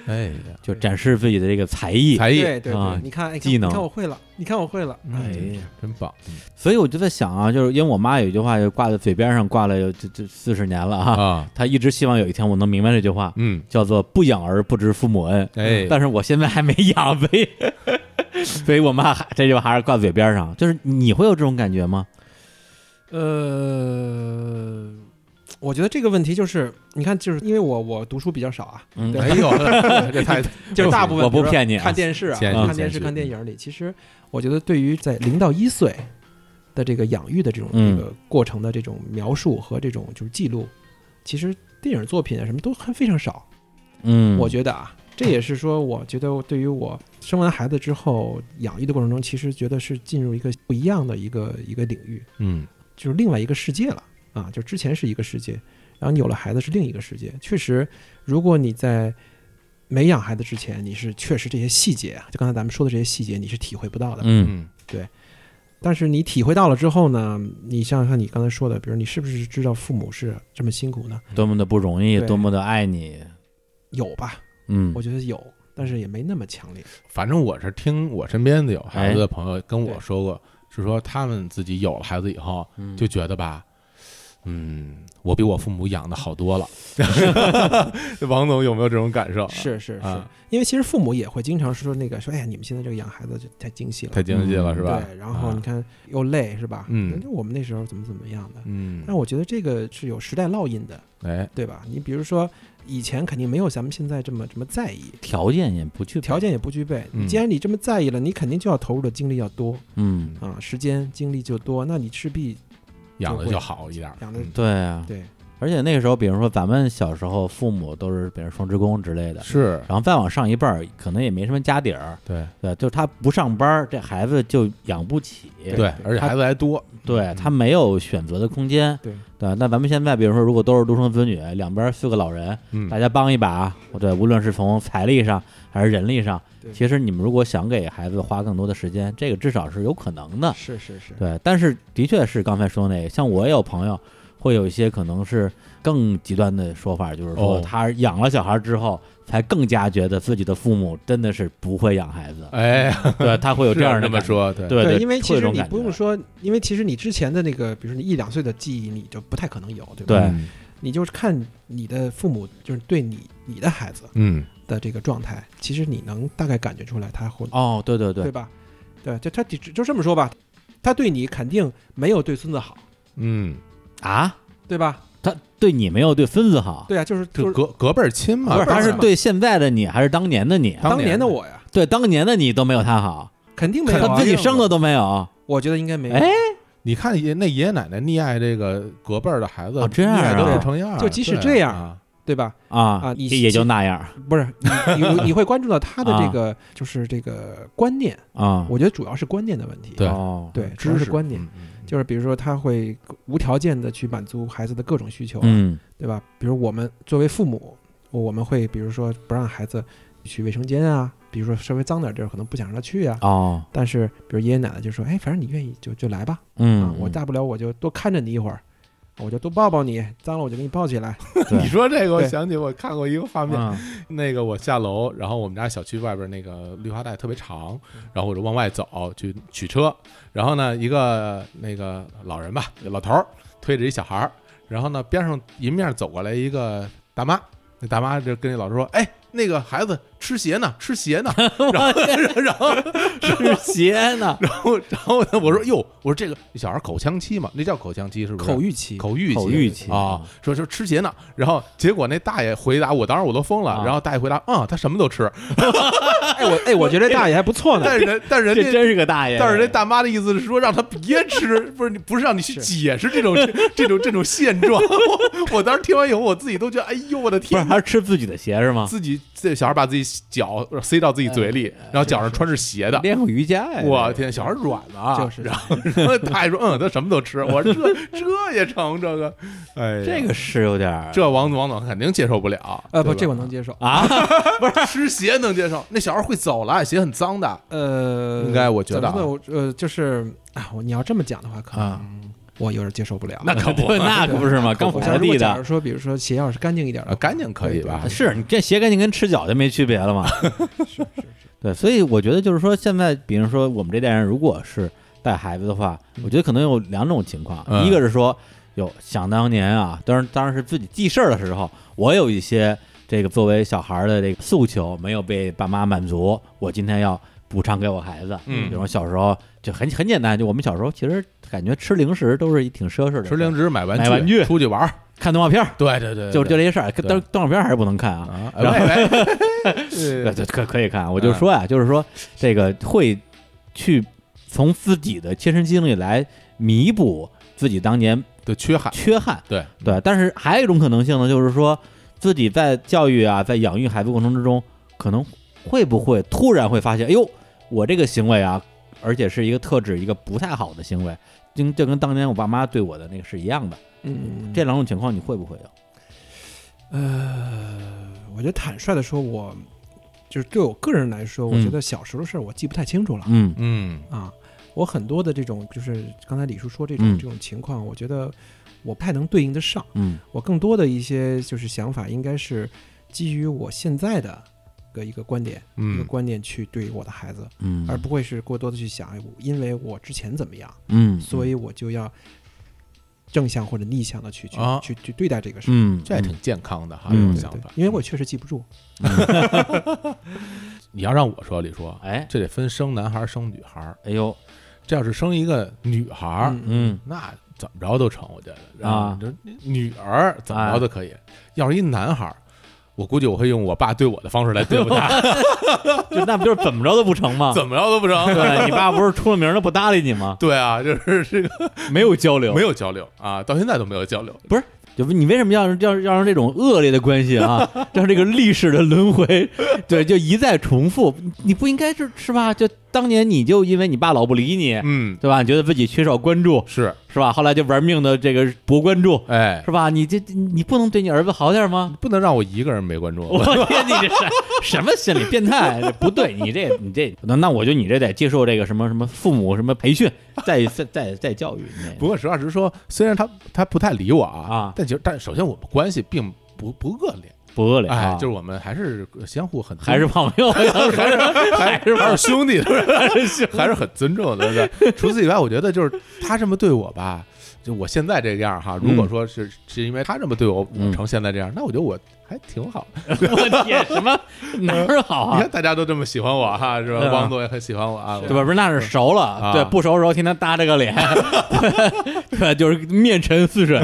Speaker 2: 哎呀，
Speaker 1: 就展示自己的这个才艺，
Speaker 2: 才艺，
Speaker 3: 对对
Speaker 1: 啊
Speaker 3: 对，你看哎
Speaker 1: 技能
Speaker 3: 你看我会了，你看我会了，
Speaker 1: 哎
Speaker 3: 哎
Speaker 1: 呀，
Speaker 2: 真棒，
Speaker 1: 所以我就在想啊，就是因为我妈有一句话就挂在嘴边上，挂了有这这四十年了啊，
Speaker 2: 啊，
Speaker 1: 她一直希望有一天我能明白这句话，
Speaker 2: 嗯，
Speaker 1: 叫做“不养儿不知父母恩”。
Speaker 2: 哎
Speaker 1: 但是我现在还没养，所以所以我妈还这句话还是挂嘴边上。就是你会有这种感觉吗？
Speaker 3: 呃，我觉得这个问题就是你看就是因为我我读书比较少啊，
Speaker 1: 嗯，
Speaker 3: 对
Speaker 2: 哎呦，这太
Speaker 3: 就是大部分
Speaker 1: 我不
Speaker 3: 比如说
Speaker 1: 骗你啊
Speaker 3: 看电视啊，
Speaker 2: 谦虚
Speaker 3: 看电
Speaker 2: 谦
Speaker 3: 视、
Speaker 2: 虚
Speaker 3: 看电
Speaker 1: 嗯
Speaker 3: 影里，其实我觉得对于在零到一岁的这个养育的这种
Speaker 1: 嗯
Speaker 3: 这个过程的这种描述和这种就是记录，其实电影作品啊什么都还非常少。
Speaker 1: 嗯，
Speaker 3: 我觉得啊，这也是说，我觉得对于我生完孩子之后养育的过程中，其实觉得是进入一个不一样的一个一个领域，
Speaker 2: 嗯
Speaker 3: 就是另外一个世界了啊！就之前是一个世界，然后你有了孩子是另一个世界。确实，如果你在没养孩子之前，你是确实这些细节啊，就刚才咱们说的这些细节，你是体会不到的。
Speaker 1: 嗯，
Speaker 2: 嗯
Speaker 3: 但是你体会到了之后呢，你像像你刚才说的，比如你是不是知道父母是这么辛苦呢？
Speaker 1: 多么的不容易，
Speaker 3: 嗯对
Speaker 1: 多么的爱你，
Speaker 3: 有吧，
Speaker 1: 嗯
Speaker 3: 我，觉得有，但是也没那么强烈。
Speaker 2: 反正我是听我身边的有孩子的朋友跟我说过，是说他们自己有了孩子以后，就觉得吧，嗯，我比我父母养的好多了。王总有没有这种感受？
Speaker 3: 是是是，
Speaker 2: 啊
Speaker 3: 因为其实父母也会经常说那个说，哎呀，你们现在这个养孩子就太精细了，
Speaker 2: 太经济了，
Speaker 1: 嗯
Speaker 2: 是吧？
Speaker 3: 对，然后
Speaker 2: 啊
Speaker 3: 你看又累是吧？
Speaker 2: 嗯
Speaker 3: 那我们那时候怎么怎么样的？
Speaker 2: 嗯，
Speaker 3: 但我觉得这个是有时代烙印的，
Speaker 2: 哎，
Speaker 3: 对吧？你比如说以前肯定没有咱们现在这么这么在意，
Speaker 1: 条件也不具备
Speaker 3: 条，件也不具备。
Speaker 2: 嗯
Speaker 3: 既然你这么在意了，你肯定就要投入的精力要多
Speaker 1: 嗯，
Speaker 3: 啊，时间精力就多，那你势必
Speaker 2: 养的就好一点儿，
Speaker 3: 养得
Speaker 2: 嗯
Speaker 1: 对啊，
Speaker 3: 对
Speaker 1: 而且那个时候，比如说咱们小时候，父母都是比如双职工之类的，
Speaker 2: 是，
Speaker 1: 然后再往上一辈儿，可能也没什么家底儿，
Speaker 2: 对
Speaker 1: 对，就是他不上班儿，这孩子就养不起，
Speaker 2: 对，而且
Speaker 1: 他
Speaker 2: 孩子还多，
Speaker 1: 对他没有选择的空间，
Speaker 3: 对
Speaker 1: 对。那咱们现在，比如说，如果都是独生子女，两边儿四个老人，
Speaker 2: 嗯
Speaker 1: 大家帮一把，对，无论是从财力上还是人力上
Speaker 3: 对，
Speaker 1: 其实你们如果想给孩子花更多的时间，这个至少是有可能的，
Speaker 3: 是是是，
Speaker 1: 对。但是的确是刚才说那个，像我也有朋友会有一些可能是更极端的说法，就是说
Speaker 2: 哦
Speaker 1: 他养了小孩之后，才更加觉得自己的父母真的是不会养孩 子，
Speaker 2: 哎，
Speaker 1: 对他会有
Speaker 2: 是
Speaker 1: 这样
Speaker 2: 这
Speaker 1: 的
Speaker 2: 么
Speaker 1: 感觉，
Speaker 2: 说，对，
Speaker 1: 对对，
Speaker 3: 因为
Speaker 1: 会
Speaker 3: 其
Speaker 1: 有这
Speaker 3: 实
Speaker 1: 种
Speaker 3: 你
Speaker 1: 感
Speaker 3: 不
Speaker 1: 觉啊
Speaker 3: 用说，因为其实你之前的那个，比如说你一两岁的记忆，你就不太可能有，对吧？
Speaker 1: 对
Speaker 2: 嗯
Speaker 3: 你就是看你的父母，就是对你你的孩子
Speaker 2: 嗯，
Speaker 3: 的这个状态，其实你能大概感觉出来他会
Speaker 1: 哦，对对对，
Speaker 3: 吧？对，就他就就这么说吧，他对你肯定没有对孙子好，
Speaker 2: 嗯，
Speaker 1: 啊，
Speaker 3: 对吧？
Speaker 1: 他对你没有对孙子好，
Speaker 3: 对啊，就是就
Speaker 2: 这
Speaker 3: 是
Speaker 2: 隔隔辈儿亲嘛，
Speaker 1: 不是
Speaker 3: 辈儿
Speaker 1: 他是
Speaker 3: 嘛
Speaker 1: 对现在的你还是当年的你？
Speaker 2: 当
Speaker 3: 当
Speaker 2: 年
Speaker 3: 年的
Speaker 2: 的
Speaker 3: 我呀，
Speaker 1: 对当年的你都没有他好，
Speaker 3: 肯定没有、
Speaker 1: 他
Speaker 3: 啊、
Speaker 1: 自己生的，都没有。
Speaker 3: 我觉得应该没有。
Speaker 1: 哎，
Speaker 2: 你看爷那爷爷奶奶溺爱这个隔辈儿的孩子，
Speaker 1: 哦这样啊
Speaker 2: 溺爱都不成样儿，
Speaker 3: 就即使
Speaker 2: 对
Speaker 3: 这样
Speaker 2: 啊
Speaker 3: 对吧？
Speaker 1: 啊
Speaker 3: 啊你
Speaker 1: 也就那样
Speaker 3: 不是你你你会关注到他的这个、就是这个观念，
Speaker 1: 啊。
Speaker 3: 我觉得主要是观念的问题。
Speaker 2: 对
Speaker 1: 哦，
Speaker 3: 对，主要
Speaker 2: 知
Speaker 3: 是
Speaker 2: 识
Speaker 3: 观念，，
Speaker 2: 嗯嗯
Speaker 3: 就是比如说他会无条件的去满足孩子的各种需求，
Speaker 1: 嗯
Speaker 3: 对吧？比如我们作为父母，我们会比如说不让孩子去卫生间啊，比如说稍微脏点地儿可能不想让他去啊。
Speaker 1: 哦
Speaker 3: 但是，比如爷爷奶奶就说：“哎，反正你愿意就就来吧，啊
Speaker 1: 嗯，，
Speaker 3: 我大不了我就多看着你一会儿，啊我就多抱抱你，脏了我就给你抱起来。
Speaker 1: 对
Speaker 2: 你说这个，我
Speaker 3: 对
Speaker 2: 想起我看过一个画面，
Speaker 1: 嗯
Speaker 2: 那个我下楼，然后我们家小区外边那个绿化带特别长，
Speaker 1: 嗯
Speaker 2: 然后我就往外走去取车，然后呢，一个那个老人吧，老头儿推着一小孩儿，然后呢边上迎面走过来一个大妈，那大妈就跟那老头说：“哎，那个孩子吃鞋呢，吃鞋 呢。”然后 然后
Speaker 1: 是鞋呢，
Speaker 2: 然后然后呢，我说：“哟，我说这个小孩口腔期嘛，那叫口腔期是不是？
Speaker 3: 口欲期，
Speaker 2: 口欲
Speaker 1: 口
Speaker 2: 期
Speaker 1: 欲期
Speaker 2: 啊，说说吃鞋呢，然后结果那大爷回答我，当时我都疯了
Speaker 1: 啊，
Speaker 2: 然后大爷回答，啊，他什么都吃，
Speaker 3: 哎我哎我觉得大爷还不错 呢，
Speaker 2: 但是人但
Speaker 1: 这
Speaker 2: 是 人家。
Speaker 1: 真是哎个大爷。
Speaker 2: 但是这大妈的意思是说，让他别吃，不是你不是让你去
Speaker 3: 是
Speaker 2: 解释这种这这种这种现状。 我我当时听完以后，我自己都觉得，哎呦我的
Speaker 1: 不是
Speaker 2: 天！
Speaker 1: 还是吃自己的鞋是吗？
Speaker 2: 自己这小孩把自己脚塞到自己嘴里，
Speaker 1: 哎
Speaker 2: 然后脚上穿着鞋的，
Speaker 1: 练过瑜伽呀？
Speaker 2: 我天，小孩软了啊！
Speaker 3: 就是
Speaker 2: 然后然后大爷说，嗯，他什么都吃。我说这这也成这个，哎呀，
Speaker 1: 这个是有点儿
Speaker 2: 这王总王总肯定接受不了。
Speaker 3: 呃
Speaker 2: 对
Speaker 3: 不，
Speaker 2: 吧
Speaker 3: 这我能接受。
Speaker 1: 啊，
Speaker 2: 吃鞋能接受，那小孩会走了，鞋很脏的。
Speaker 3: 呃，
Speaker 2: 应该我觉得啊
Speaker 3: 怎么说呢我呃就是啊，我你要这么讲的话，可能我有点接受不了。
Speaker 2: 那可不
Speaker 1: 那可不是 嘛，刚
Speaker 3: 我
Speaker 1: 伏
Speaker 3: 假
Speaker 1: 在
Speaker 3: 如
Speaker 1: 地
Speaker 3: 假如
Speaker 1: 的。
Speaker 3: 说，比如说鞋要是干净一点
Speaker 2: 啊
Speaker 3: 的，
Speaker 2: 干净可以吧？
Speaker 1: 是你这鞋干净跟吃脚就没区别了嘛？
Speaker 3: 是是是，
Speaker 1: 对，所以我觉得就是说，现在比如说我们这代人，如果是带孩子的话，我觉得可能有两种情况，
Speaker 2: 嗯
Speaker 1: 一个是说，有想当年啊，当然当然是自己记事儿的时候，我有一些这个作为小孩儿的这个诉求没有被爸妈满足，我今天要补偿给我孩子。
Speaker 2: 嗯
Speaker 1: 比如小时候就很很简单，就我们小时候其实感觉吃零食都是一挺奢侈的事儿，
Speaker 2: 吃零食、买玩
Speaker 1: 买玩具
Speaker 2: 出去玩儿，
Speaker 1: 看动画片儿，
Speaker 2: 对对对，
Speaker 1: 就就这些事儿，
Speaker 2: 对
Speaker 1: 但是动画片儿还是不能看啊。
Speaker 2: 啊，
Speaker 1: 然后
Speaker 2: 喂喂
Speaker 1: 对
Speaker 2: 对
Speaker 1: 对，可可以看。啊我就说呀、就是说这个会去从自己的亲身经历来弥补自己当年
Speaker 2: 的缺憾，
Speaker 1: 缺憾。
Speaker 2: 啊对
Speaker 1: 对，但是还有一种可能性呢，就是说自己在教育啊，在养育孩子过程之中，可能会不会突然会发现，哎呦，我这个行为啊，而且是一个特指一个不太好的行为，就就跟当年我爸妈对我的那个是一样的。
Speaker 3: 嗯，
Speaker 1: 这两种情况你会不会有？
Speaker 3: 呃，我觉得坦率的说，我就是对我个人来说，我
Speaker 1: 嗯
Speaker 3: 觉得小时候的事儿我记不太清楚了、
Speaker 1: 嗯
Speaker 2: 嗯
Speaker 3: 啊。我很多的这种，就是刚才李叔说这种、
Speaker 1: 嗯
Speaker 3: 这种情况，我觉得我不太能对应得上。
Speaker 1: 嗯
Speaker 3: 我更多的一些就是想法，应该是基于我现在的一个一个观点，一个
Speaker 2: 嗯
Speaker 3: 观念去对我的孩子，
Speaker 1: 嗯，
Speaker 3: 而不会是过多的去想，哎我因为我之前怎么样，
Speaker 1: 嗯，
Speaker 3: 所
Speaker 1: 以
Speaker 3: 以我就要正向或者逆向的去去
Speaker 2: 啊
Speaker 3: 去去对待这个事儿。
Speaker 1: 哦嗯，
Speaker 2: 这还挺健康的哈，这
Speaker 1: 嗯
Speaker 2: 种
Speaker 3: 对
Speaker 2: 想
Speaker 3: 对
Speaker 2: 法。
Speaker 3: 因为我确实记不住，
Speaker 2: 你要让我说，李叔，
Speaker 1: 哎
Speaker 2: 这得分生男孩儿生女孩儿。
Speaker 1: 哎呦，
Speaker 2: 这要是生一个女孩儿，
Speaker 3: 嗯
Speaker 1: 嗯
Speaker 2: 那怎么着都成，我觉得
Speaker 1: 啊，哎
Speaker 2: 这女儿怎么着都可以。要是一男孩儿，我估计我会用我爸对我的方式来对 付他，
Speaker 1: 就那不就是怎么着都不成吗？
Speaker 2: 怎么着都不成。
Speaker 1: 对你爸不是出了名儿的不搭理你吗？
Speaker 2: 对啊，就是这个
Speaker 1: 没有交流，
Speaker 2: 没有交流啊，到现在都没有交流。
Speaker 1: 就你为什么要要要让这种恶劣的关系 啊，让这个历史的轮回，对，就一再重复？你不应该是是吧？就当年你就因为你爸老不理你，
Speaker 2: 嗯，
Speaker 1: 对吧？你觉得自己缺少关注，
Speaker 2: 是，
Speaker 1: 是吧？后来就玩命的这个博关注，
Speaker 2: 哎，
Speaker 1: 是吧？你这你不能对你儿子好点吗？
Speaker 2: 不能让我一个人没 关注。
Speaker 1: 我天，你这是什么心理变态？这不对，你 这你这那那我觉得你这得接受这个什么什么父母什么培 训，再再再再教育你。
Speaker 2: 不过实话实说，虽然他他不太理我
Speaker 1: 啊
Speaker 2: 但就但首先我们关系并不不恶劣，
Speaker 1: 不恶劣
Speaker 2: 哎，
Speaker 1: 啊，
Speaker 2: 就是我们还是相互很
Speaker 1: 还是朋友，还是 还是
Speaker 2: 还是兄弟， 还是很尊重的。对不对除此以外，我觉得就是他这么对我吧，就我现在这个样儿哈。如果说是是因为他这么对我，
Speaker 1: 嗯
Speaker 2: 我成现在这样，那我觉得我还挺好。
Speaker 1: 我天，什么哪儿好啊
Speaker 2: 你 看？大家都这么喜欢我哈，是吧
Speaker 1: 对？啊
Speaker 2: 汪总也很喜欢我啊，
Speaker 3: 是
Speaker 1: 对吧？不是那是熟了，
Speaker 2: 啊
Speaker 1: 对，不熟的时候天天搭着个脸， 对，就是面沉似水，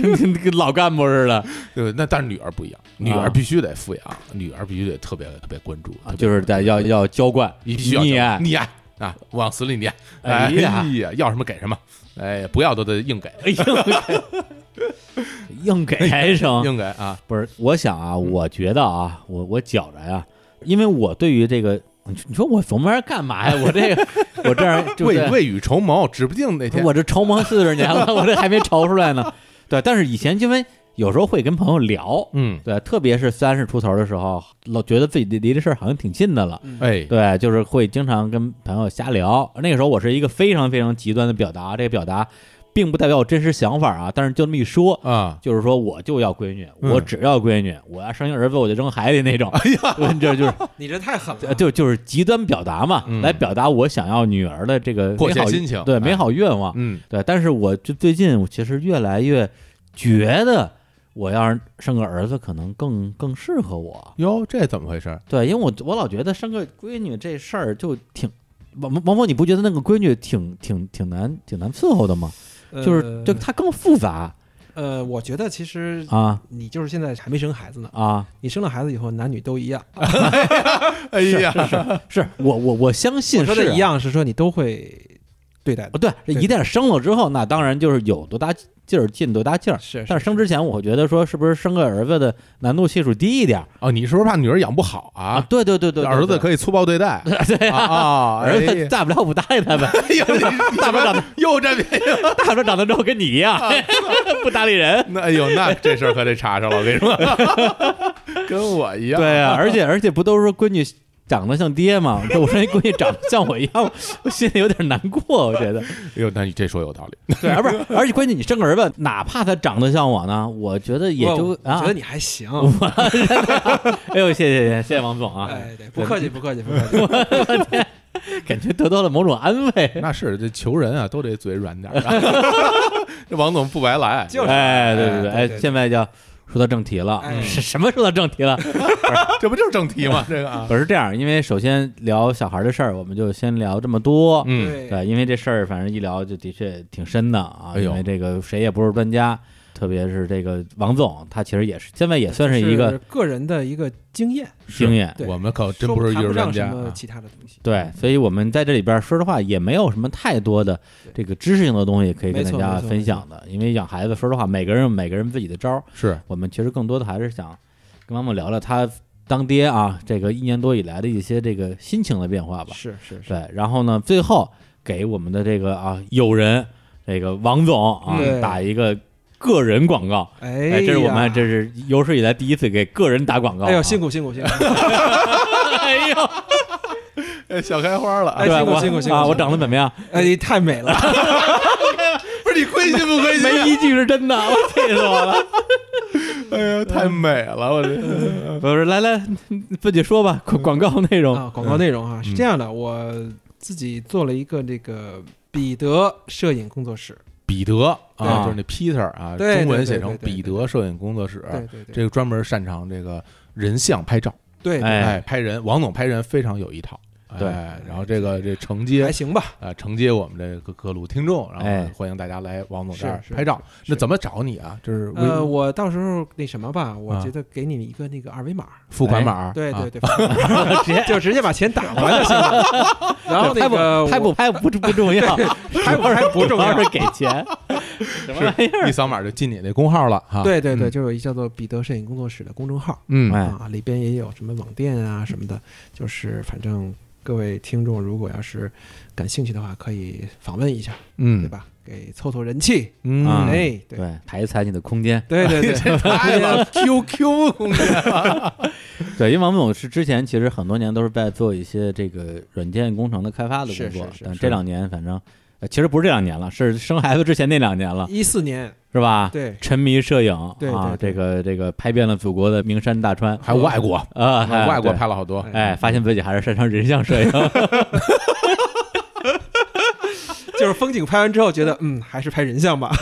Speaker 1: 跟跟跟老干部似的
Speaker 2: 对吧？那但是女儿不一样，女
Speaker 1: 啊
Speaker 2: 儿必须得富养，女儿必须得特别特别关注，特
Speaker 1: 啊，
Speaker 2: 别
Speaker 1: 就是在要要娇惯、
Speaker 2: 必须要
Speaker 1: 溺爱。
Speaker 2: 溺爱啊，往死里溺爱。
Speaker 1: 哎呀
Speaker 2: 呀，要什么给什么，哎，不要都得硬给，
Speaker 1: 硬给硬给还成？
Speaker 2: 硬给啊。
Speaker 1: 不是，我想啊，我觉得啊，我我觉着呀、因为我对于这个，你你说我琢磨着干嘛呀？我这个，我这样就
Speaker 2: 未未雨绸缪，指不定哪天
Speaker 1: 我这筹谋四十年了，我这还没筹出来呢。对，但是以前因为有时候会跟朋友聊，
Speaker 2: 嗯，
Speaker 1: 对，特别是三十出头的时候，老觉得自己离离这事儿好像挺近的了。
Speaker 2: 哎，
Speaker 1: 对，就是会经常跟朋友瞎聊。那个时候我是一个非常非常极端的表达，这个表达并不代表我真实想法啊，但是就那么一说，
Speaker 2: 啊，
Speaker 1: 就是说我就要闺女，
Speaker 2: 嗯
Speaker 1: 我只要闺女，我要生一儿子我就扔海里那种。
Speaker 2: 哎呀，
Speaker 1: 你这 就是
Speaker 3: 你这太狠
Speaker 1: 呃就就是极端表达嘛，
Speaker 2: 嗯
Speaker 1: 来表达我想要女儿的这个
Speaker 2: 迫
Speaker 1: 美
Speaker 2: 切
Speaker 1: 好
Speaker 2: 心情
Speaker 1: 对
Speaker 2: 哎
Speaker 1: 美好愿望。
Speaker 2: 嗯
Speaker 1: 对，但是我就最近我其实越来越觉得，我要是生个儿子可能更更适合我。
Speaker 2: 哟，这怎么回事？
Speaker 1: 对，因为我我老觉得生个闺女这事儿就挺。王王峰，你不觉得那个闺女挺挺挺难挺难伺候的吗？就是就她更复杂
Speaker 3: 呃，我觉得其实
Speaker 1: 啊
Speaker 3: 你就是现在还没生孩子呢，
Speaker 1: 啊！
Speaker 3: 你生了孩子以后男女都一样。
Speaker 2: 哎呀，
Speaker 1: 是我我我相信
Speaker 3: 我说
Speaker 1: 是
Speaker 3: 的
Speaker 1: 啊
Speaker 3: 一，样是说你都会对待
Speaker 1: 不
Speaker 3: 的，
Speaker 1: 哦对，这一旦生了之后，那当然就是有多大劲儿尽多大劲儿。
Speaker 3: 是
Speaker 1: 但是生之前，我觉得说是不是生个儿子的难度系数低一点儿
Speaker 2: 哦，你是不是怕女儿养不好啊？
Speaker 1: 对对对对，对
Speaker 2: 儿
Speaker 1: 对
Speaker 2: 子可以粗暴 对待
Speaker 1: 对呀、
Speaker 2: 啊，
Speaker 1: 儿子大不了不搭理他呗，
Speaker 2: 哎呀，
Speaker 1: 大
Speaker 2: 大
Speaker 1: 不了长
Speaker 2: 又占便宜了，
Speaker 1: 大不了长大之后跟你一样， 不搭理 人。
Speaker 2: 那哎呦，那这事儿可得查上了，我跟 你说，跟我一样，
Speaker 1: 对啊，而且而且不都是说闺女长得像爹吗？我说那闺女长得像我一样， 我心里有点难过，我觉得。
Speaker 2: 哎呦，那你这说有道理，
Speaker 1: 对，而不是，而且关键你生个儿子，哪怕他长得像我呢，我觉得也
Speaker 3: 我
Speaker 1: 就
Speaker 3: 哦我
Speaker 1: 啊
Speaker 3: 觉得，你还行。
Speaker 1: 哎呦，谢谢谢谢谢谢王总啊，
Speaker 3: 哎，对，不客气，不客气，不客气。
Speaker 1: 感觉得到了某种安慰。
Speaker 2: 那是这求人啊，都得嘴软点儿啊， 这王总不白来，
Speaker 3: 就是
Speaker 1: 哎，对对
Speaker 3: 哎对
Speaker 1: 哎，
Speaker 3: 对
Speaker 1: 现在就说到正题了，
Speaker 3: 哎
Speaker 1: 是 什么说到正题了？
Speaker 2: 这不就是正题吗？这个啊，
Speaker 1: 我是这样，因为首先聊小孩的事儿，我们就先聊这么多，
Speaker 2: 嗯，
Speaker 3: 对，
Speaker 1: 对，因为这事儿反正一聊就的确挺深的啊，
Speaker 2: 哎呦
Speaker 1: 因为这个谁也不是专家，特别是这个王总，他其实也是现在也算是一个
Speaker 3: 个人的一个经验，
Speaker 1: 经验，
Speaker 3: 对
Speaker 2: 我们可哦真
Speaker 3: 说
Speaker 2: 不是
Speaker 3: 谈
Speaker 2: 育
Speaker 3: 不
Speaker 2: 儿专
Speaker 3: 上
Speaker 2: 家
Speaker 3: 什
Speaker 2: 啊
Speaker 3: 么，其他的东西。
Speaker 1: 对，所以我们在这里边儿说实话也没有什么太多的这
Speaker 3: 对
Speaker 1: 个知识性的东西可以跟大
Speaker 3: 没错
Speaker 1: 家
Speaker 3: 没错
Speaker 1: 分享的，因为养孩子说实话每个人有每个人自己的招儿，
Speaker 2: 是
Speaker 1: 我们其实更多的还是想跟妈妈聊聊他当爹啊这个一年多以来的一些这个心情的变化吧，
Speaker 3: 是是是，
Speaker 1: 对，然后呢，最后给我们的这个啊友人，这个王总啊
Speaker 3: 对
Speaker 1: 打一个个人广告。
Speaker 3: 哎
Speaker 1: 哎，
Speaker 3: 呀，
Speaker 1: 这是我们这是有史以来第一次给个人打广告、
Speaker 3: 哎呦，辛
Speaker 1: 苦！
Speaker 3: 苦辛苦辛苦，
Speaker 1: 哎呦，
Speaker 2: 哎小开花了啊
Speaker 3: 哎
Speaker 1: 对吧？
Speaker 3: 辛苦
Speaker 1: 我
Speaker 3: 辛苦辛苦
Speaker 1: 啊！
Speaker 3: 辛苦
Speaker 1: 我长得怎么样？
Speaker 3: 哎，你太美 了，
Speaker 2: 不是你亏心不亏心？啊
Speaker 1: 没一句是真的，我气死我了！
Speaker 2: 哎呀，太美了，我
Speaker 3: 嗯
Speaker 2: 这
Speaker 1: 我说来来，自己说吧，广广告内容。
Speaker 3: 啊，广告内容啊
Speaker 1: 嗯
Speaker 3: 是这样的，我自己做了一个这个彼得摄影工作室，
Speaker 2: 彼得
Speaker 1: 对
Speaker 2: 啊，就是那 Peter 啊，
Speaker 3: 对
Speaker 2: 中文
Speaker 3: 对对
Speaker 2: 写
Speaker 3: 对
Speaker 2: 成
Speaker 3: 对
Speaker 2: 彼得摄影工作
Speaker 1: 啊
Speaker 2: 室，啊
Speaker 3: 对对对，
Speaker 2: 这个专门擅长这个人像拍照，
Speaker 3: 对对
Speaker 1: 哎
Speaker 2: 哎，拍人，王总拍人非常有一套。
Speaker 1: 对
Speaker 2: 哎然后这个这承
Speaker 3: 对
Speaker 2: 接
Speaker 3: 还行吧，
Speaker 2: 啊，承接我们这个各路听众，然
Speaker 1: 哎
Speaker 2: 后欢迎大家来王总
Speaker 3: 是
Speaker 2: 这儿
Speaker 3: 是
Speaker 2: 拍照。
Speaker 3: 是
Speaker 2: 那怎么找你啊？就是微
Speaker 3: 呃，我到时候那什么吧，我
Speaker 2: 啊
Speaker 3: 觉得给你们一个那个二维码，
Speaker 2: 付款码，
Speaker 3: 对
Speaker 2: 啊
Speaker 3: 对，对， 就直接把钱打过来就行了。 然后那个
Speaker 1: 拍不拍不不不重 要，
Speaker 3: 拍不拍不重
Speaker 1: 主
Speaker 3: 要
Speaker 1: 要，是给 钱。什么玩意儿？
Speaker 2: 一扫码就进你那公号了哈。
Speaker 3: 对对对，
Speaker 2: 嗯，
Speaker 3: 就有一叫做彼得摄影工作室的公众号
Speaker 2: 嗯，
Speaker 1: 哎
Speaker 3: 啊，里边也有什么网店啊什么的，就是反正各位听众如果要是感兴趣的话，可以访问一下，
Speaker 2: 嗯，
Speaker 3: 对？吧？给凑凑人气，
Speaker 2: 嗯，
Speaker 1: 啊
Speaker 2: 哎
Speaker 3: 哎，对
Speaker 1: 对，踩一踩你的空间。
Speaker 3: 对对对，哎
Speaker 2: 太了 QQ 空间
Speaker 1: 对，因为王总是之前其实很多年都是在做一些这个软件工程的开发的工作
Speaker 3: 是是，是
Speaker 1: 但
Speaker 3: 是
Speaker 1: 这两年反正呃其实不是这两年了，是生孩子之前那两年了，
Speaker 3: 一四年，
Speaker 1: 是吧？
Speaker 3: 对
Speaker 1: 沉迷摄影
Speaker 3: 对
Speaker 1: 啊，
Speaker 3: 对
Speaker 1: 这个这个拍遍了祖国的名山大川
Speaker 2: 还有外国，
Speaker 1: 啊，哎
Speaker 2: 外国
Speaker 1: 对
Speaker 2: 拍了好多，
Speaker 3: 嗯
Speaker 1: 哎，发现自己还是擅长人像摄影，
Speaker 3: 就是风景拍完之后觉得，嗯，还是拍人像吧。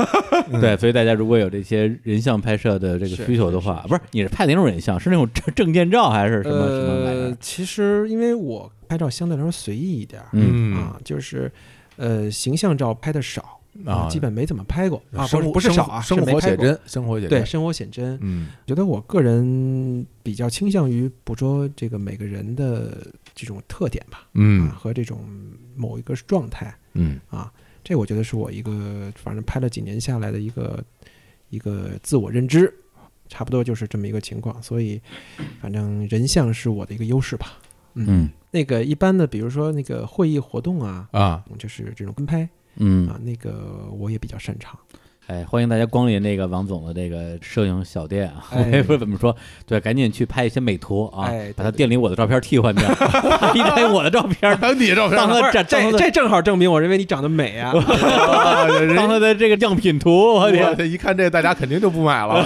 Speaker 2: 嗯
Speaker 1: 对，所以大家如果有这些人像拍摄的这个
Speaker 3: 是
Speaker 1: 需求的话，不是你是拍哪种人像？是那种证证件照还是什么什么玩意
Speaker 3: 呃
Speaker 1: 儿，？
Speaker 3: 其实因为我拍照相对来说随意一点儿
Speaker 1: 嗯
Speaker 3: 啊，就是呃形象照拍的少
Speaker 2: 啊，
Speaker 3: 基本没怎么拍过啊，不
Speaker 2: 生
Speaker 3: 是
Speaker 2: 活
Speaker 3: 不是
Speaker 2: 生
Speaker 3: 少啊，
Speaker 2: 生
Speaker 3: 是没
Speaker 2: 活
Speaker 3: 拍
Speaker 2: 写
Speaker 3: 过。
Speaker 2: 真，生活写真
Speaker 3: 对，，生活写真，
Speaker 2: 嗯
Speaker 3: 觉得我个人比较倾向于捕捉这个每个人的这种特点吧，啊，
Speaker 2: 嗯
Speaker 3: 和这种某一个状态
Speaker 2: 嗯
Speaker 3: 啊，这我觉得是我一个反正拍了几年下来的一个一个自我认知，差不多就是这么一个情况，所以反正人像是我的一个优势吧。
Speaker 1: 嗯
Speaker 3: 那个一般的，比如说那个会议活动啊，
Speaker 2: 啊，
Speaker 3: 就是这种跟拍
Speaker 1: 嗯，
Speaker 3: 啊，那个我也比较擅长。
Speaker 1: 哎，欢迎大家光临那个王总的这个摄影小店啊！
Speaker 3: 哎
Speaker 1: 我 也不知道怎么说，对，赶紧去拍一些美图啊，
Speaker 3: 哎
Speaker 1: 把他店里我的照片替换 掉， 拍一拍我的照片，
Speaker 2: 当你照片
Speaker 1: 当
Speaker 2: 儿，
Speaker 1: 他
Speaker 3: 这
Speaker 1: 展，当他
Speaker 3: 这正好证明我认为你长得美啊！
Speaker 1: 的当他的这个样品图，我天
Speaker 2: 我，这一看这大家肯定就不买了，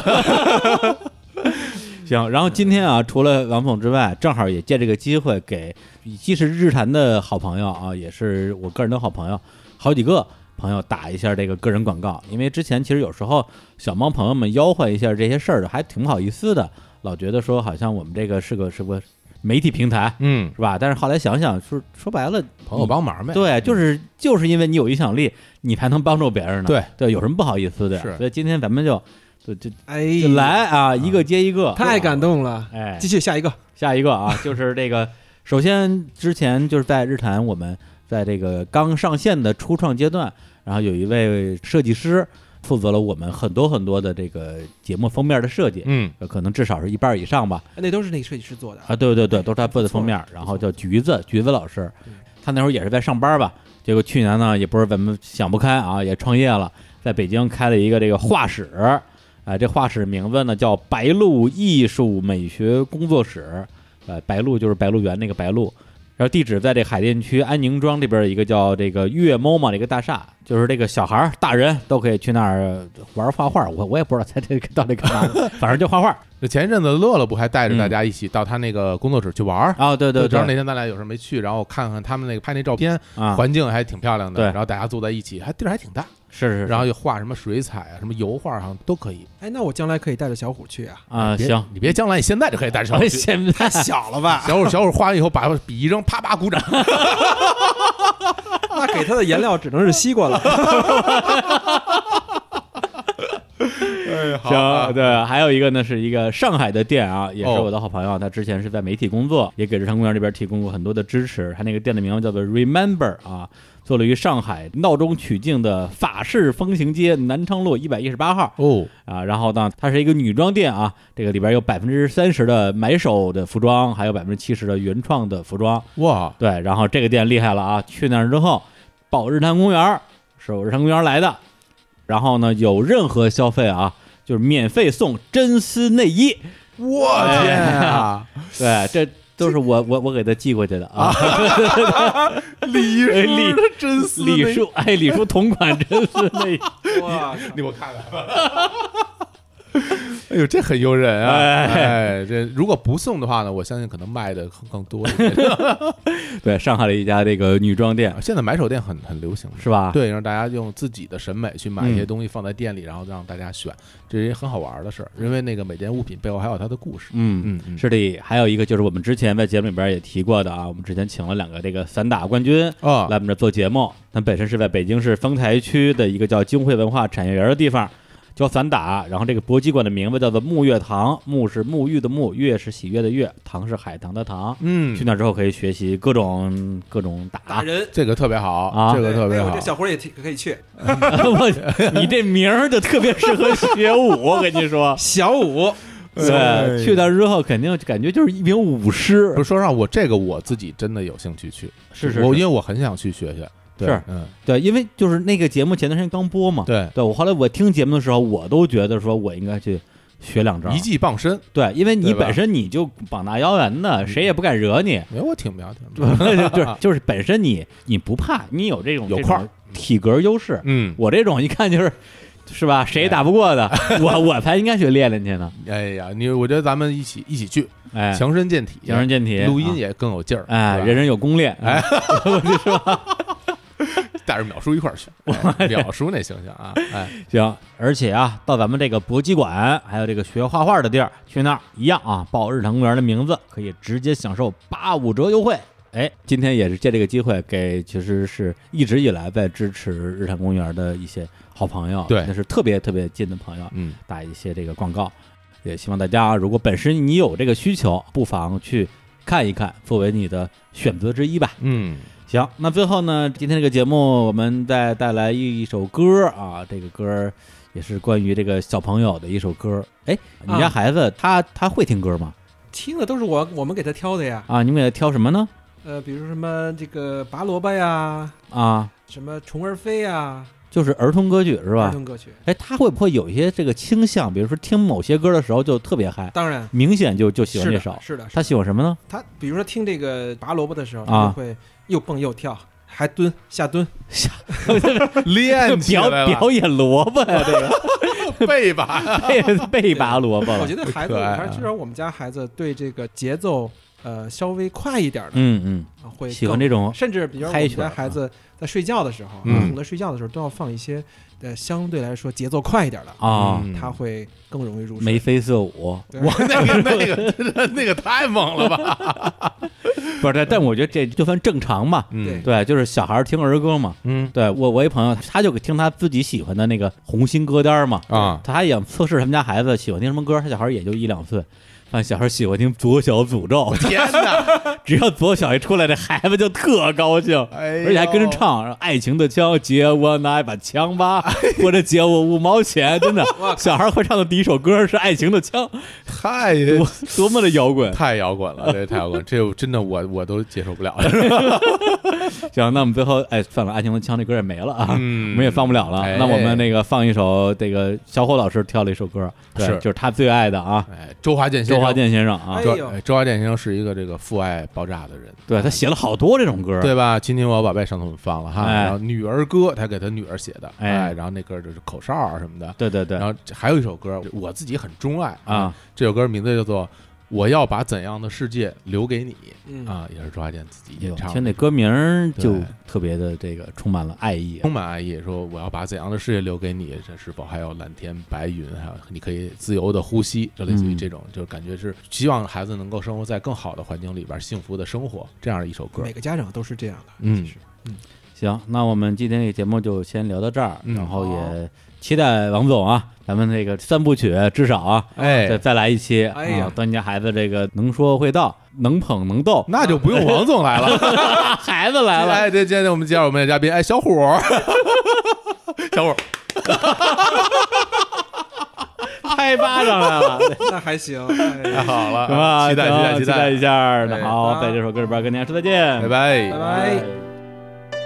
Speaker 1: 行，然后今天啊，除了王总之外，正好也借这个机会给，既是日坛的好朋友啊，也是我个人的好朋友，好几个朋友打一下这个个人广告，因为之前其实有时候小猫朋友们吆喝一下这些事儿，还挺不好意思的，老觉得说好像我们这个是个是个媒体平台。
Speaker 2: 嗯，
Speaker 1: 是吧？但是后来想想，说说白了，
Speaker 2: 朋友帮忙呗，
Speaker 1: 对，就是就是因为你有影响力，你才能帮助别人呢。
Speaker 2: 对
Speaker 1: 对，有什么不好意思的呀？
Speaker 2: 是
Speaker 1: 所以今天咱们就就就
Speaker 3: 哎，
Speaker 1: 就，来啊，一个接一个，
Speaker 3: 太感动了！
Speaker 1: 哎
Speaker 3: 继，续下一个，
Speaker 1: 下一个啊， 就是这个，首先之前就是在日坛，我们在这个刚上线的初创阶段，然后有一位设计师负责了我们很多很多的这个节目封面的设计，
Speaker 2: 嗯
Speaker 1: 呃可能至少是一半以上吧。
Speaker 3: 那都是那个设计师做的
Speaker 1: 啊，对对对，都是他做的封面，然后叫橘子，橘子老师，他那会儿也是在上班吧。结果去年呢，也不是怎么想不开啊，也创业了，在北京开了一个这个画室，哎、这画室名字呢叫白鹿艺术美学工作室，呃，白鹿就是白鹿原那个白鹿，然后地址在这海淀区安宁庄这边一个叫这个月 MoMA 的一个大厦，就是这个小孩儿、大人都可以去那儿玩画画，我我也不知道在这个 到底干嘛呢，反正就画画。
Speaker 2: 这前一阵子乐乐不还带着大家一起到他那个工作室去玩儿？
Speaker 1: 啊，对对
Speaker 2: 就正好那
Speaker 1: 对，
Speaker 2: 天咱俩有事没去，然后看看他们那个拍那照片，
Speaker 1: 啊，
Speaker 2: 环境还挺漂亮的。
Speaker 1: 对
Speaker 2: 然后大家坐在一起，还地儿还挺大，
Speaker 1: 是是是，
Speaker 2: 然后又画什么水彩啊、什么油画，好像都可以。
Speaker 3: 哎，那我将来可以带着小虎去啊？
Speaker 1: 啊，
Speaker 2: 别
Speaker 1: 行，
Speaker 2: 你别将来，你现在就可以带着小
Speaker 1: 哎
Speaker 2: 虎去。
Speaker 1: 现在
Speaker 3: 小了吧？
Speaker 2: 小虎，小虎画完以后，把笔一扔，啪啪鼓掌。
Speaker 3: 那给他的颜料只能是西 瓜了。
Speaker 2: 哎，好啊
Speaker 1: 行，对，还有一个呢，是一个上海的店啊，也是
Speaker 2: 哦
Speaker 1: 我的好朋友，他之前是在媒体工作，也给日常公园这边提供过很多的支持。他那个店的名字叫做 Remember 啊，坐落于上海闹中取静的法式风情街南昌路一百一十八号
Speaker 2: 哦，
Speaker 1: 啊。然后呢，它是一个女装店啊，这个里边有百分之三十的买手的服装，还有百分之七十的原创的服装。
Speaker 2: 哇，
Speaker 1: 对，然后这个店厉害了啊！去那儿之后，报日坛公园儿是我日坛公园儿来的，然后呢，有任何消费啊，就是免费送真丝内衣。哎
Speaker 2: 我天
Speaker 4: 哎
Speaker 2: 啊，
Speaker 1: 对，这都是我我我给他寄过去的 啊。
Speaker 2: 李
Speaker 1: 哎李
Speaker 2: 叔的真丝内
Speaker 1: 李叔，哎，李叔同款真丝内衣，
Speaker 3: 哇，
Speaker 2: 你给我看看。 哎呦，这很诱人啊！
Speaker 1: 哎
Speaker 2: 哎，这如果不送的话呢，我相信可能卖的更更多一点。
Speaker 1: 对，上海的一家这个女装店
Speaker 2: 现在买手店很很流行的，
Speaker 1: 是吧？
Speaker 2: 对，让大家用自己的审美去买一些
Speaker 1: 啊嗯
Speaker 2: 东西放在店里，然后让大家选，这是一个很好玩的事儿。因为那个每件物品背后还有它的故事。
Speaker 1: 嗯
Speaker 2: 嗯嗯
Speaker 1: 是的，还有一个就是我们之前在节目里边也提过的啊，我们之前请了两个这个散打冠军
Speaker 2: 啊
Speaker 1: 来我们这儿做节目，他们本身是在北京市丰台区的一个叫京汇文化产业园的地方教散打，然后这个搏击馆的名字叫做沐月堂，沐是沐浴的沐，月是喜悦的月，堂是海棠的堂。
Speaker 2: 嗯
Speaker 1: 去，那之后可以学习各种各种
Speaker 4: 打
Speaker 1: 打，
Speaker 4: 人。
Speaker 2: 这个特别好，
Speaker 1: 啊
Speaker 2: 这个特别
Speaker 4: 哎
Speaker 2: 好
Speaker 4: 呦，这。小伙儿也挺可以去。
Speaker 1: 我 你这名儿就特别适合学武，我跟你说
Speaker 4: 小五，
Speaker 2: 哎
Speaker 1: 对，去那之后肯定感觉就是一名武师
Speaker 2: 不，是说让我这个我自己真的有兴趣去，
Speaker 1: 是是
Speaker 2: 我
Speaker 1: 是
Speaker 2: 因为我很想去学学。对
Speaker 1: 是，啊
Speaker 2: 嗯，
Speaker 1: 对，因为就是那个节目前段时间刚播嘛，
Speaker 2: 对，
Speaker 1: 对我后来我听节目的时候，我都觉得说我应该去学两招
Speaker 2: 一。技傍身，
Speaker 1: 对，因为你
Speaker 2: 对吧嗯
Speaker 1: 本身你就膀大腰圆的，谁也不敢惹 你。
Speaker 2: 哎，我挺苗条的，
Speaker 1: 就是就是本身你你不怕，你有这种
Speaker 2: 有
Speaker 1: 这
Speaker 2: 块
Speaker 1: 种
Speaker 2: 儿
Speaker 1: 体格优势。
Speaker 2: 嗯，
Speaker 1: 我这种一看就是是吧，谁也打不 过的，我我才应该去练练去呢。
Speaker 2: 哎呀，你我觉得咱们一起一起去，
Speaker 1: 哎，
Speaker 2: 强身健体，
Speaker 1: 强身健体，
Speaker 2: 录音
Speaker 1: 也
Speaker 2: 也更有劲儿，
Speaker 1: 哎，
Speaker 2: 是吧
Speaker 1: 人人有攻略。
Speaker 2: 哎
Speaker 1: 嗯，
Speaker 2: 带着淼叔一块 儿去，哎淼叔那形象啊，哎，
Speaker 1: 行，而且啊，到咱们这个搏击馆，还有这个学画画的地儿，去那儿一样啊，报日坛公园的名字，可以直接享受八五折优惠。哎，今天也是借这个机会给，其实是一直以来在支持日坛公园的一些好朋友，
Speaker 2: 对
Speaker 1: 那是特别特别近的朋友，
Speaker 2: 嗯，
Speaker 1: 打一些这个广告。也希望大家啊，如果本身你有这个需求，不妨去看一看，作为你的选择之一吧。
Speaker 2: 嗯，
Speaker 1: 行，那最后呢，今天这个节目我们再带来一首歌啊，这个歌也是关于这个小朋友的一首歌。哎，你家
Speaker 4: 啊
Speaker 1: 孩子他他会听歌吗？
Speaker 4: 听的都是我我们给他挑的呀。
Speaker 1: 啊，你们给他挑什么呢？
Speaker 4: 呃，比如什么这个拔萝卜呀，
Speaker 1: 啊，
Speaker 4: 什么虫儿飞呀，
Speaker 1: 就是儿童歌曲是
Speaker 4: 儿
Speaker 1: 吧？
Speaker 4: 童歌曲。
Speaker 1: 哎，他会不会有一些这个倾向？比如说听某些歌的时候就特别嗨，
Speaker 4: 当然
Speaker 1: 明显就就喜欢
Speaker 4: 是
Speaker 1: 这
Speaker 4: 的，
Speaker 1: 首。
Speaker 4: 是的，是的
Speaker 1: 他喜欢什么呢？
Speaker 4: 他比如说听这个拔萝卜的时候，
Speaker 1: 啊
Speaker 4: 他就会又蹦又跳，还蹲下蹲。
Speaker 2: 练 起
Speaker 1: 表
Speaker 2: 来了，
Speaker 1: 表演萝卜呀，这个
Speaker 2: 背吧，
Speaker 1: 背背拔萝卜
Speaker 4: 我
Speaker 1: 了
Speaker 4: 觉。得孩子，
Speaker 2: 可爱啊
Speaker 4: 我还是至少我们家孩子对这个节奏呃稍微快一点的
Speaker 1: 嗯
Speaker 4: 啊
Speaker 1: 嗯，
Speaker 4: 会
Speaker 1: 喜欢
Speaker 4: 更
Speaker 1: 这种
Speaker 4: 甚至比如我
Speaker 1: 嗨
Speaker 4: 们
Speaker 1: 曲儿
Speaker 4: 家孩子在睡觉的时候，啊
Speaker 2: 嗯
Speaker 4: 儿童在睡觉的时候都要放一些呃相对来说节奏快一点的，
Speaker 1: 啊，
Speaker 2: 嗯
Speaker 4: 他会更容易入
Speaker 1: 眉
Speaker 4: 睡。
Speaker 1: 飞色舞，
Speaker 4: 对
Speaker 2: 我 那个那个真的那个太猛了吧，
Speaker 4: 嗯
Speaker 1: 不是？但但我觉得这就算正常嘛。
Speaker 2: 嗯
Speaker 4: 对
Speaker 1: 对，就是小孩儿听儿歌嘛。
Speaker 2: 嗯
Speaker 1: 对我，我一朋友，他就听他自己喜欢的那个红心歌单嘛，
Speaker 2: 啊，
Speaker 1: 他也想测试他们家孩子喜欢听什么歌，他小孩也就一两岁，发现小孩喜欢听左小诅咒，
Speaker 2: 天哪，
Speaker 1: 只要左小一出来，这孩子就特高兴，
Speaker 2: 哎呦，
Speaker 1: 而且还跟着唱《爱情的枪》，姐我拿一把枪吧，
Speaker 2: 哎
Speaker 1: 或者姐我五毛钱，真的，小孩会唱的第一首歌是《爱情的枪》，
Speaker 2: 哎太
Speaker 1: 多多么的摇滚！
Speaker 2: 太摇滚了，这太摇滚，这真的我我都接受 不了，
Speaker 1: 嗯行，那我们最后哎，算了，《爱情的枪》这歌也没了啊，
Speaker 2: 嗯
Speaker 1: 我们也放不了了。
Speaker 2: 哎
Speaker 1: 那我们那个放一首，这个小伙老师挑了一首歌，对，
Speaker 2: 是
Speaker 1: 就是他最爱的啊，
Speaker 2: 哎，周华健先
Speaker 1: 周
Speaker 2: 生，
Speaker 1: 华健先生啊，
Speaker 4: 哎
Speaker 2: 周
Speaker 4: 呦
Speaker 2: 哎周华健先生是一个这个父爱爆炸的人，
Speaker 1: 对他写了好多这种歌，
Speaker 2: 对吧？亲亲我宝贝上次我们放了哈，
Speaker 1: 哎
Speaker 2: 然后女儿歌他给他女儿写的，
Speaker 1: 哎
Speaker 2: 哎，然后那歌就是口哨啊什么的，
Speaker 1: 对对对
Speaker 2: 然后嗯这还有一首歌我自己很钟爱
Speaker 1: 啊，
Speaker 2: 这首歌名字叫做《我要把怎样的世界留给你
Speaker 4: 嗯》，
Speaker 2: 啊，也是周华健自己
Speaker 1: 哎呦
Speaker 2: 演唱
Speaker 1: 听
Speaker 2: 的。
Speaker 1: 那歌名儿就
Speaker 2: 对嗯
Speaker 1: 特别的这个充满了爱意啊
Speaker 2: 充满爱意，说我要把怎样的世界留给你？这是否还有蓝天白云？还有你可以自由的呼吸，就类似于
Speaker 1: 嗯
Speaker 2: 这种，就感觉是希望孩子能够生活在更好的环境里边，幸福的生活这样一首歌
Speaker 4: 每。个家长都是这样的。
Speaker 2: 嗯
Speaker 4: 其实
Speaker 1: 行，那我们今天这个节目就先聊到这儿，
Speaker 2: 嗯
Speaker 1: 然后也期待王总啊，咱们这个三部曲至少啊，再
Speaker 2: 哎，，
Speaker 1: 再来一期
Speaker 4: 哎呀
Speaker 1: 啊，当你家孩子这个能说会道，能捧能逗
Speaker 2: 那就不用王总来了。
Speaker 1: 啊孩子来了，
Speaker 2: 哎，这今天我们介绍我们的嘉宾，哎，小虎儿， 小虎儿，
Speaker 1: 拍巴掌来了。
Speaker 4: 那还行，哎
Speaker 2: 太好了，
Speaker 1: 啊行吧，
Speaker 2: 期待期待
Speaker 1: 期
Speaker 2: 待，
Speaker 1: 一下。那
Speaker 2: 哎
Speaker 1: 好，在这首歌里边跟大家说再见，
Speaker 2: 拜拜
Speaker 4: 拜拜。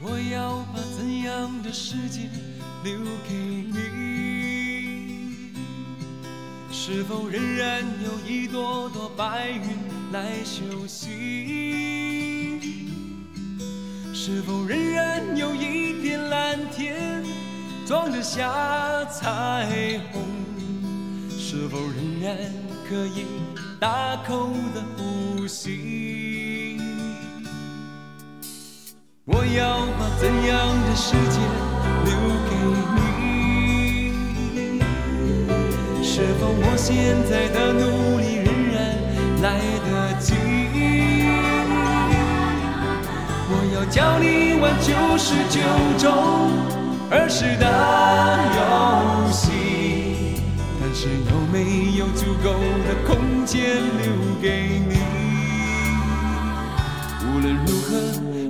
Speaker 5: 我要把怎样的世界留给你。是否仍然有一朵朵白云来休息？是否仍然有一片蓝天装着下彩虹？是否仍然可以大口的呼吸？我要把怎样的世界留给你？是否我现在的努力仍然来得及？我要教你玩九十九种儿时的游戏，但是有没有足够的空间留给你？无论如何，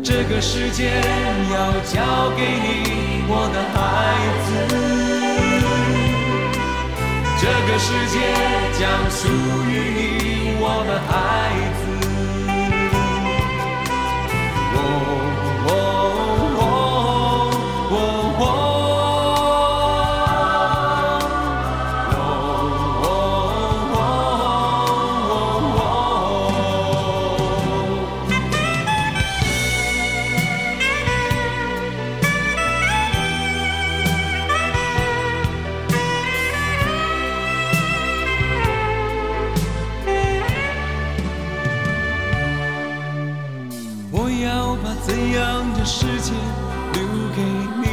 Speaker 5: 这个世界要交给你，我的孩子。这个世界将属于你，我的孩子。哦哦哦哦哦哦哦哦哦我要把怎样的世界留给你？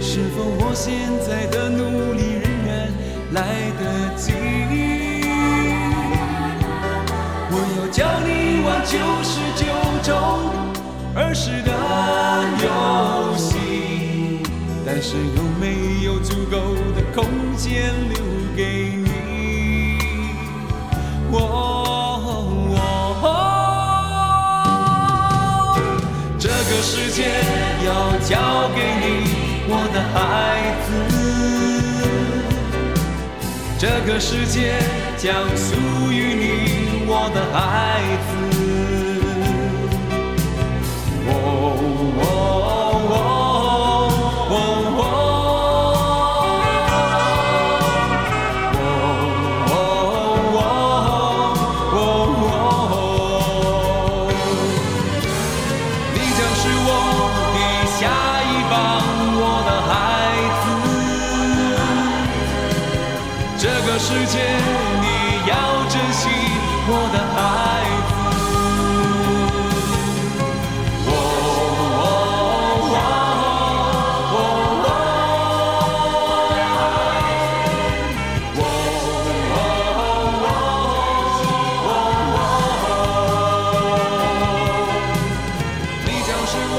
Speaker 5: 是否我现在的努力仍然来得及？我要教你玩九十九种儿时的游戏，但是有没有足够的空间留给你？哦哦这个世界要交给你，我的孩子。这个世界将属于你，我的孩子。哦哦哦哦哦哦哦哦哦你将是我的下一棒，我的孩子。这个世界你要珍惜，我的孩子。哦哦哦哦哦哦哦哦哦你将是我